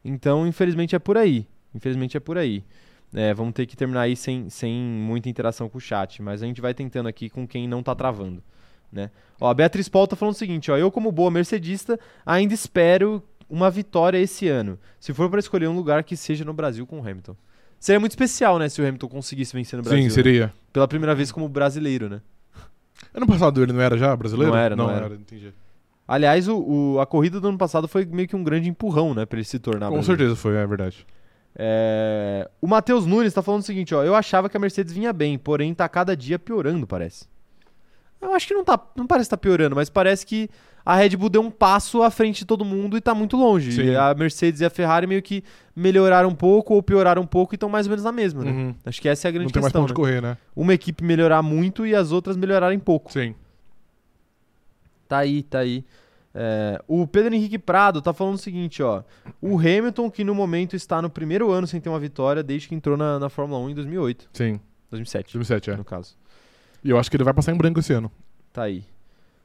Então, infelizmente é por aí. Infelizmente é por aí. É, vamos ter que terminar aí sem, sem muita interação com o chat, mas a gente vai tentando aqui com quem não tá travando. Né? Ó, a Beatriz Paul tá falando o seguinte: ó, eu, como boa mercedista, ainda espero uma vitória esse ano. Se for para escolher um lugar que seja no Brasil com o Hamilton. Seria muito especial, né, se o Hamilton conseguisse vencer no Brasil. Sim, né? seria. Pela primeira vez como brasileiro, né? Ano passado ele não era já brasileiro? Não era, não era. era. entendi. Aliás, o, o- a corrida do ano passado foi meio que um grande empurrão, né, pra ele se tornar Com brasileiro. certeza foi, é verdade. É, O Matheus Nunes tá falando o seguinte, ó. Eu achava que a Mercedes vinha bem, porém tá cada dia piorando, parece. Eu acho que não tá. Não parece que tá piorando, mas parece que a Red Bull deu um passo à frente de todo mundo e tá muito longe. Sim. E a Mercedes e a Ferrari meio que melhoraram um pouco ou pioraram um pouco e estão mais ou menos na mesma, né? Uhum. Acho que essa é a Não grande tem mais pra questão. onde Né? correr, né? Uma equipe melhorar muito e as outras melhorarem pouco. Sim. Tá aí, tá aí. É, o Pedro Henrique Prado tá falando o seguinte, ó. O Hamilton, que no momento está no primeiro ano sem ter uma vitória desde que entrou na, na Fórmula 1 em 2008. Sim. 2007, 2007, é. no caso. E eu acho que ele vai passar em branco esse ano. Tá aí.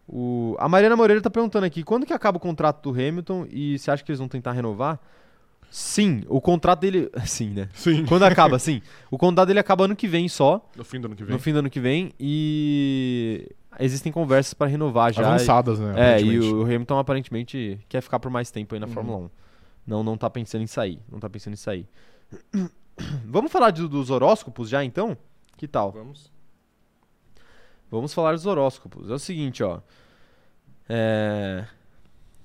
O, a Mariana Moreira tá perguntando aqui, quando que acaba o contrato do Hamilton e você acha que eles vão tentar renovar? Sim, o contrato dele... Sim, né? Sim. Quando acaba, sim. O contrato dele acaba ano que vem só, No fim do ano que no fim do ano que vem, e existem conversas pra renovar já. Avançadas, né? É, e aparentemente. Uhum. o Hamilton aparentemente quer ficar por mais tempo aí na Fórmula 1. Não, não tá pensando em sair. Não tá pensando em sair. Vamos falar de- dos horóscopos já então? Que tal? Vamos. Vamos falar dos horóscopos. É o seguinte, ó. É...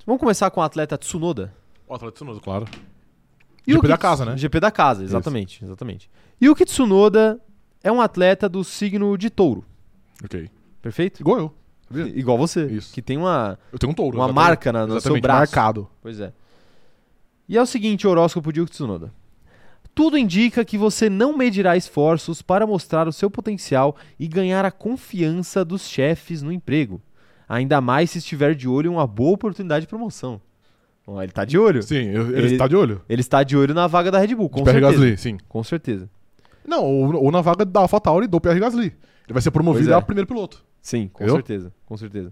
Vamos começar com o atleta Tsunoda. O atleta Tsunoda, claro. E GP da casa, né? GP da casa, exatamente, exatamente. Yuki Tsunoda é um atleta do signo de touro, Ok. perfeito? Igual eu. Igual você, Isso. que tem uma, Eu tenho um touro. uma exatamente. marca na, no seu Exatamente, braço. marcado. Pois é. E é o seguinte, horóscopo de Yuki Tsunoda. Tudo indica que você não medirá esforços para mostrar o seu potencial e ganhar a confiança dos chefes no emprego. Ainda mais se estiver de olho em uma boa oportunidade de promoção. Bom, ele está de olho. Sim, eu- ele, Ele- está de olho. Ele está de olho na vaga da Red Bull, com de Pierre certeza. Gasly, sim. Com certeza. Não, ou, ou na vaga da AlphaTauri do Pierre Gasly. Ele vai ser promovido Pois é. a primeiro piloto. Sim, com Eu? certeza. Com certeza.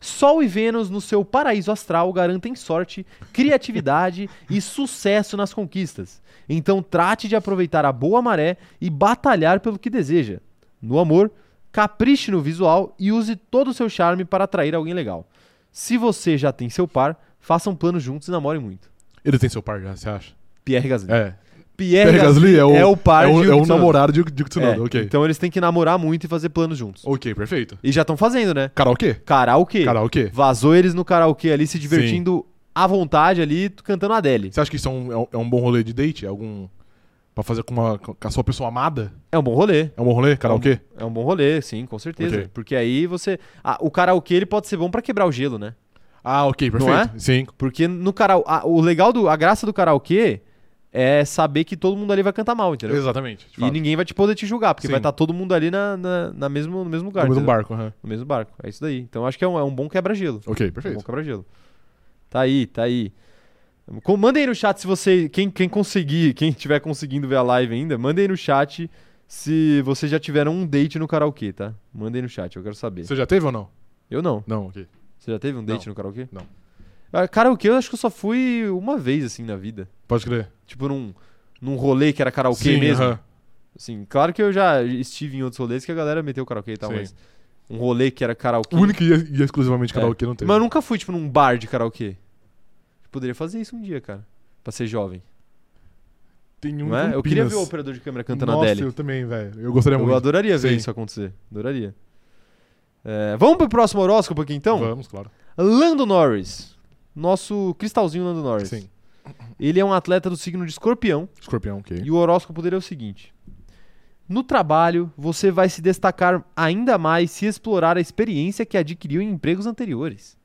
Sol e Vênus no seu paraíso astral garantem sorte, criatividade e sucesso nas conquistas. Então trate de aproveitar a boa maré e batalhar pelo que deseja. No amor, capriche no visual e use todo o seu charme para atrair alguém legal. Se você já tem seu par, façam planos juntos e namorem muito. Ele tem seu par já, você acha? Pierre Gasly. É. Pierre, Pierre Gasly é o, é o par de é o, é Yuki o Tsunoda. namorado de, de Tsunoda, É, ok. Então eles têm que namorar muito e fazer planos juntos. Ok, perfeito. E já estão fazendo, né? Karaokê? Karaokê. Karaokê. Vazou eles no karaokê ali, se divertindo à vontade ali, t- cantando Adele. Você acha que isso é um, é um- é um bom rolê de date? É algum... Pra fazer com, uma, com a sua pessoa amada? É um bom rolê. É um bom rolê? Karaokê? É um bom rolê, sim, com certeza. Ok. Porque aí você. Ah, o karaokê ele pode ser bom pra quebrar o gelo, né? Ah, ok, Não é? perfeito. Sim. Porque no karaokê. o legal do. A graça do karaokê é saber que todo mundo ali vai cantar mal, entendeu? Exatamente. de E fato. ninguém vai te poder te julgar, porque Sim. vai estar todo mundo ali na, na, na mesmo, no mesmo lugar. No mesmo entendeu? barco, aham. No mesmo barco. É isso daí. Então acho que é um, é um bom quebra-gelo. Ok, É um bom perfeito. quebra-gelo. Tá aí, tá aí. Com- Mandem aí no chat se você. Quem, quem conseguir, quem estiver conseguindo ver a live ainda, mandem aí no chat se vocês já tiveram um date no karaokê, tá? Mandem aí no chat, eu quero saber. Você já teve ou não? Eu não. Não, ok. Você já teve um date no karaokê? não. Ah, karaokê eu acho que eu só fui uma vez, assim, na vida. Pode crer. Tipo num, num rolê que era karaokê Sim, É mesmo. aham. Assim, claro que eu já estive em outros rolês que a galera meteu karaokê e tal, Sim. mas um rolê que era karaokê. O único que ia, ia exclusivamente É. karaokê não teve. Mas eu nunca fui, tipo, num bar de karaokê. Poderia fazer isso um dia, cara. Pra ser jovem. Tem um não em é? Eu queria Campinas. ver o operador de câmera cantando Nossa, a Adele. eu também, velho. Eu gostaria Eu, muito. adoraria ver Sim. isso acontecer. Adoraria. É, vamos pro próximo horóscopo aqui, então? Vamos, claro. Lando Norris. Nosso cristalzinho Lando Norris. Sim. Ele é um atleta do signo de escorpião. Escorpião, ok. E o horóscopo dele é o seguinte: No trabalho, você vai se destacar ainda mais se explorar a experiência que adquiriu em empregos anteriores.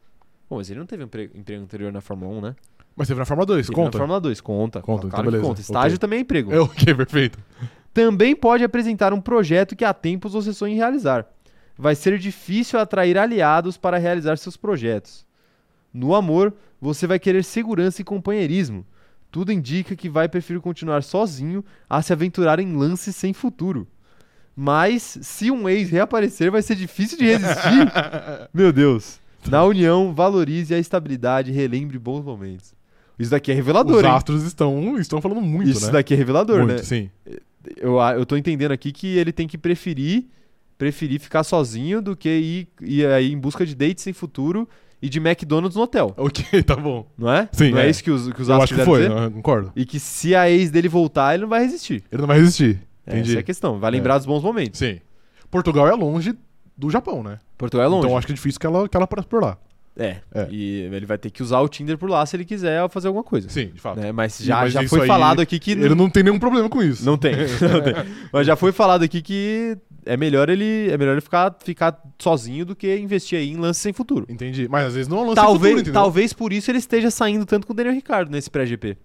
Bom, mas ele não teve um empre- emprego anterior na Fórmula 1, né? Mas teve na Fórmula 2, Teve conta. Na Fórmula 2, conta. Conta, claro então que beleza, conta. Estágio ok. também é emprego. É ok, perfeito. Também pode apresentar um projeto que há tempos você sonha em realizar. Vai ser difícil atrair aliados para realizar seus projetos. No amor, você vai querer segurança e companheirismo. Tudo indica que vai preferir continuar sozinho a se aventurar em lances sem futuro. Mas, se um ex reaparecer, vai ser difícil de resistir. Meu Deus. Tá. Na união, valorize a estabilidade, relembre bons momentos. Isso daqui é revelador, Os hein? astros estão, estão falando muito, Isso né? daqui é revelador, né? muito, sim. eu, a- eu tô entendendo aqui que ele tem que preferir preferir ficar sozinho do que ir, ir aí em busca de dates sem futuro e de McDonald's no hotel, Ok, tá bom. não é? Sim, não é, é. isso que os, que os Eu astros acho quiseram que foi, dizer? né? Eu concordo. E que se a ex dele voltar, ele não vai resistir. Ele não vai resistir. Entendi. Essa é a questão. Vai lembrar dos bons momentos. Sim. Portugal é longe do Japão, né? Portugal é longe. Então acho que é difícil que ela, que ela passe por lá. É. É. E ele vai ter que usar o Tinder por lá se ele quiser fazer alguma coisa. Sim, de fato. né? Mas Sim, já, mas já isso foi aí- falado aqui que Ele não tem nenhum problema com isso. Não tem, não tem. Mas já foi falado aqui que é melhor ele, é melhor ele ficar, ficar sozinho do que investir aí em lances sem futuro. Entendi. Mas às vezes não é um lance Talvez, futuro, entendeu? talvez por isso ele esteja saindo tanto com o Daniel Ricardo nesse pré-GP.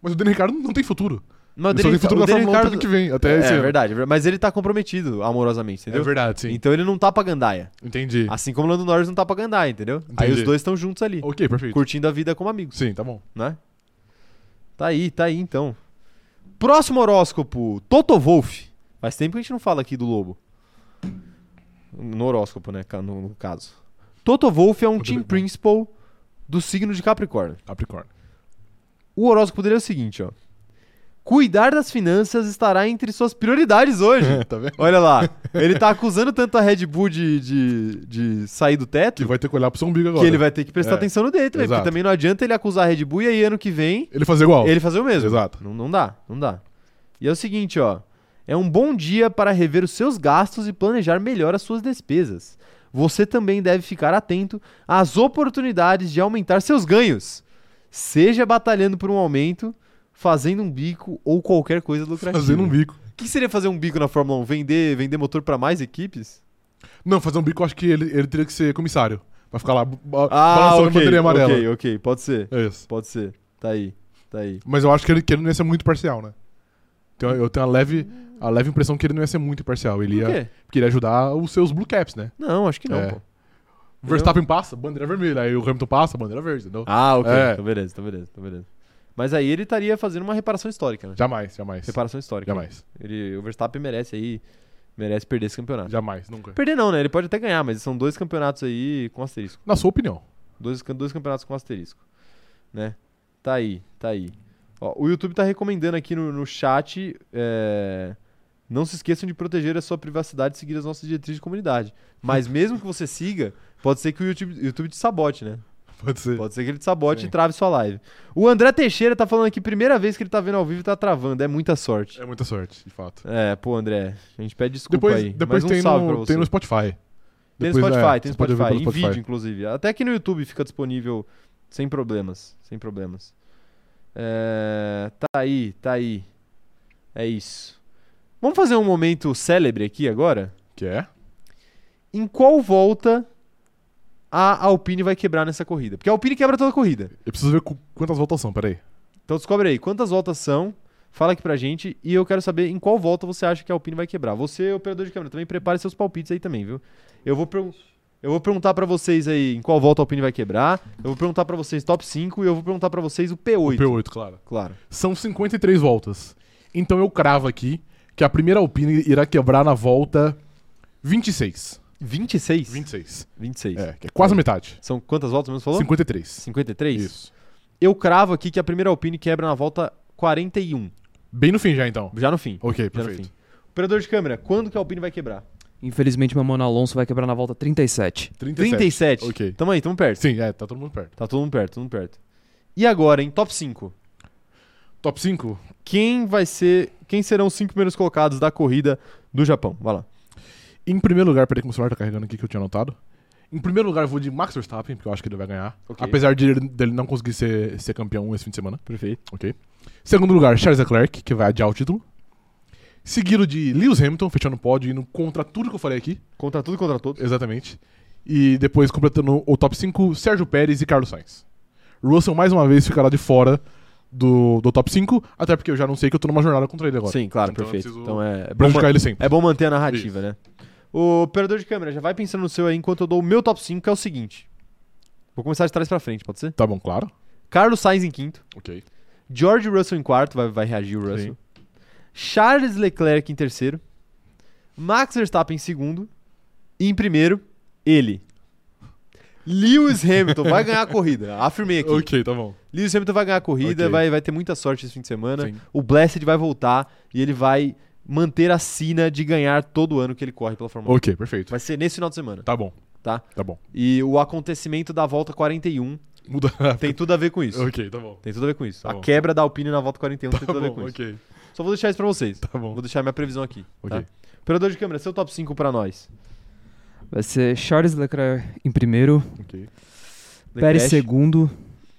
Mas o Daniel Ricardo não tem futuro. Mas o ele só Daniel- tem futuro o na Daniel Fórmula 1 ano que vem. Até é, esse ano. verdade, é verdade. mas ele tá comprometido amorosamente, entendeu? É verdade, sim. Então ele não tá pra gandaia. Entendi. Assim como o Lando Norris não tá pra gandaia, entendeu? Aí Entendi. os dois estão juntos ali, Ok, perfeito. curtindo a vida como amigos, Sim, tá bom. né? Tá aí, tá aí então. Próximo horóscopo, Toto Wolff. Faz tempo que a gente não fala aqui do lobo. No horóscopo, né, ca- no, no caso. Toto Wolff é um Muito team bem. principal do signo de Capricórnio. Capricórnio. O horóscopo dele é o seguinte, ó. Cuidar das finanças estará entre suas prioridades hoje. tá vendo? Olha lá, ele tá acusando tanto a Red Bull de, de, de sair do Que teto vai ter que olhar pro seu umbigo que agora. ele vai ter que prestar É, atenção no dele também, exato. porque também não adianta ele acusar a Red Bull e aí ano que vem Ele fazer igual. ele fazer o mesmo. Exato. Não, não dá, não dá. E é o seguinte, ó. É um bom dia para rever os seus gastos e planejar melhor as suas despesas. Você também deve ficar atento às oportunidades de aumentar seus ganhos. Seja batalhando por um aumento, fazendo um bico ou qualquer coisa lucrativa. Fazendo um bico. O que seria fazer um bico na Fórmula 1? Vender, vender motor para mais equipes? Não, fazer um bico eu acho que ele, ele teria que ser comissário. Vai ficar lá ba- Ah, balançando a ok, bandeira amarela. ok, ok. Pode ser, É isso. pode ser. Tá aí, tá aí. Mas eu acho que ele, que ele não ia ser muito parcial, né? Então, eu tenho a leve, a leve impressão que ele não ia ser muito parcial. Ele Por ia quê? querer ajudar os seus blue caps, né? Não, acho que não, É. pô. Entendeu? Verstappen passa, bandeira vermelha. Aí o Hamilton passa, bandeira verde, entendeu? Ah, ok. É. Então beleza, então beleza, então beleza. Mas aí ele estaria fazendo uma reparação histórica, né? Jamais, jamais. Reparação histórica. Jamais. Ele, o Verstappen merece aí, merece perder esse campeonato. Jamais, nunca. Perder não, né? Ele pode até ganhar, mas são dois campeonatos aí com asterisco. Na sua opinião. Dois, cam- dois campeonatos com asterisco, né? Tá aí, tá aí. Ó, o YouTube tá recomendando aqui no, no chat, é, não se esqueçam de proteger a sua privacidade e seguir as nossas diretrizes de comunidade. Mas mesmo que você siga, pode ser que o YouTube, YouTube te sabote, né? Pode ser. Pode ser que ele te sabote Sim. e trave sua live. O André Teixeira tá falando aqui, primeira vez que ele tá vendo ao vivo e tá travando. É muita sorte. É muita sorte, de fato. É, pô, André, a gente pede desculpa Depois, aí. depois mas um tem, salve pra no, você. tem no Spotify. Tem no Depois, Spotify, é, tem no você pode ouvir Spotify, em pelo Spotify. vídeo, inclusive. Até aqui no YouTube fica disponível sem problemas. Sem problemas. É, tá aí, tá aí. É isso. Vamos fazer um momento célebre aqui agora? Que é? Em qual volta a Alpine vai quebrar nessa corrida? Porque a Alpine quebra toda a corrida. Eu preciso ver cu- quantas voltas são, peraí. Então descobre aí quantas voltas são, fala aqui pra gente e eu quero saber em qual volta você acha que a Alpine vai quebrar. Você, operador de câmera, também prepare seus palpites aí também, viu? Eu vou, pergun- eu vou perguntar pra vocês aí em qual volta a Alpine vai quebrar, eu vou perguntar pra vocês top 5 e eu vou perguntar pra vocês o P8. P8, claro. Claro. São 53 voltas. Então eu cravo aqui que a primeira Alpine irá quebrar na volta 26. 26? 26. 26. É, que é quase a metade. São quantas voltas mesmo você falou? 53. 53? Isso. Eu cravo aqui que a primeira Alpine quebra na volta 41, Bem no fim já, então. já no fim. Já Ok, no perfeito. fim. Operador de câmera, quando que a Alpine vai quebrar? Infelizmente, Mamona Alonso vai quebrar na volta 37. 37. Ok. Tamo aí, tamo perto. Sim, é, tá todo mundo perto. Tá todo mundo perto, todo mundo perto. E agora, em top 5, Top 5? quem vai ser. Quem serão os cinco primeiros colocados da corrida do Japão? Vai lá. Em primeiro lugar, peraí que o meu celular tá carregando aqui que eu tinha anotado. Em primeiro lugar, eu vou de Max Verstappen, porque eu acho que ele vai ganhar. Ok. Apesar de ele- dele não conseguir ser, ser campeão esse fim de semana. Perfeito. Ok. Segundo lugar, Charles Leclerc, que vai adiar o título. Seguido de Lewis Hamilton, fechando o pódio, indo contra tudo que eu falei aqui. Contra tudo e contra todos. Exatamente. E depois, completando o top 5, Sérgio Pérez e Carlos Sainz. Russell, mais uma vez, ficará de fora do, do top 5, até porque eu já não sei que eu tô numa jornada contra ele agora. Sim, claro, Então eu perfeito. preciso Então é, é bom, Prejudicar man- ele sempre. é bom manter a narrativa, né? O operador de câmera, já vai pensando no seu aí enquanto eu dou o meu top 5, que é o seguinte. Vou começar de trás pra frente, pode ser? Tá bom, claro. Carlos Sainz em quinto, Ok. George Russell em quarto, vai, vai reagir o Russell. Charles Leclerc em terceiro. Max Verstappen em segundo. E em primeiro, ele. Lewis Hamilton vai ganhar a corrida. Afirmei aqui. Ok, tá bom. Lewis Hamilton vai ganhar a corrida, Ok. vai, vai ter muita sorte esse fim de semana. Sim. O Blessed vai voltar e ele vai manter a sina de ganhar todo ano que ele corre pela Fórmula 1. Ok, perfeito. Vai ser nesse final de semana. Tá bom. Tá. Tá bom. E o acontecimento da volta 41 Muda. tem tudo a ver com isso. ok, tá bom. Tem tudo a ver com isso. Tá a bom. quebra da Alpine na volta 41 Tá tem tudo a ver com bom, isso. ok. Só vou deixar isso pra vocês. Tá bom. Vou deixar minha previsão aqui. Ok. tá? Operador de câmera, seu top 5 pra nós. Vai ser Charles Leclerc em primeiro, Ok. Pérez Leclerc. segundo,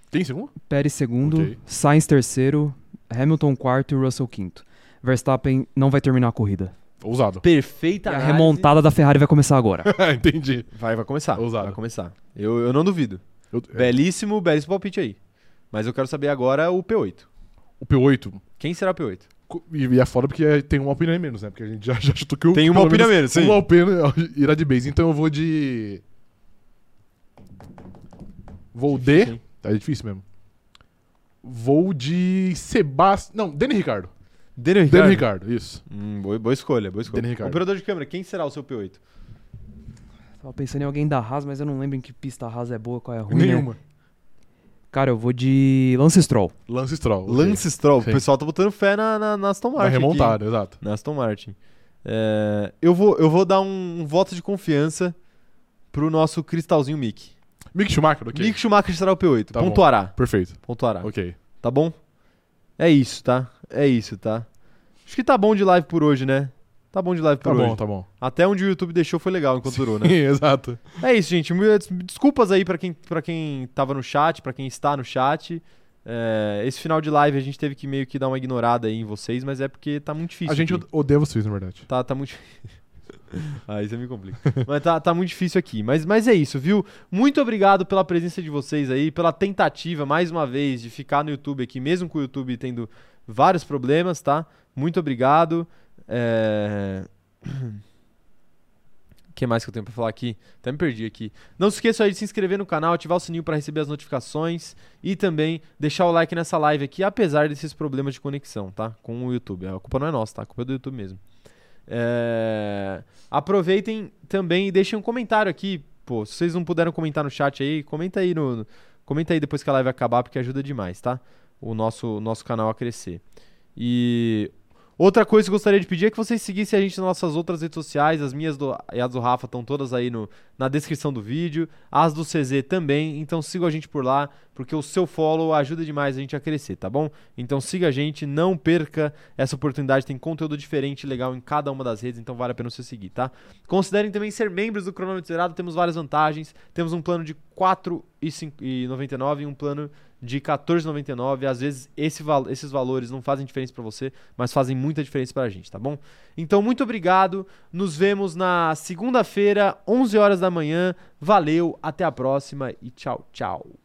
Tem um? segundo? Pérez segundo, Ok. Sainz terceiro, Hamilton quarto e Russell quinto. Verstappen não vai terminar a corrida. Ousado. Perfeita Tá. E a análise. remontada da Ferrari vai começar agora. Ah, Entendi. Vai, vai começar. Ousado. Vai começar. Eu, eu não duvido. Eu- é, Belíssimo, belíssimo palpite aí. Mas eu quero saber agora o P8. o P8. Quem será o P8? co- E, e é foda porque é- tem uma opinião a menos, né? Porque a gente já, já chutou que o. Tem uma pelo opinião a menos, sim. Uma opinião irá de base. Então eu vou de. Vou de. Sim. É difícil mesmo. Vou de Sebastião. Não, Dani Ricardo. Daniel Ricardo. Dani Ricardo, isso. Hum, boa, boa escolha, boa escolha. Daniel Ricciardo. Operador de câmera, quem será o seu P8? Tava pensando em alguém da Haas, mas eu não lembro em que pista a Haas é boa, qual é a ruim. né? Nenhuma. Cara, eu vou de Lance Stroll. Lance Stroll. ok. Lance Stroll. Sim. O pessoal tá botando fé na, na, na Aston Martin. Vai aqui, hein? remontar, exato. Na Aston Martin. É, eu, vou, eu vou dar um, um voto de confiança pro nosso cristalzinho Mick. Mick Schumacher, ok. Mick Schumacher será o P8. Tá bom. pontuará. Perfeito. Pontuará. Ok. Tá bom? É isso, tá? É isso, tá? Acho que tá bom de live por hoje, né? Tá bom de live Tá por bom, hoje. tá bom. Até onde o YouTube deixou foi legal enquanto durou, né? exato. É isso, gente. Mu- des- Desculpas aí pra quem, pra quem tava no chat, pra quem está no chat. É, esse final de live a gente teve que meio que dar uma ignorada aí em vocês, mas é porque tá muito difícil. A gente aqui. od- odeia vocês, na verdade. Tá, tá muito. aí você me complica. mas tá, tá muito difícil aqui. Mas, mas é isso, viu? Muito obrigado pela presença de vocês aí, pela tentativa, mais uma vez, de ficar no YouTube aqui, mesmo com o YouTube tendo vários problemas, tá? Muito obrigado. É... O que mais que eu tenho pra falar aqui? Até me perdi aqui. Não se esqueça aí de se inscrever no canal, ativar o sininho pra receber as notificações e também deixar o like nessa live aqui, apesar desses problemas de conexão, tá? Com o YouTube. A culpa não é nossa, tá? A culpa é do YouTube mesmo. É, Aproveitem também e deixem um comentário aqui. Pô, se vocês não puderam comentar no chat aí, comenta aí no. no- Comenta aí depois que a live acabar, porque ajuda demais, tá? O nosso, o nosso canal a crescer. E outra coisa que eu gostaria de pedir é que vocês seguissem a gente nas nossas outras redes sociais, as minhas do, e as do Rafa estão todas aí no, na descrição do vídeo, as do CZ também, então sigam a gente por lá, porque o seu follow ajuda demais a gente a crescer, tá bom? Então siga a gente, não perca essa oportunidade, tem conteúdo diferente e legal em cada uma das redes, então vale a pena você seguir, tá? Considerem também ser membros do Cronômetro Zerado, temos várias vantagens. Temos um plano de R$ 4,99 e um plano de R$ 14,99. Às vezes esse val- esses valores não fazem diferença pra você, mas fazem muita diferença pra gente, tá bom? Então, muito obrigado. Nos vemos na segunda-feira, 11 horas da manhã. Valeu, até a próxima e tchau, tchau.